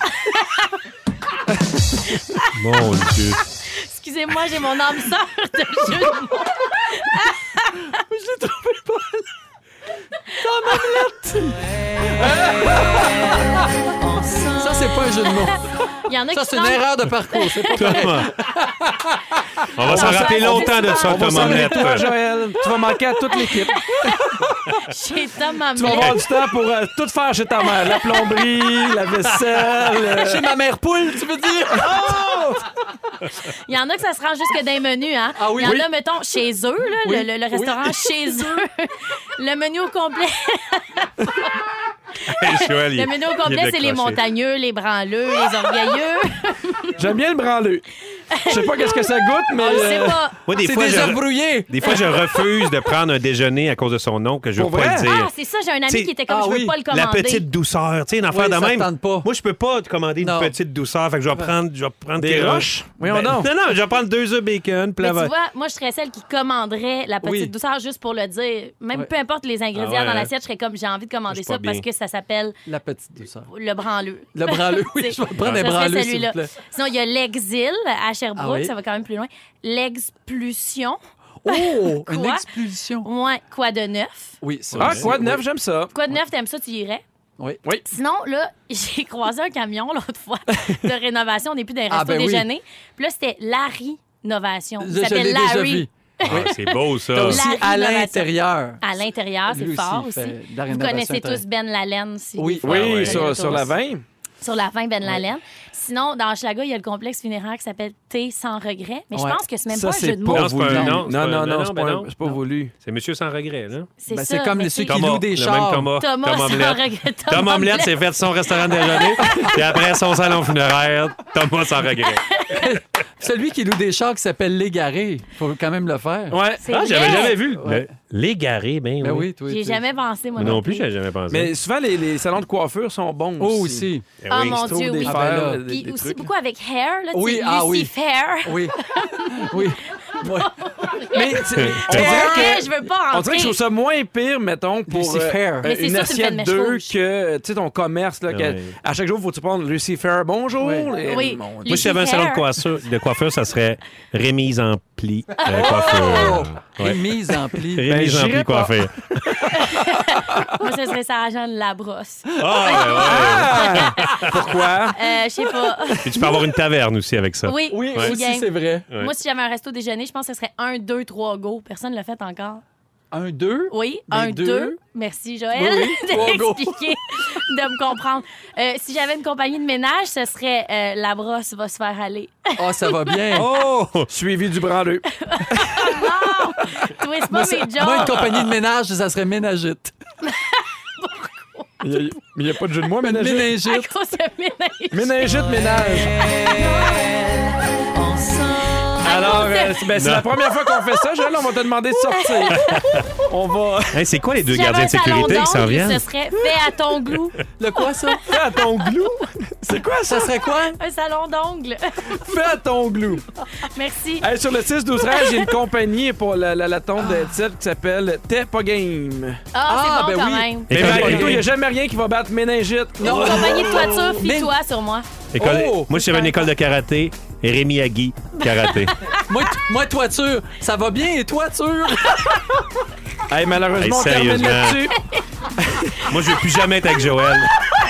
Speaker 5: Mon Dieu.
Speaker 4: Excusez-moi, j'ai mon âme sœur de jeu de mots.
Speaker 3: Ça, c'est pas un jeu de mots.
Speaker 4: Il y en a
Speaker 3: Ça,
Speaker 4: qui
Speaker 3: c'est une
Speaker 4: semblent-
Speaker 3: erreur de parcours. C'est pas
Speaker 5: Thomas. On va s'en rappeler longtemps de ça,
Speaker 2: On
Speaker 5: Thomas
Speaker 2: s'en est
Speaker 5: Omelette.
Speaker 2: toi, Joël. Tu vas manquer à toute l'équipe.
Speaker 4: chez Thomas.
Speaker 2: Tu vas avoir du temps pour euh, tout faire chez ta mère. La plomberie, la vaisselle. euh,
Speaker 3: Chez ma mère poule, tu veux dire?
Speaker 4: Il y en a que ça se rend jusque dans les menus, hein?
Speaker 3: Ah oui.
Speaker 4: Il y en
Speaker 3: Oui.
Speaker 4: a, mettons, chez eux, là,
Speaker 3: Oui.
Speaker 4: le, le- le restaurant chez eux. le menu au complet.
Speaker 5: Joël, il-
Speaker 4: Le menu au
Speaker 5: il est
Speaker 4: complet, c'est les
Speaker 5: décroché.
Speaker 4: montagneux, les branleux, les orgueilleux.
Speaker 2: J'aime bien le branleux. Je sais pas qu'est-ce que ça goûte, mais.
Speaker 4: On le sait
Speaker 2: euh,
Speaker 4: pas.
Speaker 5: Moi, des
Speaker 3: Ah, C'est
Speaker 5: fois,
Speaker 3: des
Speaker 5: je,
Speaker 3: œufs brouillés.
Speaker 5: des fois, je refuse de prendre un déjeuner à cause de son nom que je veux
Speaker 2: Pour
Speaker 5: pas
Speaker 2: vrai?
Speaker 5: le dire.
Speaker 4: Ah, c'est ça, j'ai un
Speaker 5: T'sais,
Speaker 4: ami qui était comme,
Speaker 3: ah
Speaker 4: je veux
Speaker 3: oui,
Speaker 4: pas le
Speaker 5: la
Speaker 4: commander.
Speaker 5: petite douceur, tu sais, une affaire
Speaker 3: Oui,
Speaker 5: de
Speaker 3: ça
Speaker 5: même.
Speaker 3: tente pas.
Speaker 5: Moi, je peux pas te commander
Speaker 3: Non.
Speaker 5: une petite douceur, fait que je vais prendre, je vais prendre
Speaker 2: Des
Speaker 5: tes Ben,
Speaker 2: roches? Voyons donc.
Speaker 5: Non, non, je vais prendre deux œufs bacon, puis
Speaker 4: Mais
Speaker 5: la
Speaker 4: tu
Speaker 5: va-
Speaker 4: vois, moi, je serais celle qui commanderait la petite
Speaker 3: Oui.
Speaker 4: douceur juste pour le dire. Même
Speaker 3: Ouais.
Speaker 4: peu importe les ingrédients
Speaker 5: Ah ouais,
Speaker 4: dans
Speaker 5: hein?
Speaker 4: l'assiette, je serais comme, j'ai envie de commander
Speaker 5: Je suis pas
Speaker 4: ça parce
Speaker 5: bien.
Speaker 4: que ça s'appelle
Speaker 3: La petite douceur.
Speaker 4: le branleux.
Speaker 3: Le branleux, oui,
Speaker 4: C'est-
Speaker 3: je vais prendre un
Speaker 4: Ça serait
Speaker 3: branleux, s'il vous
Speaker 4: celui-là.
Speaker 3: plaît.
Speaker 4: Sinon, il y a l'exil à Sherbrooke,
Speaker 3: Ah oui.
Speaker 4: ça va quand même plus loin. L'expulsion.
Speaker 3: Oh,
Speaker 4: Quoi?
Speaker 3: une expulsion.
Speaker 4: Ouais, quoi de neuf?
Speaker 3: Oui, ça
Speaker 2: Ah,
Speaker 3: aussi,
Speaker 2: quoi de neuf,
Speaker 3: oui.
Speaker 2: j'aime ça.
Speaker 4: Quoi de neuf, t'aimes ça, tu irais?
Speaker 3: Oui.
Speaker 4: Sinon, là, j'ai croisé un camion l'autre fois de rénovation. On n'est plus dans les
Speaker 3: Ah,
Speaker 4: restos
Speaker 3: ben oui.
Speaker 4: déjeuner. Puis là, c'était Larry Novation.
Speaker 3: Là,
Speaker 4: Il
Speaker 3: Je l'ai
Speaker 4: s'appelle
Speaker 3: déjà vu.
Speaker 4: Larry.
Speaker 5: Ah, c'est
Speaker 3: T'as
Speaker 5: beau, ça.
Speaker 4: Larry Ah.
Speaker 3: aussi à
Speaker 4: Novation.
Speaker 3: l'intérieur.
Speaker 4: À l'intérieur, c'est
Speaker 3: Lui
Speaker 4: fort
Speaker 3: il
Speaker 4: aussi.
Speaker 3: fait de la
Speaker 4: Vous
Speaker 3: rénovation
Speaker 4: connaissez
Speaker 3: intérieure.
Speaker 4: tous Ben Lalaine. Si
Speaker 3: Oui.
Speaker 2: Oui,
Speaker 5: Ah ouais.
Speaker 2: sur, sur la 20.
Speaker 4: Sur la fin, Ben Lalaine. Sinon, dans Hochelaga, il y a le complexe funéraire qui s'appelle T sans regret. Mais
Speaker 2: Ouais.
Speaker 4: je pense que c'est même
Speaker 2: Ça,
Speaker 4: pas un
Speaker 2: c'est
Speaker 4: jeu de
Speaker 2: pas
Speaker 4: mots.
Speaker 5: Non, c'est pas un-
Speaker 2: voulu.
Speaker 5: non, c'est
Speaker 2: Non, non,
Speaker 5: pas-
Speaker 2: non,
Speaker 5: non, non,
Speaker 2: c'est
Speaker 5: ben
Speaker 2: pas-
Speaker 5: non.
Speaker 2: c'est pas voulu.
Speaker 5: C'est Monsieur sans regret, là.
Speaker 4: C'est
Speaker 3: Ben,
Speaker 4: ça,
Speaker 3: c'est comme
Speaker 4: mais
Speaker 3: les-
Speaker 4: c'est-
Speaker 3: ceux qui louent des
Speaker 5: le
Speaker 3: chars.
Speaker 5: Même Thomas.
Speaker 4: Thomas sans regret.
Speaker 5: Tom, Omelette s'est fait son restaurant de déjeuner, puis après son salon funéraire, Thomas sans regret.
Speaker 3: Celui qui loue des chars qui s'appelle Légaré, faut quand même le faire.
Speaker 5: Ouais.
Speaker 4: C'est
Speaker 5: Ah, j'avais
Speaker 4: vrai.
Speaker 5: jamais vu.
Speaker 3: Ouais.
Speaker 5: Le- L'égaré, ben,
Speaker 3: Ben
Speaker 5: oui.
Speaker 3: oui, toi.
Speaker 4: J'ai
Speaker 3: tu-
Speaker 4: jamais pensé, moi.
Speaker 5: Moi non plus, j'avais jamais pensé.
Speaker 2: Mais souvent, les, les salons de coiffure sont bons
Speaker 3: Oh,
Speaker 2: aussi.
Speaker 3: aussi.
Speaker 5: Eh
Speaker 4: Ah
Speaker 5: oui.
Speaker 4: mon
Speaker 2: Ils trouvent
Speaker 4: Dieu,
Speaker 2: des
Speaker 4: oui.
Speaker 2: fers,
Speaker 3: Ah, ben là.
Speaker 2: des- des
Speaker 4: Puis aussi
Speaker 2: trucs.
Speaker 4: beaucoup avec Hair, là,
Speaker 3: Oui,
Speaker 4: tu sais,
Speaker 3: ah oui.
Speaker 4: Lucifer.
Speaker 3: Oui. Oui. Ouais.
Speaker 2: Mais c'est- on
Speaker 4: Pour
Speaker 2: dirait que-
Speaker 4: vrai, je veux pas
Speaker 2: On
Speaker 4: entrer.
Speaker 2: dirait que je trouve ça moins pire, mettons, pour euh,
Speaker 3: Lucifer.
Speaker 2: euh,
Speaker 4: Mais c'est
Speaker 2: une
Speaker 4: sûr, tu me fais de
Speaker 2: assiette
Speaker 4: mèche
Speaker 2: 2
Speaker 4: rouge.
Speaker 2: que euh, tu sais ton commerce là, que
Speaker 5: Ouais.
Speaker 2: à chaque jour faut tu prendre Lucifer bonjour.
Speaker 3: Oui.
Speaker 2: et-
Speaker 4: Oui.
Speaker 2: mon Dieu.
Speaker 5: Moi, si j'avais un salon de coiffure, de coiffure, ça serait Rémise en pli euh,
Speaker 4: Oh!
Speaker 5: coiffure. Ouais.
Speaker 3: Et mise en pli.
Speaker 4: Ben,
Speaker 5: Rémise en
Speaker 2: j'irais
Speaker 5: pli
Speaker 2: pas.
Speaker 5: coiffure.
Speaker 4: Moi, ce serait Sarah Jeanne Labrosse.
Speaker 5: Ah, ouais, ouais.
Speaker 2: Ah! Pourquoi
Speaker 4: Euh, je sais pas.
Speaker 5: Puis tu peux avoir une taverne aussi avec ça.
Speaker 4: Oui,
Speaker 3: Oui,
Speaker 4: je suis
Speaker 3: aussi,
Speaker 4: game.
Speaker 3: c'est vrai.
Speaker 5: Ouais.
Speaker 4: Moi, si j'avais un resto déjeuner, je pense que ce serait un, deux, trois go. Personne ne l'a fait encore.
Speaker 3: Un, deux.
Speaker 4: Oui,
Speaker 3: Ben,
Speaker 4: un,
Speaker 3: deux.
Speaker 4: deux. Merci, Joël,
Speaker 3: Oui, oui, trois go.
Speaker 4: d'expliquer, de me comprendre. Euh, si j'avais une compagnie de ménage, ce serait euh, La brosse va se faire aller.
Speaker 3: Ah, ça va bien.
Speaker 2: Oh suivi du branleux.
Speaker 4: Non! Ah! Twist pas
Speaker 3: Moi,
Speaker 4: mes
Speaker 3: ça-
Speaker 4: jokes.
Speaker 2: Ah.
Speaker 3: moi, Ah une compagnie de ménage, ça serait ménagite.
Speaker 2: Il n'y a, pas de jeu de moi ménagite.
Speaker 4: À
Speaker 3: Ménagite.
Speaker 4: cause de ménage.
Speaker 2: Ménagite ménage. Alors euh, c'est- ben, c'est
Speaker 5: Non.
Speaker 2: la première fois qu'on fait ça, Joël, on va te demander de sortir. on va
Speaker 5: Hey, c'est quoi les deux
Speaker 4: Si j'avais
Speaker 5: gardiens
Speaker 4: un
Speaker 5: de
Speaker 4: salon
Speaker 5: sécurité qui s'en
Speaker 4: d'ongle,
Speaker 5: viennent?
Speaker 4: Ce serait fait à ton goût.
Speaker 3: Le quoi, ça?
Speaker 2: Fais à ton glou. C'est quoi ça
Speaker 3: Ça serait quoi?
Speaker 4: Un salon d'ongles.
Speaker 2: Fais à ton glou.
Speaker 4: Merci.
Speaker 2: Hey, sur le 6 12 13, j'ai une compagnie pour la, la, la tombe de Tilt qui s'appelle T'es pas game.
Speaker 4: Ah,
Speaker 3: Ah,
Speaker 4: c'est bon
Speaker 3: ben
Speaker 4: quand
Speaker 3: oui.
Speaker 4: même.
Speaker 2: Mais
Speaker 5: École,
Speaker 2: malgré tout, il n'y a
Speaker 5: école-
Speaker 2: jamais rien qui va battre méningite.
Speaker 4: Une compagnie de toiture,
Speaker 3: Mais-
Speaker 4: fie-toi sur moi.
Speaker 5: école-
Speaker 3: Oh!
Speaker 5: moi, si j'avais une école de karaté, Rémi Agui, karaté.
Speaker 3: Moi, t- moi, toiture. Ça va bien et toiture.
Speaker 2: Hey,
Speaker 5: Hey,
Speaker 2: malheureusement, on termine
Speaker 5: sérieusement.
Speaker 2: là-dessus.
Speaker 5: moi, je veux plus jamais être avec Joël.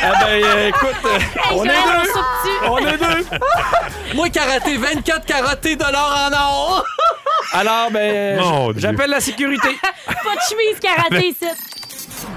Speaker 2: Ah ben, euh, écoute, euh,
Speaker 4: Hey,
Speaker 2: on est
Speaker 4: Joël, on
Speaker 2: deux.
Speaker 4: soupe-tu?
Speaker 2: On est deux.
Speaker 3: Moi, karaté, 24 karatés, dollars en or.
Speaker 2: Alors, ben,
Speaker 5: Mon
Speaker 2: j-
Speaker 5: Dieu.
Speaker 2: j'appelle la sécurité.
Speaker 4: Pas de chemise karaté ici.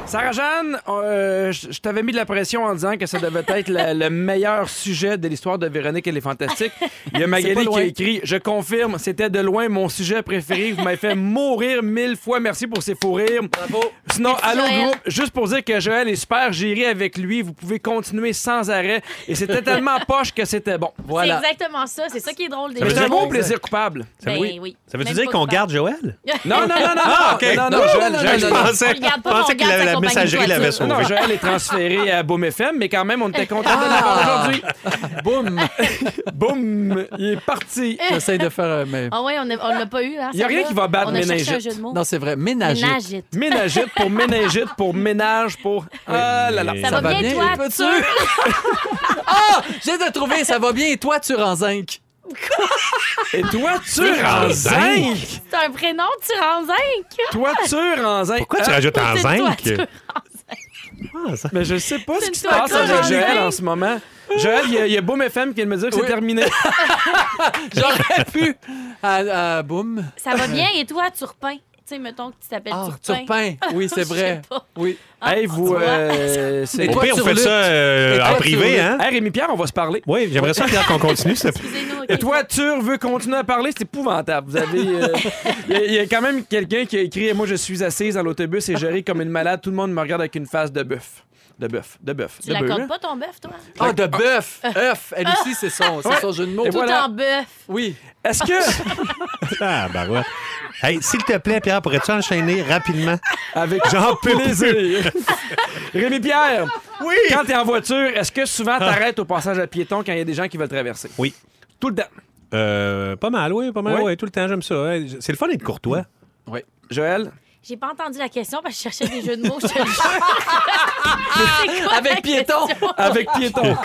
Speaker 2: Sarah-Jeanne, euh, je je t'avais mis de la pression en disant que ça devait être la- le meilleur sujet de l'histoire de Véronique et les Fantastiques. Il y a
Speaker 3: pas
Speaker 2: Magali qui
Speaker 3: loin.
Speaker 2: a écrit « Je confirme, c'était de loin mon sujet préféré. Vous m'avez fait mourir mille fois. Merci pour ces faux rires. » Bravo. Sinon, allô
Speaker 4: Joël.
Speaker 2: groupe, juste pour dire que Joël est super, j'irai avec lui. Vous pouvez continuer sans arrêt. Et c'était tellement poche que c'était bon.
Speaker 3: Voilà.
Speaker 4: C'est exactement ça. C'est ça qui est drôle des
Speaker 5: veut
Speaker 2: Mais c'est
Speaker 5: dire-
Speaker 2: un bon
Speaker 3: Exact.
Speaker 2: plaisir coupable.
Speaker 5: Ça
Speaker 4: Ben
Speaker 5: veut-
Speaker 4: oui.
Speaker 5: Ça veut-tu
Speaker 4: Même
Speaker 5: dire
Speaker 4: pas
Speaker 5: qu'on
Speaker 4: de
Speaker 5: garde Joël?
Speaker 2: Non, non, non, non.
Speaker 5: Ah,
Speaker 2: non,
Speaker 5: OK.
Speaker 2: Non, non,
Speaker 3: Non,
Speaker 2: Joël,
Speaker 3: non, non,
Speaker 2: Joël,
Speaker 3: non,
Speaker 2: je
Speaker 3: non.
Speaker 2: pense-
Speaker 5: pensais,
Speaker 4: On regarde pas,
Speaker 5: je pensais
Speaker 4: on
Speaker 5: qu'il
Speaker 4: regarde
Speaker 5: avait
Speaker 4: sa
Speaker 5: la
Speaker 4: compagnie
Speaker 5: messagerie
Speaker 4: de
Speaker 5: l'avait
Speaker 4: voiture.
Speaker 2: Non,
Speaker 5: sauvée.
Speaker 2: Joël est transféré à Boom FM, mais quand même, on était content de l'avoir aujourd'hui.
Speaker 3: Boum.
Speaker 2: Boum, il est parti.
Speaker 3: J'essaie de faire. euh, mais...
Speaker 4: Ah ouais, on a- on l'a pas eu. Hein,
Speaker 2: Y a rien
Speaker 4: celle-là.
Speaker 2: qui va battre
Speaker 4: On a cherché un
Speaker 2: méningite.
Speaker 4: jeu de mots.
Speaker 3: Non, c'est vrai. Ménagite.
Speaker 4: Ménagite.
Speaker 2: Ménagite pour méningite pour ménage pour. Ah là là.
Speaker 4: Ça, va, bien,
Speaker 3: et
Speaker 4: toi,
Speaker 3: toiture?
Speaker 4: tu
Speaker 3: Ah! J'ai de trouver. Ça va bien et toiture en zinc.
Speaker 2: Et toiture en zinc.
Speaker 4: C'est un prénom, tu rends zinc.
Speaker 2: Toiture en zinc.
Speaker 5: Pourquoi tu
Speaker 2: Ah,
Speaker 5: rajoutes en
Speaker 4: C'est toi,
Speaker 5: zinc?
Speaker 4: tu-
Speaker 5: Ah, ça-
Speaker 2: Mais je sais pas ce
Speaker 4: une
Speaker 2: qui se passe
Speaker 4: toiture
Speaker 2: avec
Speaker 4: en
Speaker 2: Joël
Speaker 4: zinc.
Speaker 2: en ce moment. Joël, il y a- il y a Boom FM qui vient de me dire que c'est
Speaker 3: Oui.
Speaker 2: terminé.
Speaker 3: J'aurais pu. Ah, ah, boum.
Speaker 4: Ça va bien et toi, Turpin. Tu sais, mettons que tu t'appelles
Speaker 3: Ah,
Speaker 4: Turpin.
Speaker 3: Turpin. Oui, c'est
Speaker 4: Je
Speaker 3: vrai.
Speaker 4: sais pas.
Speaker 3: Oui.
Speaker 4: Ah,
Speaker 2: hey, vous.
Speaker 4: tu vois.
Speaker 2: euh, c'est-
Speaker 3: Et
Speaker 5: Au
Speaker 3: toi,
Speaker 5: pire, on
Speaker 3: sur
Speaker 5: fait
Speaker 3: le-
Speaker 5: ça euh,
Speaker 3: Et toi,
Speaker 5: en
Speaker 3: sur
Speaker 5: privé,
Speaker 3: le-
Speaker 5: hein?
Speaker 2: Hey, Rémi Pierre, on va se parler.
Speaker 5: Oui, j'aimerais ça, Pierre, qu'on continue. ça.
Speaker 4: Excusez-nous.
Speaker 2: Et
Speaker 4: ok.
Speaker 2: toiture veut continuer à parler, c'est épouvantable. Vous avez, euh, il y a- il y, a quand même quelqu'un qui a écrit moi je suis assise dans l'autobus et je ris comme une malade. Tout le monde me regarde avec une face de bœuf, de bœuf, de bœuf,
Speaker 4: Tu
Speaker 2: de bœuf.
Speaker 4: l'accordes pas ton bœuf, toi?
Speaker 3: Ah, de bœuf. Œuf. Elle aussi, c'est son, c'est son jeu de mots.
Speaker 2: Et
Speaker 4: Tout
Speaker 2: voilà.
Speaker 4: en bœuf.
Speaker 3: Oui.
Speaker 2: Est-ce que
Speaker 5: Ah, bah ouais. Hey, s'il te plaît, Pierre, pourrais-tu enchaîner rapidement?
Speaker 2: avec
Speaker 5: J'en peux
Speaker 2: plaisir, Rémi Pierre, oui. Ah. Quand t'es en voiture, est-ce que souvent t'arrêtes au passage à piéton quand il y a des gens qui veulent traverser
Speaker 5: Oui.
Speaker 2: Tout le temps.
Speaker 5: Euh, pas mal, oui, pas mal,
Speaker 2: Oui.
Speaker 5: oui, tout le temps, j'aime ça. Ouais, C'est le fun d'être courtois.
Speaker 2: Joël,
Speaker 4: J'ai pas entendu la question parce que je cherchais des jeux de mots. Je te le jure. C'est quoi la
Speaker 3: Avec piéton.
Speaker 4: question?
Speaker 2: avec piéton.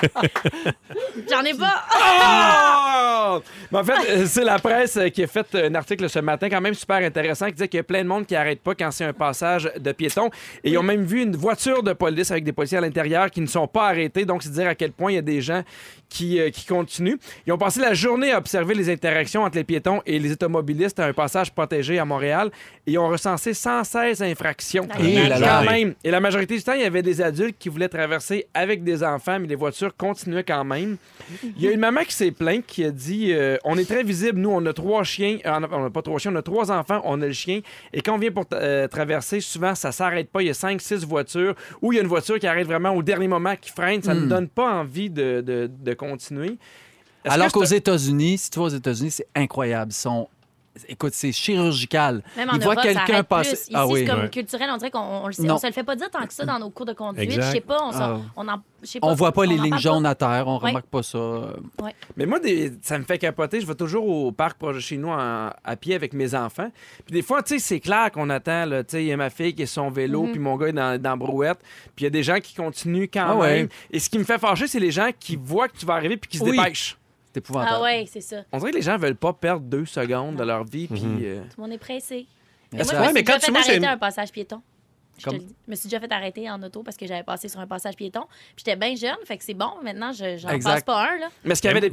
Speaker 4: J'en ai pas.
Speaker 2: Ah! Mais en fait, euh, c'est la presse euh, qui a fait un article ce matin, quand même super intéressant, qui disait qu'il y a plein de monde qui n'arrête pas quand c'est un passage de piétons. Et ils ont même vu une voiture de police avec des policiers à l'intérieur qui ne sont pas arrêtés. Donc, c'est dire à quel point il y a des gens qui, euh, qui continuent. Ils ont passé la journée à observer les interactions entre les piétons et les automobilistes à un passage protégé à Montréal. Et ils ont recensé 116 infractions.
Speaker 11: Eh là là.
Speaker 2: Quand même. Et la majorité du temps, il y avait des adultes qui voulaient traverser avec des enfants, mais les voitures continuaient quand même. Il y a une maman qui s'est plainte, qui a dit euh, On est très visible, nous, on a trois chiens. euh, on a- on n'a pas trois chiens, on a trois enfants, on a le chien. Et quand on vient pour euh, traverser, souvent, ça s'arrête pas. Il y a cinq, six voitures, ou il y a une voiture qui arrête vraiment au dernier moment, qui freine. Ça ne
Speaker 11: Hmm.
Speaker 2: donne pas envie de, de- de continuer. Est-ce
Speaker 11: Alors
Speaker 2: que
Speaker 11: qu'aux
Speaker 2: c'est-
Speaker 11: États-Unis, si tu vas aux États-Unis, c'est incroyable. Ils sont... Écoute, c'est chirurgical.
Speaker 4: Même en
Speaker 11: Ils voient
Speaker 4: Europe, ça
Speaker 11: quelqu'un
Speaker 4: arrête
Speaker 11: passer. Ah
Speaker 4: plus. Ici, c'est comme culturel, on dirait qu'on on le sait-
Speaker 11: Non.
Speaker 4: on se le fait pas dire tant que ça dans nos cours de conduite.
Speaker 11: Exact.
Speaker 4: Je sais pas, on, s'en-
Speaker 11: Ah.
Speaker 4: on en, je sais pas,
Speaker 11: On voit pas les
Speaker 4: en
Speaker 11: lignes
Speaker 4: parle
Speaker 11: jaunes à terre, on
Speaker 4: Ouais.
Speaker 11: remarque pas ça. euh,
Speaker 4: Ouais.
Speaker 2: Mais moi, des- ça me fait capoter. Je vais toujours au parc proche de chez nous en- à pied avec mes enfants. Puis des fois, tu sais, c'est clair qu'on attend. là. Tu sais, il y a ma fille qui est sur son vélo,
Speaker 11: Mhm.
Speaker 2: puis mon gars est dans, dans brouette. Puis il y a des gens qui continuent quand
Speaker 11: Ah ouais.
Speaker 2: même. Et ce qui me fait fâcher, c'est les gens qui voient que tu vas arriver puis qui se
Speaker 11: Oui.
Speaker 2: dépêchent.
Speaker 11: C'est
Speaker 4: Ah ouais, c'est ça.
Speaker 2: On dirait que les gens veulent pas perdre deux secondes de leur vie. Puis, euh,
Speaker 4: Tout le monde est pressé.
Speaker 2: Mais
Speaker 4: Et Moi,
Speaker 2: ça-
Speaker 4: je me
Speaker 2: Ouais, mais
Speaker 4: suis
Speaker 2: quand
Speaker 4: déjà
Speaker 2: tu
Speaker 4: fait
Speaker 2: vois, c'est-
Speaker 4: arrêter un passage piéton. Je te
Speaker 2: Comme-
Speaker 4: le dis. Je me suis déjà fait arrêter en auto parce que j'avais passé sur un passage piéton. Puis j'étais bien jeune, fait que c'est bon. Maintenant, je j'en passe pas un. Là.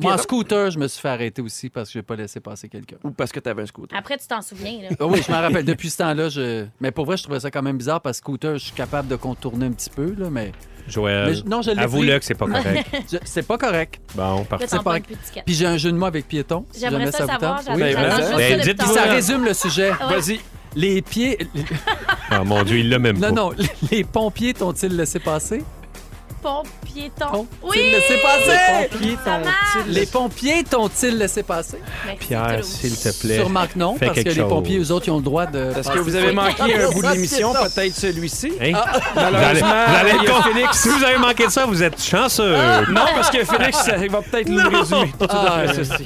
Speaker 11: Moi, en scooter, je me suis fait arrêter aussi parce que j'ai pas laissé passer quelqu'un.
Speaker 2: Ou parce que tu avais un scooter.
Speaker 4: Après, tu t'en souviens. Là.
Speaker 11: Ah oui, je m'en rappelle. Depuis ce temps-là, je. Mais pour vrai, je trouvais ça quand même bizarre parce que scooter, je suis capable de contourner un petit peu, là, mais.
Speaker 5: Joël,
Speaker 11: Mais je- non, je l'ai
Speaker 5: avoue-le
Speaker 11: pris.
Speaker 5: que c'est pas correct.
Speaker 11: Je- c'est pas correct.
Speaker 5: Bon,
Speaker 4: parfait.
Speaker 11: C'est pas
Speaker 4: Là, t'en
Speaker 11: correct.
Speaker 4: prends une petite quête.
Speaker 11: Puis j'ai un jeu de mots avec piétons. si
Speaker 4: J'aimerais
Speaker 11: jamais
Speaker 4: ça
Speaker 11: vous
Speaker 4: savoir,
Speaker 11: tente.
Speaker 4: j'aimerais Oui,
Speaker 5: savoir juste Ben, le dites-le. temps.
Speaker 11: Ça résume le sujet.
Speaker 4: Ah ouais.
Speaker 5: Vas-y.
Speaker 11: Les pieds.
Speaker 5: Ah, mon Dieu, il l'a même
Speaker 11: Non,
Speaker 5: pas.
Speaker 11: non. Les pompiers t'ont-ils laissé passer?
Speaker 4: Pont piéton.
Speaker 11: T'ont-ils
Speaker 4: oui!
Speaker 11: Oh, laissé passer?
Speaker 4: Ça marche!
Speaker 11: Les pompiers t'ont-ils laissé passer?
Speaker 4: Merci,
Speaker 5: Pierre, s'il te plaît.
Speaker 11: Sûrement que non,
Speaker 5: fais
Speaker 11: parce que
Speaker 5: quelque
Speaker 11: les
Speaker 5: chose.
Speaker 11: pompiers, eux autres, ils ont le droit de.
Speaker 2: Est-ce que
Speaker 11: passer.
Speaker 2: vous avez manqué un bout de
Speaker 11: Ça, c'est
Speaker 2: l'émission?
Speaker 11: ça.
Speaker 2: Peut-être celui-ci?
Speaker 5: Hein? Vous allez-
Speaker 2: Malheureusement,
Speaker 5: vous allez
Speaker 2: il y a
Speaker 5: con-
Speaker 2: Félix.
Speaker 5: Si vous avez manqué de ça, vous êtes chanceux.
Speaker 2: Non, parce que Félix, ça- il va peut-être nous
Speaker 5: Non.
Speaker 2: résumer tout
Speaker 5: Ah,
Speaker 2: après
Speaker 5: ouais.
Speaker 2: ceci.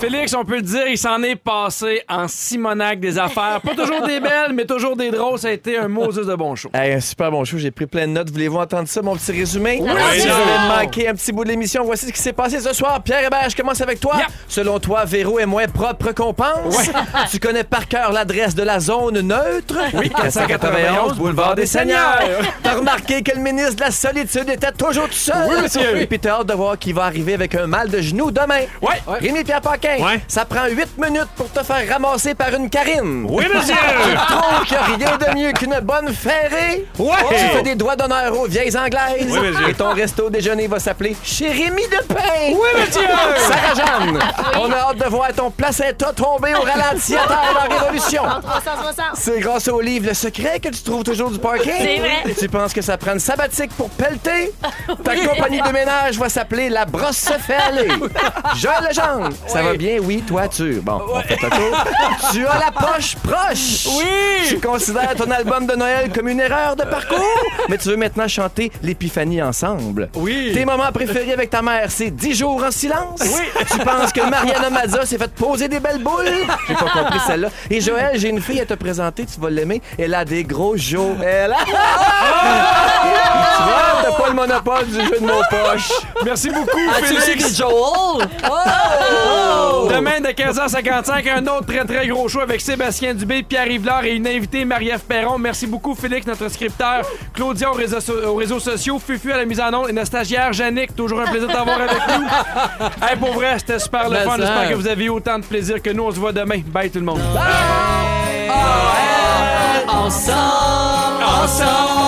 Speaker 2: Félix, on peut le dire, il s'en est passé en simonac des affaires. Pas toujours des belles, mais toujours des drôles. Ça a été un Moses de bon show.
Speaker 3: Hey, un super bon show, j'ai pris plein de notes. Voulez-vous entendre ça, mon petit résumé?
Speaker 2: Oui,
Speaker 3: si vous
Speaker 2: non.
Speaker 3: avez manqué un petit bout de l'émission, voici ce qui s'est passé ce soir. Pierre Hébert, je commence avec toi. Selon toi, Véro est moins propre qu'on pense. Tu connais par cœur l'adresse de la zone neutre.
Speaker 12: Oui,
Speaker 3: 491 boulevard des Seigneurs.
Speaker 12: Seigneurs.
Speaker 3: T'as remarqué que le ministre de la Solitude était toujours tout seul.
Speaker 12: Oui, monsieur.
Speaker 3: Puis t'as hâte de voir qui va arriver avec un mal de genou demain. Ouais. Rémi Pierre Paquin. Ça prend 8 minutes pour te faire ramasser par une Karine.
Speaker 12: Oui, monsieur.
Speaker 3: Tu trouves qu'il y a rien de mieux qu'une bonne ferrée.
Speaker 12: Ouais. Oh.
Speaker 3: Tu fais des doigts d'honneur aux vieilles anglaises.
Speaker 12: Oui, monsieur.
Speaker 3: Et ton resto déjeuner va s'appeler Chérémy de pain. Oui,
Speaker 12: monsieur.
Speaker 3: Sarah Jeanne. On a hâte de voir ton placenta tomber au ralenti à terre dans la révolution.
Speaker 4: En 360.
Speaker 3: C'est grâce au livre Le Secret que tu trouves toujours du parking.
Speaker 4: C'est vrai.
Speaker 3: Tu penses que ça prend une sabbatique pour pelleter? Ta compagnie de ménage va s'appeler La Brosse se fait aller. Joël Legendre. Ça va bien? Oui, toi, tu. Bon, on fait un tour. Tu as la poche proche. Oui. Tu considères ton album de Noël comme une erreur de parcours, mais tu veux maintenant chanter l'épiphanie ensemble. Oui. Tes moments préférés avec ta mère, c'est 10 jours en silence. Oui. Tu penses que Mariana Mazza s'est fait poser des belles boules? J'ai pas compris celle-là. Et Joël, j'ai une fille à te présenter, tu vas l'aimer. Elle a des gros jours. Elle a... tu vois, t'as pas le monopole du jeu de mon poche.
Speaker 2: Merci beaucoup,
Speaker 3: As-tu
Speaker 2: Félix.
Speaker 3: aussi des Joel?
Speaker 12: Oh!
Speaker 2: Demain, de 15h55, un autre très, très gros show avec Sébastien Dubé, Pierre Rivlard et une invitée, Marie-Ève Perron. Merci beaucoup, Félix, notre scripteur, Claudia aux réseaux, so- aux réseaux sociaux, Fufu à la mise en onde et notre stagiaire, Yannick. Toujours un plaisir de t'avoir avec nous. Hey, pour vrai, c'était super le
Speaker 12: Mais ça.
Speaker 2: fun. J'espère que vous avez eu autant de plaisir que nous. On se voit demain. Bye, tout le monde.
Speaker 12: Ensemble, ensemble.